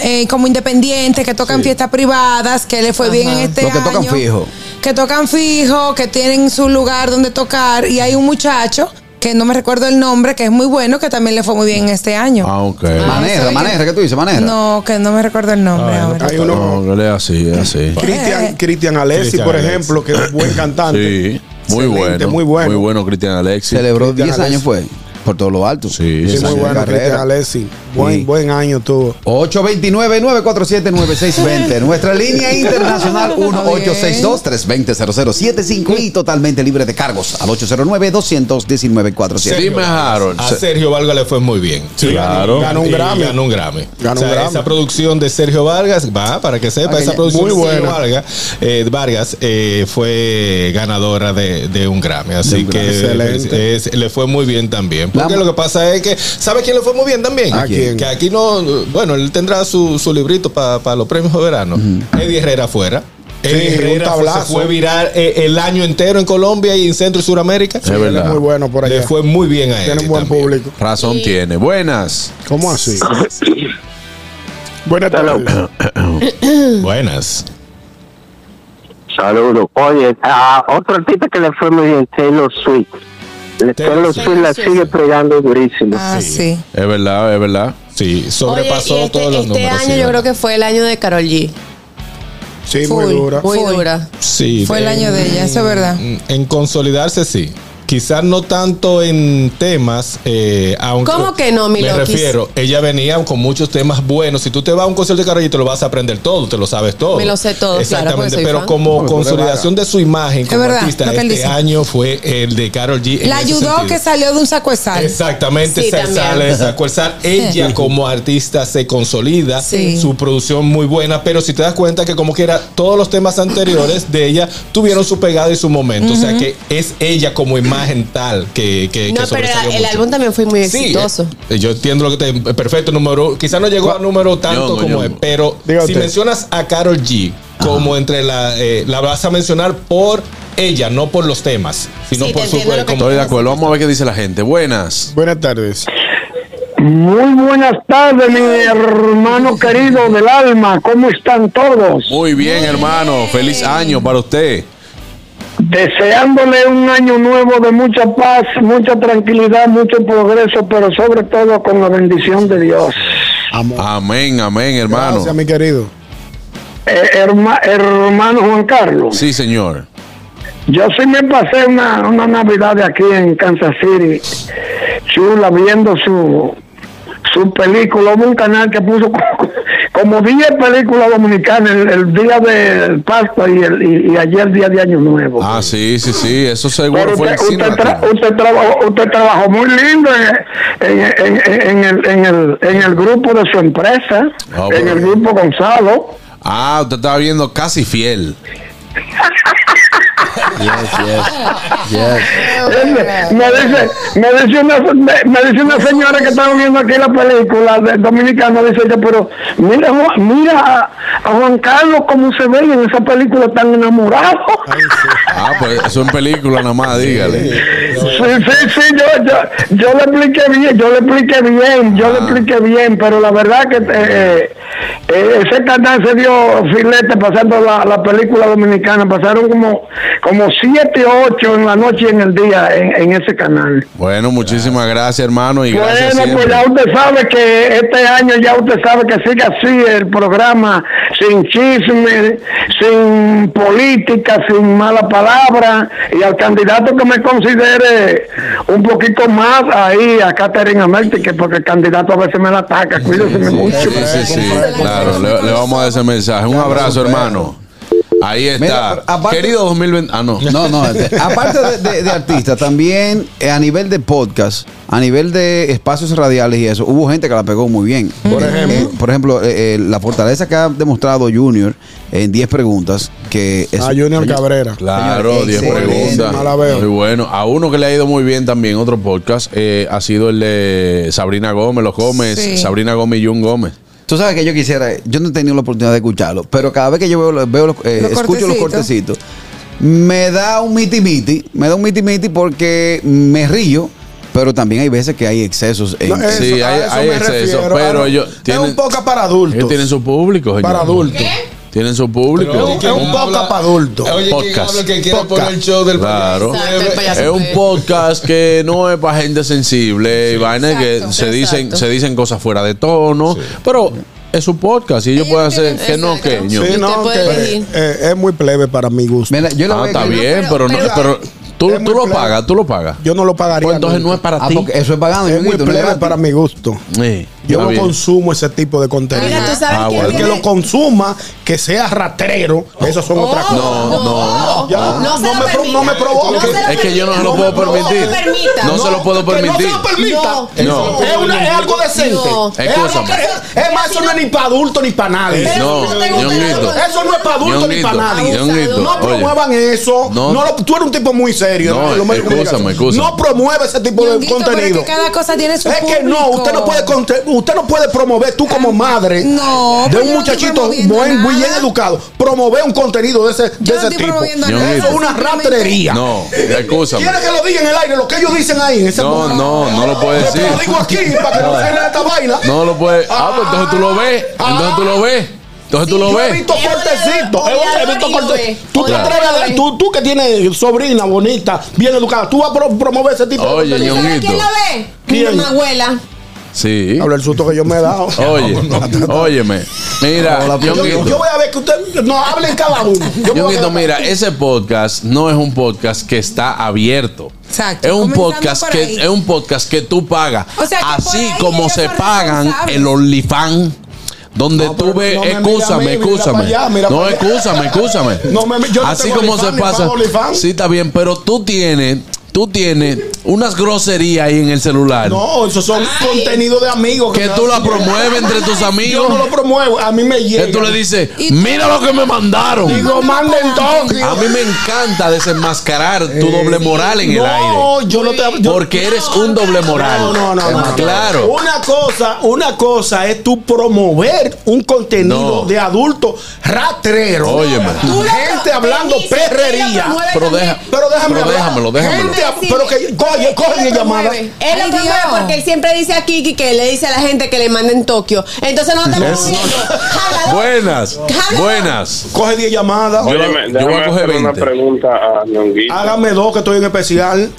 S5: eh, como independientes, que tocan fiestas privadas, que le fue bien en este
S4: Los que tocan
S5: año.
S4: fijo.
S5: Que tocan fijo, que tienen su lugar donde tocar. Y hay un muchacho, que no me recuerdo el nombre, que es muy bueno, que también le fue muy bien este año.
S2: Ah, ok.
S4: Manera, manera, ¿qué tú dices? Manera.
S5: No, que no me recuerdo el nombre ahora.
S3: Hay uno,
S2: No, él es así, es
S4: Eh,
S2: así.
S3: Cristian, Cristian Alessi,
S2: Cristian
S3: por
S2: Alessi.
S3: ejemplo, que es un buen cantante.
S2: Sí, muy
S3: Excelente,
S2: bueno,
S3: muy bueno.
S2: Muy bueno Cristian Alexis.
S4: Celebró
S3: Cristian
S4: 10 años, fue. Por todo lo alto.
S2: Sí,
S3: Sí,
S2: sí,
S3: muy
S2: sí.
S3: bueno,
S4: carrera.
S3: Cristian Alessi. Buen, buen año tuvo.
S4: 829-947-9620. Nuestra línea internacional 1-862-320-0075 y totalmente libre de cargos al 809-219-47.
S7: Sergio Vargas. A Sergio Vargas le fue muy bien.
S4: Sí,
S7: Ganó-
S4: ganó un
S7: y
S4: Grammy.
S7: Ganó un Grammy.
S4: Ganó
S7: O
S4: un
S7: sea,
S4: Grammy.
S7: Esa producción de Sergio Vargas, va, para que sepa,
S4: Para que
S7: esa
S4: ya-
S7: producción
S4: muy
S7: de Sergio
S4: buena.
S7: Vargas, eh, Vargas eh, fue ganadora de, de un Grammy.
S4: De
S7: Así
S4: un
S7: que
S4: Grammy. Excelente.
S7: es- le fue muy bien también. Porque lo que pasa es que, ¿sabe quién le fue muy bien también?
S4: ¿A quién?
S7: Que aquí no, bueno, él tendrá su, su librito para los premios de verano. Eddie Herrera afuera.
S3: Sí,
S7: Eddie
S3: un
S7: Herrera fue- se
S3: tablazo.
S7: fue viral eh, el año entero en Colombia y en Centro y Suramérica.
S2: Es verdad.
S7: Muy bueno por allá. Le fue muy bien a él.
S3: Tiene un buen público.
S2: Razón tiene. Buenas.
S3: ¿Cómo así? Buenas
S19: tardes.
S7: Buenas.
S19: Saludos. Oye, a otro tipo que le fue muy bien, Taylor Swift. Le- Taylor Swift la sigue pegando durísimo.
S5: Ah, sí.
S2: Es verdad, es verdad.
S7: Sí,
S19: sobrepasó
S8: Oye, y este,
S19: todos los
S8: este
S19: números, sí,
S8: año yo
S19: ¿verdad?
S8: creo que fue el año de Carol G.
S3: Sí,
S8: Full,
S7: muy dura.
S8: Muy dura.
S7: Sí.
S8: Fue el
S7: en-
S8: año de ella, eso es verdad.
S7: En consolidarse, sí. Quizás no tanto en temas, eh, aunque.
S8: ¿Cómo que no, mi
S7: Me
S8: Lokis?
S7: refiero, ella venía con muchos temas buenos. Si tú te vas a un concierto de Carolina, te lo vas a aprender todo, te lo sabes todo.
S8: Me lo sé todo, claro, porque
S7: Exactamente,
S8: soy
S7: pero
S8: fan.
S7: como
S8: No, pero
S7: consolidación de su imagen como
S8: verdad,
S7: artista,
S8: lo que él
S7: este
S8: dice.
S7: año fue el de Carol G. en
S5: La
S7: ese
S5: ayudó
S7: sentido.
S5: que salió de un saco de sal.
S7: Exactamente,
S5: Sí,
S7: se
S5: también.
S7: sale de esa cuerda. Ella como artista se consolida,
S5: Sí.
S7: su producción muy buena, pero si te das cuenta que como quiera, todos los temas anteriores de ella tuvieron su pegada y su momento. O sea
S8: Ujú.
S7: que es ella como imagen tal que, que,
S8: No,
S7: que
S8: pero
S7: sobresalió
S8: el, el
S7: mucho.
S8: álbum también fue muy
S7: Sí,
S8: exitoso.
S7: eh, yo entiendo lo que te. Perfecto, número. Quizás no llegó a número tanto
S20: Yo no,
S7: como
S20: yo
S7: es,
S20: no.
S7: pero
S20: Diga
S7: si
S20: usted.
S7: mencionas a Carol G como entre la. eh, la vas a mencionar por ella, no por los temas, sino por su. eh, como-
S2: Estoy de acuerdo. Vamos a ver qué dice la gente. Buenas.
S3: Buenas tardes.
S10: Muy buenas tardes, mi hermano querido del alma. ¿Cómo están todos?
S2: Muy bien, hermano. Feliz año para usted.
S10: Deseándole un año nuevo de mucha paz, mucha tranquilidad, mucho progreso, pero sobre todo con la bendición de Dios.
S2: Amén, amén, hermano.
S10: Gracias,
S3: mi querido.
S10: Eh, herma- hermano Juan Carlos,
S2: Sí, señor.
S10: yo sí me pasé una, una Navidad de aquí en Kansas City, chula, viendo su, su película. Hubo un canal que puso como- como 10 películas dominicanas el, el día de Pascua y, el, y, y ayer día de Año Nuevo.
S2: Ah, sí, sí, sí. Eso seguro
S10: Pero
S2: fue
S10: usted,
S2: el cine.
S10: usted tra- usted trabajó, usted trabajó muy lindo en, en- en- en- en el, en, el, en el grupo de su empresa,
S2: Ah,
S10: en
S2: bueno.
S10: el grupo Gonzalo.
S2: Ah, usted estaba viendo casi fiel.
S10: Ese, Me dice, me dice una, me, me dice una señora que estaba viendo aquí la película de- dominicana, dice ella, pero mira, Ju- mira a, a Juan Carlos cómo se ve en esa película tan enamorado.
S2: Ah, pues eso en película nada más, dígale.
S10: Sí, sí, sí, yo, yo, yo le expliqué bien, yo le expliqué bien, yo le expliqué bien, pero la verdad que eh, eh, ese canal se dio filete pasando la, la película dominicana, pasaron como, como siete o ocho en la noche y en el día en, en ese canal.
S2: Bueno, muchísimas gracias, hermano. Y gracias
S10: Bueno, pues
S2: siempre.
S10: ya usted sabe que este año ya usted sabe que sigue así el programa, sin chisme, sin política, sin mala palabra, y al candidato que me considere un poquito más ahí, a Catherine Amelti, que porque el candidato a veces me la ataca, cuídese mucho.
S2: Sí, sí, sí, claro. Le, le vamos a dar ese mensaje. Un abrazo, hermano. Ahí está. Querido 2020. Ah, no.
S4: No, no. este, Aparte de, de- de artistas, también eh, a nivel de podcast, a nivel de espacios radiales y eso, hubo gente que la pegó muy bien. Por ejemplo. por ejemplo, eh, eh, la fortaleza que ha demostrado Junior en 10 preguntas. Que es,
S3: A Ah, Junior Cabrera.
S2: Claro, 10 preguntas.
S3: No la veo.
S2: Muy bueno. A uno que le ha ido muy bien también, otro podcast, eh, ha sido el de Sabrina Gómez, los Gómez,
S4: Sí.
S2: Sabrina Gómez y Jun Gómez.
S4: Tú sabes que yo quisiera, Eh, yo no he tenido la oportunidad de escucharlo, pero cada vez que yo veo, lo- veo los- eh,
S21: Los
S4: escucho los
S21: cortecitos.
S4: cortecitos, me da un miti miti, me da un miti miti porque me río, pero también hay veces que hay excesos. En,
S3: No, eso-
S2: Sí,
S3: a
S2: hay,
S3: eso
S2: hay
S3: me
S2: exceso,
S3: refiero.
S2: pero
S3: Ah, no.
S2: ellos tienen,
S3: es un poca para
S2: ellos
S3: adultos.
S2: tienen su público, señor.
S3: Para adultos.
S2: Tienen su público.
S3: Pero es un poca para adultos.
S7: Oye, ¿quién habla que quiere poner el show del
S2: Claro.
S7: payaso? Exacto, el payaso
S2: Es un
S7: fue.
S2: podcast que no es para gente sensible y vaina que se dicen, se dicen cosas fuera de tono, pero es su podcast y ellos pueden hacer que no, que ño.
S3: Sí, no, que, eh, eh, es muy plebe para mi gusto.
S4: yo
S2: Ah, está bien, Ah, pero, no, pero Tú, tú lo pagas, tú lo pagas.
S3: Yo no lo pagaría.
S2: Pues entonces no es para
S3: Ah,
S2: ti.
S3: porque eso es pagando. Es muy
S2: Ñonguito, no
S3: plebe
S2: es para
S3: para mi gusto. Yo
S2: está
S3: no
S2: bien.
S3: consumo ese tipo de contenido.
S2: Mira, tú sabes Ah, que
S3: El que
S2: viene-
S3: lo consuma, que sea ratero, esas son otras
S2: Oh,
S3: cosas.
S2: No, no.
S3: Ya, no,
S2: no.
S3: no me, pro- no me provoque.
S2: es que yo no se lo puedo permitir. No se lo puedo permitir.
S3: No, que no se lo
S2: No.
S3: permita. Es, una- es algo decente.
S2: No.
S3: Es, algo
S2: Escúchame.
S3: que- es más, eso no es ni para adulto ni para nadie.
S2: Pero No, yo tengo Ñonguito. cuidado.
S3: Eso no es para adulto ni
S2: Ñonguito,
S3: para nadie.
S2: Ñonguito,
S3: No
S2: oye.
S3: promuevan eso.
S2: No.
S3: Oh, No lo- tú eres un tipo muy serio.
S2: No,
S3: en los medios de
S2: escúchame,
S3: comunicación.
S2: escúchame.
S3: No promueve ese tipo de
S5: Ñonguito, pero es
S3: contenido.
S5: que cada cosa tiene su
S3: Es que no,
S5: público. Ah,
S3: usted no puede conte- usted no puede promover tú como madre
S5: no,
S3: de
S5: pero yo
S3: un
S5: no estoy
S3: muchachito
S5: promoviendo
S3: buen, muy
S5: nada.
S3: bien educado, promover un contenido de ese, de
S5: no
S3: ese
S5: estoy
S3: tipo.
S5: promoviendo
S3: Eso
S2: nada,
S3: es una
S5: simplemente-
S3: ratería.
S2: No, escúchame.
S3: ¿Quieres que lo diga en el aire? Lo que ellos dicen ahí en ese
S2: No,
S3: programa.
S2: no, no lo puedes
S3: Yo te
S2: decir.
S3: lo digo aquí para que no
S2: No.
S3: cierren esta vaina.
S2: No lo puedes. Ah, pues entonces tú lo ves. Entonces tú lo ves. Entonces tú lo
S3: Yo he
S2: ves.
S3: visto cortecitos. He he visto cortecitos. Tú te
S2: Claro.
S3: atreves a- tú, tú que tienes sobrina bonita, bien educada, tú vas a pro- promover ese tipo
S2: Oye,
S3: de contenido.
S2: Ñonguito. ¿Quién la
S5: ve?
S3: ¿Quién?
S5: Mi abuela.
S2: Sí.
S3: Habla el susto que yo me he dado.
S2: Oye, óyeme. Mira,
S3: Yo,
S2: Ñonguito.
S3: yo voy a ver que usted no hablen cada uno. Yo me voy a
S2: Ñonguito,
S3: quedar-
S2: mira, ese podcast no es un podcast que está abierto.
S5: Exacto.
S2: Es un
S5: Comenzando
S2: podcast
S5: por
S2: que
S5: ahí.
S2: es un podcast que tú pagas.
S5: O sea, que por
S2: Así
S5: ahí
S2: como
S5: ellos
S2: se
S5: son
S2: pagan
S5: responsables.
S2: el OnlyFans. Donde tú ves,
S3: no me mira a mí,
S2: escúchame,
S3: mira
S2: escúchame.
S3: para allá, mira
S2: no,
S3: para allá.
S2: escúchame, escúchame.
S3: No me- yo no
S2: Así
S3: tengo
S2: como se
S3: OnlyFans, ni
S2: pasa.
S3: pago OnlyFans.
S2: Sí, está bien, pero tú tienes, tú tienes unas groserías ahí en el celular.
S3: No, esos son contenido de amigos.
S2: Que tú la promueves entre tus amigos.
S3: Yo no lo promuevo, a mí me llega.
S2: Que tú le dices, mira lo que me mandaron.
S3: Digo, manden toque.
S2: A mí me encanta desenmascarar tu doble moral en el
S3: eh, no,
S2: aire.
S3: yo no te.
S2: porque eres un doble moral.
S3: No, no, no, no.
S2: Claro.
S3: Una cosa, una cosa es tú promover un contenido
S2: No.
S3: de adulto ratrero.
S2: Óyeme.
S5: Tú la-
S3: Gente hablando
S5: Denise,
S3: perrería.
S5: ella promueve
S2: Pero deja- también.
S3: pero déjame
S2: pero
S3: hablar.
S2: déjamelo, déjamelo.
S3: Gente, pero que coge, coge mi llamada.
S6: Él lo promueve porque él siempre dice a Kiki que le dice a la gente que le manden Tokio. Entonces no
S2: No.
S6: estamos viendo.
S2: Buenas. Buenas.
S3: Coge 10 llamadas.
S11: Óyeme,
S2: yo
S11: déjame
S2: voy a coger
S11: hacer una
S2: 20.
S11: pregunta a Ñonguito.
S3: Hágame dos que estoy en especial.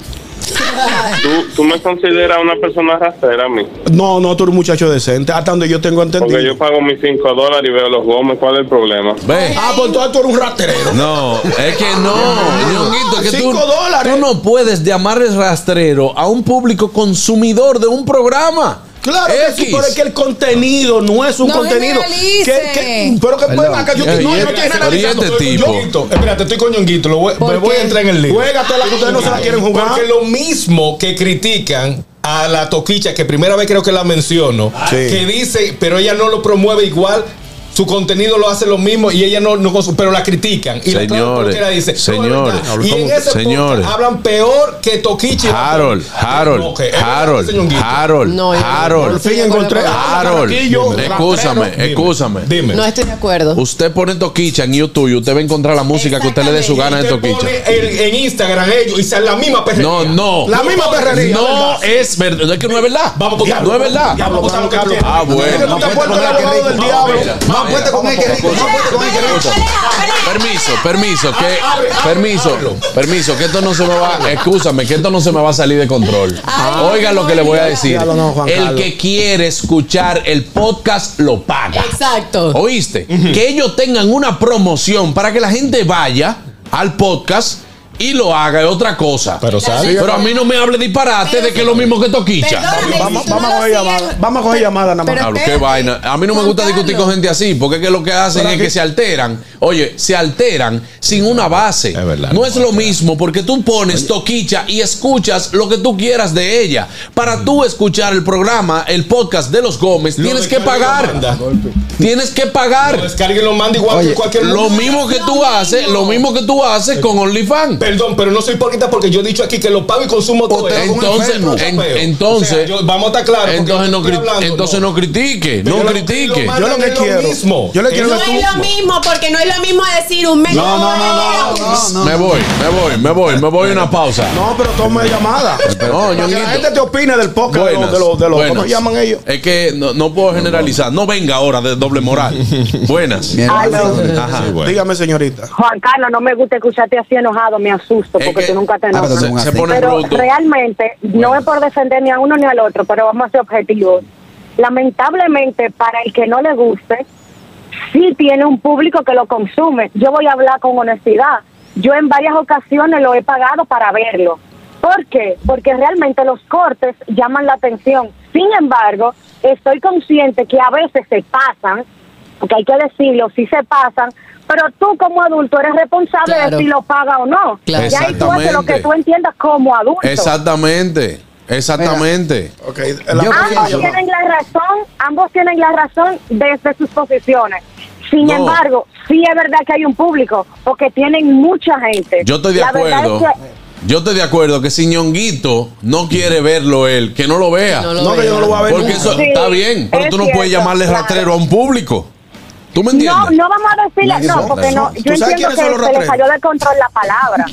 S11: ¿Tú, tú me consideras una persona rastera a mí?
S3: No, no, tú eres un muchacho decente. Hasta donde yo tengo entendido.
S11: Porque yo pago mis 5 dólares y veo los gomes. ¿Cuál es el problema?
S2: Ve.
S3: Ah, pues entonces tú eres un rastrero.
S2: No, es que no, Ñonguito, es que tú,
S3: Cinco dólares.
S2: tú no puedes llamarles rastrero a un público consumidor de un programa.
S3: Claro que sí,
S2: X.
S3: pero es que el contenido no es un
S5: No
S3: contenido.
S5: generalice.
S3: Que- que- pero que puede
S7: Perdón.
S3: acá, yo estoy- no, yo estoy
S7: Oye,
S3: generalizando.
S7: estoy con
S2: tipo.
S7: Ñonguito. Espérate, estoy con Ñonguito. lo voy-
S3: ¿Por
S7: me voy
S3: qué?
S7: a entrar en el lío.
S3: Juégatela, que ustedes no se la quieren jugar.
S7: Porque lo mismo que critican a la toquicha, que primera vez creo que la menciono,
S3: Sí.
S7: que dice, pero ella no lo promueve igual. Su contenido lo hace lo mismo y ella no, no consu- pero la critican. Y la otra
S2: Señores,
S7: toquera dice, "No, es
S2: señores,
S7: verdad". y en
S2: ¿cómo-
S7: ese podcast
S2: señores.
S7: hablan peor que Toquicha. y la-
S2: Harold,
S7: No,
S2: Harold,
S7: que- Ese
S2: Harold,
S7: Ñonguito.
S2: Harold,
S7: No, yo-
S2: Harold.
S7: Por fin encontré-
S2: Harold,
S7: Rastrero, dime.
S2: escúchame,
S7: Dime.
S2: escúchame.
S7: Dime.
S8: No estoy de acuerdo.
S2: Usted pone Toquicha en YouTube y usted va a encontrar la música que usted le dé su gana de
S7: Usted
S2: Toquicha.
S7: pone el- en Instagram ellos y sale la misma perrería.
S2: No, Oh. no.
S7: La misma perrería.
S2: No
S7: ¿verdad?
S2: es verdad. Es que no es verdad.
S7: Vamos por
S2: No es verdad.
S7: Diablo, vamos por Carlos.
S2: Ah, bueno.
S7: Tú te has puesto el abogado del diablo.
S2: Más fuerte
S7: con el que rico, más fuerte con el que rico.
S2: Permiso, permiso, que permiso, permiso, que esto no se me va, escúchame, que esto no se me va a salir de control. Oiga lo que le voy a decir.
S3: Diablo, no, Juan
S2: El
S3: Carlos.
S2: que quiere escuchar el podcast lo paga.
S8: Exacto.
S2: ¿Oíste? Que ellos tengan una promoción para que la gente vaya al podcast y lo haga es otra cosa. Pero,
S7: sale.
S2: a mí no me hable disparate de que es lo mismo que Toquicha.
S3: Vamos, vamos a coger llamada. Vamos a coger llamada nada más.
S2: Pablo, qué vaina. A mí no me gusta discutir con gente así, porque es que lo que hacen es que se alteran. Oye, se alteran sin una base. no es lo mismo porque tú pones toquicha y escuchas lo que tú quieras de ella. Para tú escuchar el programa, el podcast de los Gómez,
S7: Lo
S2: tienes que
S7: descarga y lo manda.
S2: pagar. Tienes que pagar.
S7: Lo descarga y lo manda igual
S2: Oye,
S7: que cualquier
S2: lo mismo que tú haces, lo mismo que tú haces con OnlyFans.
S7: Perdón, pero no soy hipócrita porque yo he dicho aquí que lo pago y consumo todo. eso.
S2: Entonces,
S7: Un enfermo,
S2: en-
S7: chapeo.
S2: entonces,
S7: O sea, yo- vamos a estar claros. porque
S2: entonces, no,
S7: estoy
S2: cri-
S7: hablando,
S2: entonces no critique,
S7: Pero
S2: no
S7: lo-
S2: critique.
S7: lo Yo lo que mandan es lo quiero- mismo. yo lo quiero
S6: No
S7: ver
S6: es lo mismo, porque no es lo mismo decir un mes.
S2: No, no,
S6: no,
S2: Me voy, me voy, me voy, me voy a una pausa.
S3: No, pero toma llamada.
S2: No,
S3: Para que la
S2: Ñonguito.
S3: gente te opine del podcast de los-
S2: Buenas,
S3: de los. de los- ¿Cómo
S2: buenas.
S3: llaman ellos?
S2: Es que no, no puedo generalizar. No venga ahora de doble moral. buenas.
S3: Aló.
S2: Ajá.
S3: Dígame, señorita.
S22: Juan Carlos, no me gusta escucharte así enojado, me asusto
S2: Es
S22: porque
S2: que-
S22: tú nunca te
S2: Ah,
S22: enojas.
S2: pero se- se pone
S22: pero
S2: bruto.
S22: realmente, no es por defender ni a uno ni al otro, pero vamos a ser objetivos. Lamentablemente, para el que no le guste, sí tiene un público que lo consume. Yo voy a hablar con honestidad. Yo en varias ocasiones lo he pagado para verlo. ¿Por qué? Porque realmente los cortes llaman la atención. Sin embargo, estoy consciente que a veces se pasan, porque hay que decirlo, sí se pasan, pero tú como adulto eres responsable
S2: Claro.
S22: de si lo paga o no.
S2: Claro.
S22: Y ahí tú haces lo que
S2: Exactamente.
S22: tú entiendas como adulto.
S2: Exactamente. Exactamente.
S22: ambos tienen la razón, ambos tienen la razón desde sus posiciones. Sin
S2: No.
S22: embargo, sí es verdad que hay un público, porque tienen mucha gente.
S2: Yo estoy de
S22: La verdad
S2: acuerdo.
S22: es que-
S2: Yo estoy de acuerdo que si Ñonguito no quiere verlo él, que no lo vea.
S3: Que no lo No, que vea. yo no lo voy a ver
S2: Porque
S3: nunca.
S2: eso
S22: Sí,
S2: está bien, pero
S22: es
S2: tú no puedes
S22: cierto,
S2: llamarle
S22: claro.
S2: rastrero a un público. ¿Tú me entiendes?
S22: No, no vamos a decirle,
S2: Nadie
S22: no,
S2: sabe.
S22: porque no,
S2: ¿Tú
S22: yo
S2: sabes
S22: entiendo
S2: quiénes
S22: que
S2: son los
S22: se le
S2: rastreros?
S22: salió de control la palabra,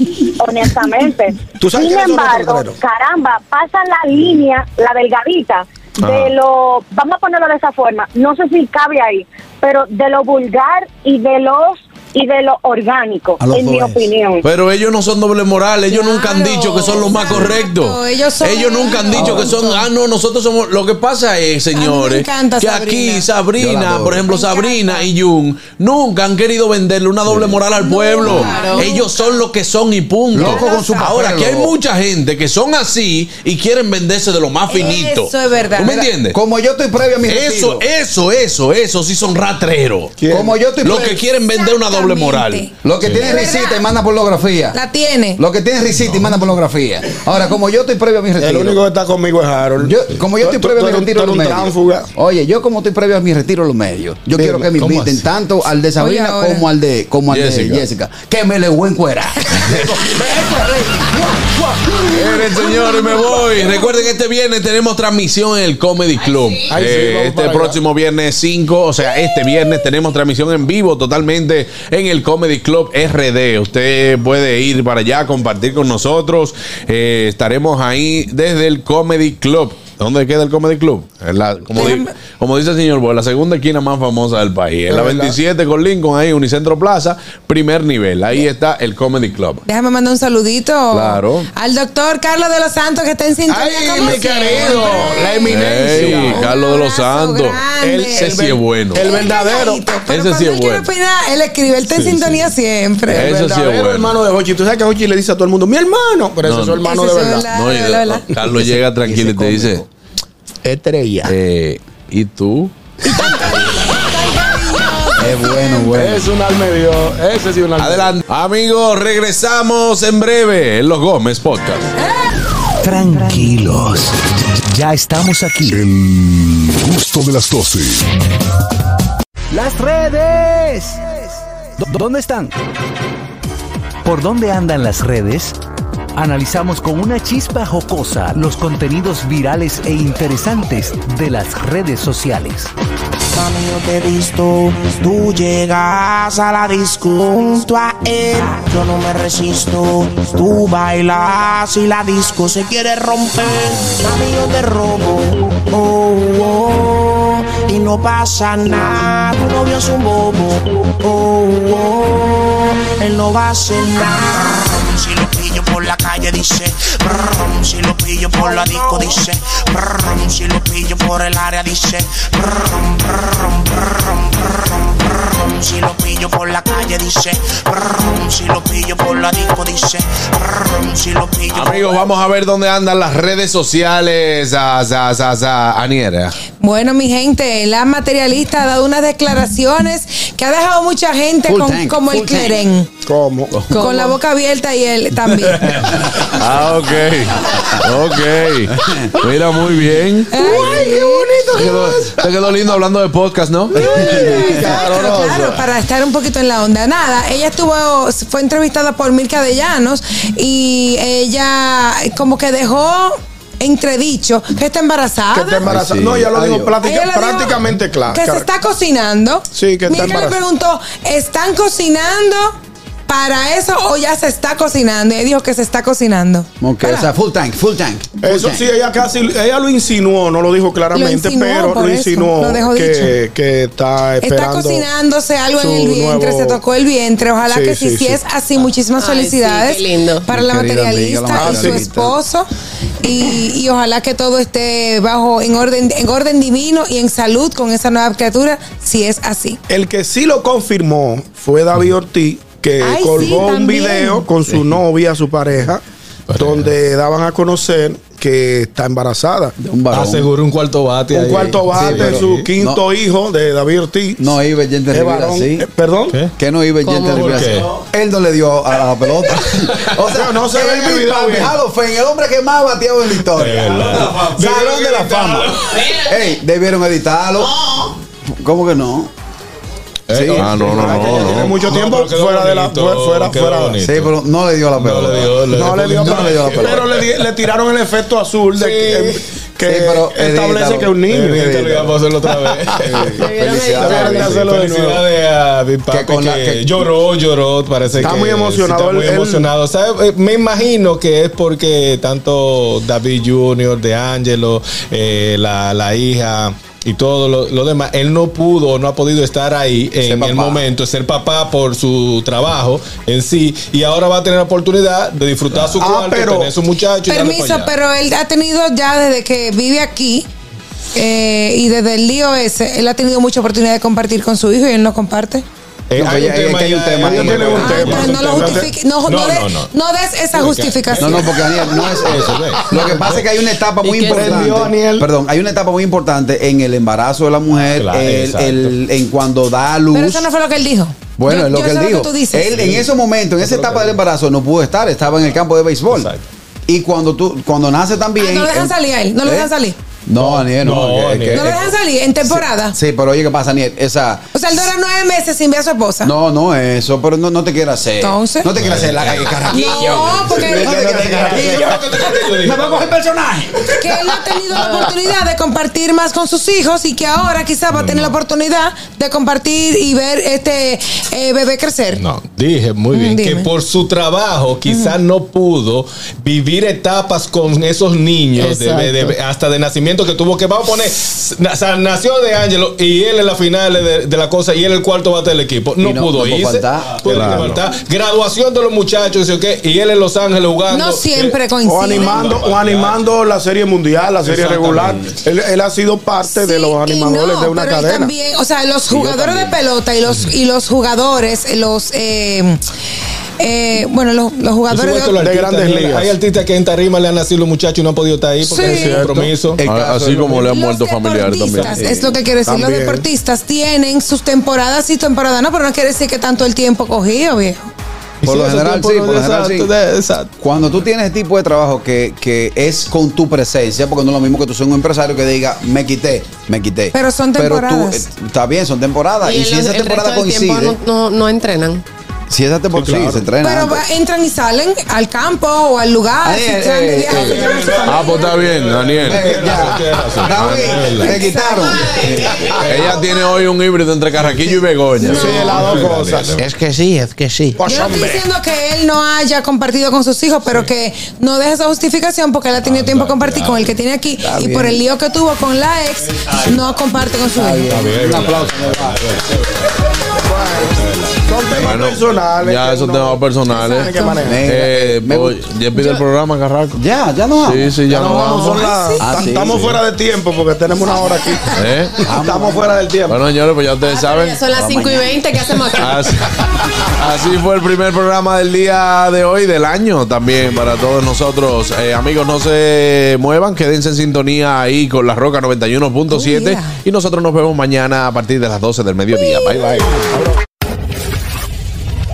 S22: honestamente.
S2: ¿Tú sabes
S22: Sin
S2: quiénes son los
S22: embargo,
S2: rastreros?
S22: caramba, pasa la línea, la delgadita,
S2: Ah.
S22: de lo, vamos a ponerlo de esa forma, no sé si cabe ahí, pero de lo vulgar y de los y de lo orgánico, en mi opinión.
S2: Pero ellos no son doble moral, ellos nunca han dicho que son los más correctos.
S22: ellos son-
S2: nunca han dicho que son, ah, no, nosotros somos. Lo que pasa es, señores,
S23: encanta
S2: que
S23: Sabrina.
S2: aquí
S23: Yo la
S2: Sabrina,
S23: adoro.
S2: por ejemplo, Sabrina y Jun, nunca han querido venderle una doble moral al pueblo.
S23: claro.
S2: Ellos son lo que son y punto.
S23: Loco con su papel,
S2: Ahora, que hay
S23: loco.
S2: mucha gente que son así y quieren venderse de lo más finito.
S5: Eso es verdad.
S2: ¿Tú me entiendes?
S4: Como yo estoy previo a mi
S2: Eso,
S4: retiro.
S2: eso, eso, eso sí son ratreros.
S4: Como yo estoy
S2: Los
S4: previo-
S2: que quieren vender una doble moral.
S4: Los que
S2: Sí.
S4: tienen risita y mandan pornografía.
S5: La tiene.
S4: Los que tienen risita y mandan pornografía. Ahora, como yo estoy previo a mi retiro.
S3: El único que está conmigo es Harold.
S4: Yo, como yo
S3: Tú-
S4: estoy
S3: tú-
S4: previo a
S3: tú
S4: mi
S3: eres un-
S4: retiro
S3: tú
S4: a los
S3: eres un
S4: medios. Oye, yo como estoy previo a mi retiro a los medios, yo
S3: Dime,
S4: quiero que me
S3: ¿cómo
S4: inviten
S3: así?
S4: tanto al de
S3: Oye,
S4: Sabrina
S3: ahora.
S4: como al de como al
S2: Jessica.
S4: de Jessica. Que me le voy a encuerar.
S2: Miren, señores, me voy. Recuerden que este viernes tenemos transmisión en el Comedy Club.
S23: Ay, sí,
S2: Eh,
S23: vamos
S2: este
S23: para allá.
S2: próximo viernes 5, o sea, este viernes tenemos transmisión en vivo totalmente en el Comedy Club RD. Usted puede ir para allá, compartir con nosotros. Eh, estaremos ahí desde el Comedy Club. ¿Dónde queda el Comedy Club? En la- como, di- como dice el señor Bo, la segunda esquina más famosa del país. En la
S23: Es verdad.
S2: 27 con Lincoln, ahí, Unicentro Plaza, primer nivel. Ahí está el Comedy Club.
S5: Déjame mandar un saludito
S2: Claro.
S5: al doctor Carlos de los Santos que está en sintonía.
S3: Ay,
S5: como
S3: mi
S5: siempre.
S3: querido, la eminencia.
S2: Ey, Carlos de los Santos. Ese sí es bueno.
S3: El verdadero.
S2: Ese sí es bueno.
S5: ¿Qué opina? Él escribe, él está en sintonía siempre.
S3: El
S2: Eso sí es
S3: verdadero
S2: bueno.
S3: hermano de Hochi. Tú sabes que Hochi le dice a todo el mundo, mi hermano. Pero ese
S2: No,
S3: es su
S2: no.
S3: hermano de
S2: Ese es
S3: verdad.
S2: No, y- oh,
S5: la verdad.
S2: Carlos llega tranquilo y te dice: Estrella. Eh, ¿Y tú?
S4: es bueno, bueno.
S3: Es un almedio. Ese sí es un almedio.
S2: Adelante. Amigos, regresamos en breve en Los Gómez Podcast.
S1: Tranquilos, ya estamos aquí.
S12: El gusto de las 12.
S1: Las redes. ¿Dó- ¿Dónde están? ¿Por dónde andan las redes? Analizamos con una chispa jocosa los contenidos virales e interesantes de las redes sociales.
S18: Mami, yo te he visto, tú llegas a la disco junto a él. Yo no me resisto, tú bailas y la disco se quiere romper. Mami, yo te robo, oh, oh, y no pasa nada. Tu novio es un bobo, oh, oh, él no va a hacer nada. Si lo pillo por la calle dice, brum, si lo pillo por la disco dice, brum, si lo pillo por el área dice, brum, brum, brum, brum, brum, si lo pillo por la calle dice, brum, si lo pillo por la disco dice, brum, si lo pillo por
S2: Amigos, vamos a ver dónde andan las redes sociales. A, a, a, a- Aniera.
S5: Bueno, mi gente, la materialista ha dado unas declaraciones que ha dejado mucha gente
S2: Full
S5: con-
S2: tank,
S5: como el
S2: full tank.
S5: cleren.
S3: ¿Cómo?
S5: Con la boca abierta y él también.
S2: Ah, ok. Ok. Mira, muy bien.
S5: Ay, qué
S2: Te quedó, te quedó lindo hablando de podcast, ¿no?
S5: Claro, claro, para estar un poquito en la onda. Nada, ella estuvo, fue entrevistada por Mirka de Llanos y ella como que dejó entredicho que está embarazada.
S3: Que está embarazada. No, ya lo dijo platica-
S5: Ella lo dijo
S3: prácticamente claro.
S5: Que se está cocinando.
S3: Ah, Sí, que está
S5: Mirka le
S3: embarazada.
S5: preguntó, ¿están cocinando para eso o ya se está cocinando? Y ella dijo que se está cocinando.
S4: Ok, o sea, full tank, full tank.
S3: Eso sí, ella casi, ella lo insinuó, no lo dijo claramente,
S5: Lo insinuó,
S3: pero
S5: por
S3: lo
S5: eso,
S3: insinuó
S5: lo dejó
S3: que,
S5: dicho.
S3: que está
S5: Está
S3: esperando.
S5: cocinándose algo en
S3: su
S5: el vientre,
S3: nuevo-
S5: se tocó el vientre. Ojalá
S3: Sí,
S5: que si
S3: sí,
S5: sí,
S3: sí.
S5: es así, muchísimas
S8: Ay, sí,
S5: felicidades
S8: qué lindo.
S5: para
S8: Mi
S5: la
S8: querida
S5: materialista
S8: amiga, la
S5: y su
S8: materialista.
S5: esposo. Y, y ojalá que todo esté bajo en orden, en orden divino y en salud con esa nueva criatura, si es así.
S3: El que sí lo confirmó fue David Ortiz, que
S5: Ay,
S3: colgó
S5: sí,
S3: un
S5: también.
S3: video con su novia, su pareja, donde daban a conocer que está embarazada.
S7: Aseguró un cuarto bate.
S4: Este,
S3: Un
S4: eh,
S7: ahí.
S3: cuarto bate,
S7: Sí, pero-
S3: su quinto
S7: No.
S3: hijo de David Ortiz.
S4: No iba Yente
S3: Es
S4: Rivera
S3: varón.
S4: así.
S3: Eh, ¿Perdón?
S4: Que no iba Yente
S3: ¿Cómo?
S4: Rivera
S3: ¿Por
S4: así.
S3: qué?
S4: Él no le dio a la pelota. O sea,
S3: No, no se ve
S4: él
S3: en el video bien.
S4: Hall of Fame, el hombre que más ha bateado en la historia. Salón de la fama. Ey, debieron editarlo. ¿Cómo que no? Sí.
S2: ah, no, no, no, no.
S3: Tiene mucho
S4: No,
S3: tiempo
S4: pero quedó
S3: fuera de la.
S4: bonito,
S3: fue- Fuera,
S4: quedó
S3: fuera.
S4: bonito. Sí, pero no le dio la pelota.
S3: No le dio,
S4: no le dio la pelota.
S3: Pero le, di- le tiraron el efecto azul de que, em, que
S4: Sí, pero
S3: establece
S4: edítalo.
S3: que es un niño.
S7: Edítalo, ya vamos a hacerlo otra vez.
S3: Deberían de hacerlo de nuevo.
S7: Felicidades a mi papi
S3: con la-
S7: que
S3: que-
S7: lloró, lloró, Oh, parece
S3: Está
S7: que
S3: muy
S7: sí,
S3: emocionado
S7: está muy
S3: él- él-
S7: emocionado. ¿Sabe? Eh, Me imagino que es porque tanto David Jr., De Angelo, eh, la, la hija y todo lo, lo demás, él no pudo, o no ha podido estar ahí en el momento, ser papá por su trabajo en sí, y ahora va a tener la oportunidad de disfrutar
S3: Ah,
S7: su cuarto, tener su muchacho. y darle pa'
S5: Permiso,
S7: allá.
S5: pero él ha tenido ya desde que vive aquí eh, y desde el lío ese, él ha tenido mucha oportunidad de compartir con su hijo y él no comparte.
S7: Eh,
S4: No, pero ya- es que hay un tema.
S7: ya-
S4: ahí.
S7: tiene un
S4: Ah,
S7: tema.
S4: pero
S5: No lo justifique, no, no, des- no des esa justificación.
S4: No, no, porque Daniel, no es eso. Lo que pasa es que hay una etapa muy
S7: ¿Y qué
S4: importante.
S7: entendió, Daniel?
S4: Perdón, hay una etapa muy importante en el embarazo de la mujer,
S7: Claro,
S4: el-
S7: exacto.
S4: el- en cuando da a
S5: Pero
S4: luz.
S5: eso no fue lo que él dijo.
S4: Bueno,
S5: Yo-
S4: es lo
S5: yo
S4: que
S5: sé
S4: él dijo.
S5: tú dices.
S4: Él en ese momento, en esa etapa del embarazo, no pudo estar, estaba en el campo de béisbol. Y cuando tú, cuando nace también.
S5: Ah, no lo dejan
S4: él-
S5: salir a él, no lo
S4: ¿Eh?
S5: dejan salir.
S4: No, Daniel, no. porque-
S7: No, Daniel.
S4: que-
S5: No lo dejan salir en temporada.
S4: Sí, pero oye, ¿qué pasa, Daniel? Esa.
S5: O sea, él dura nueve meses sin ver a su esposa.
S4: No, no, eso, pero no, no te quieras hacer.
S5: Entonces.
S4: No te quieras hacer la el carajillo.
S5: No, porque-
S4: No te quieras hacer carajillo. Me va a coger personaje.
S5: que él no ha tenido la oportunidad de compartir más con sus hijos y que ahora quizás va a tener la oportunidad de compartir y ver este eh, bebé crecer.
S7: No, dije muy bien que
S5: dime.
S7: por su trabajo quizás no pudo vivir etapas con esos niños de- de- de- hasta de nacimiento que tuvo que vamos a poner na- o sea, nació de Ángelo y él en la final de, de la cosa y él el cuarto bate del equipo no,
S4: Y no-
S7: pudo
S4: no pudo
S7: irse
S4: faltar.
S7: pudo
S4: Claro.
S7: faltar. graduación de los muchachos y, qué, y él en Los Ángeles jugando
S5: No siempre
S7: Eh,
S5: coincide.
S3: O animando, o animando la serie mundial, la serie regular.
S7: Exactamente.
S3: Él, él ha sido parte de los
S5: Y
S3: animadores
S5: no,
S3: de una
S5: pero él
S3: cadena.
S5: también, o sea, los jugadores de pelota y los y los jugadores, eh, los eh, eh, bueno, los, los
S7: Yo
S5: jugadores
S7: sigo esto, los artistas, señores. Hay artistas que en tarima le han nacido los muchachos y no han podido estar ahí porque
S5: Sí.
S7: hay su compromiso.
S2: Ah, Así como le han muerto familiares también.
S5: deportistas, es lo que quiero decir. Los
S2: También.
S5: deportistas tienen sus temporadas y temporadas, no, pero no quiere decir que tanto el tiempo cogido, viejo.
S4: Por
S7: Sí,
S4: lo
S7: eso
S4: general,
S7: tú
S4: sí,
S7: por
S4: por lo general,
S7: exacto,
S4: sí.
S7: de- exacto.
S4: Cuando tú tienes tipo de trabajo que, que es con tu presencia, porque no es lo mismo que tú seas un empresario que diga, me quité, me quité.
S5: Pero son
S4: Pero tú,
S5: temporadas.
S4: eh, está bien, son temporadas. Y,
S8: el-
S4: si esa
S8: el resto
S4: temporada
S8: del tiempo
S4: coincide,
S8: no, no- no entrenan.
S4: si esa temporada sí, se entrena.
S5: Pero
S4: antes.
S5: va- entran y salen al campo o al lugar.
S4: Ahí,
S5: si
S4: eh,
S5: están de
S4: eh,
S5: viaje,
S4: eh,
S5: si están-
S2: Ah, pues está bien, Daniel.
S4: David, te quitaron.
S2: Ella tiene hoy un híbrido entre Carraquillo y Begoña.
S3: Sí, las dos cosas.
S15: Es que sí, es que sí.
S3: Pues,
S5: Yo no estoy diciendo que él no haya compartido con sus hijos, pero que no deje esa justificación porque él ha tenido tiempo de compartir con el que tiene aquí y por el lío que tuvo con la ex, no comparte con su hijo.
S4: Un aplauso.
S2: Bueno, Ya esos temas personales.
S3: Exacto. Tiene que manejar.
S2: Eh, voy- Ya pide el programa, Carraco.
S4: Ya, ya no
S2: Sí, sí, ya, no vamos.
S3: son las-
S4: Ah,
S3: tam-
S4: sí,
S3: estamos
S4: sí.
S3: fuera de tiempo porque tenemos una hora aquí.
S2: ¿Eh?
S3: Estamos fuera del tiempo.
S2: Bueno, señores, pues ya ustedes saben.
S8: Ah, Ya son las 5 y 20, ¿qué hacemos aquí?
S2: Así, así fue el primer programa del día de hoy, del año también para todos nosotros. Eh, amigos, no se muevan, quédense en sintonía ahí con la Roca 91.7
S1: Oh, yeah.
S2: y nosotros nos vemos mañana a partir de las 12 del mediodía. Bye bye.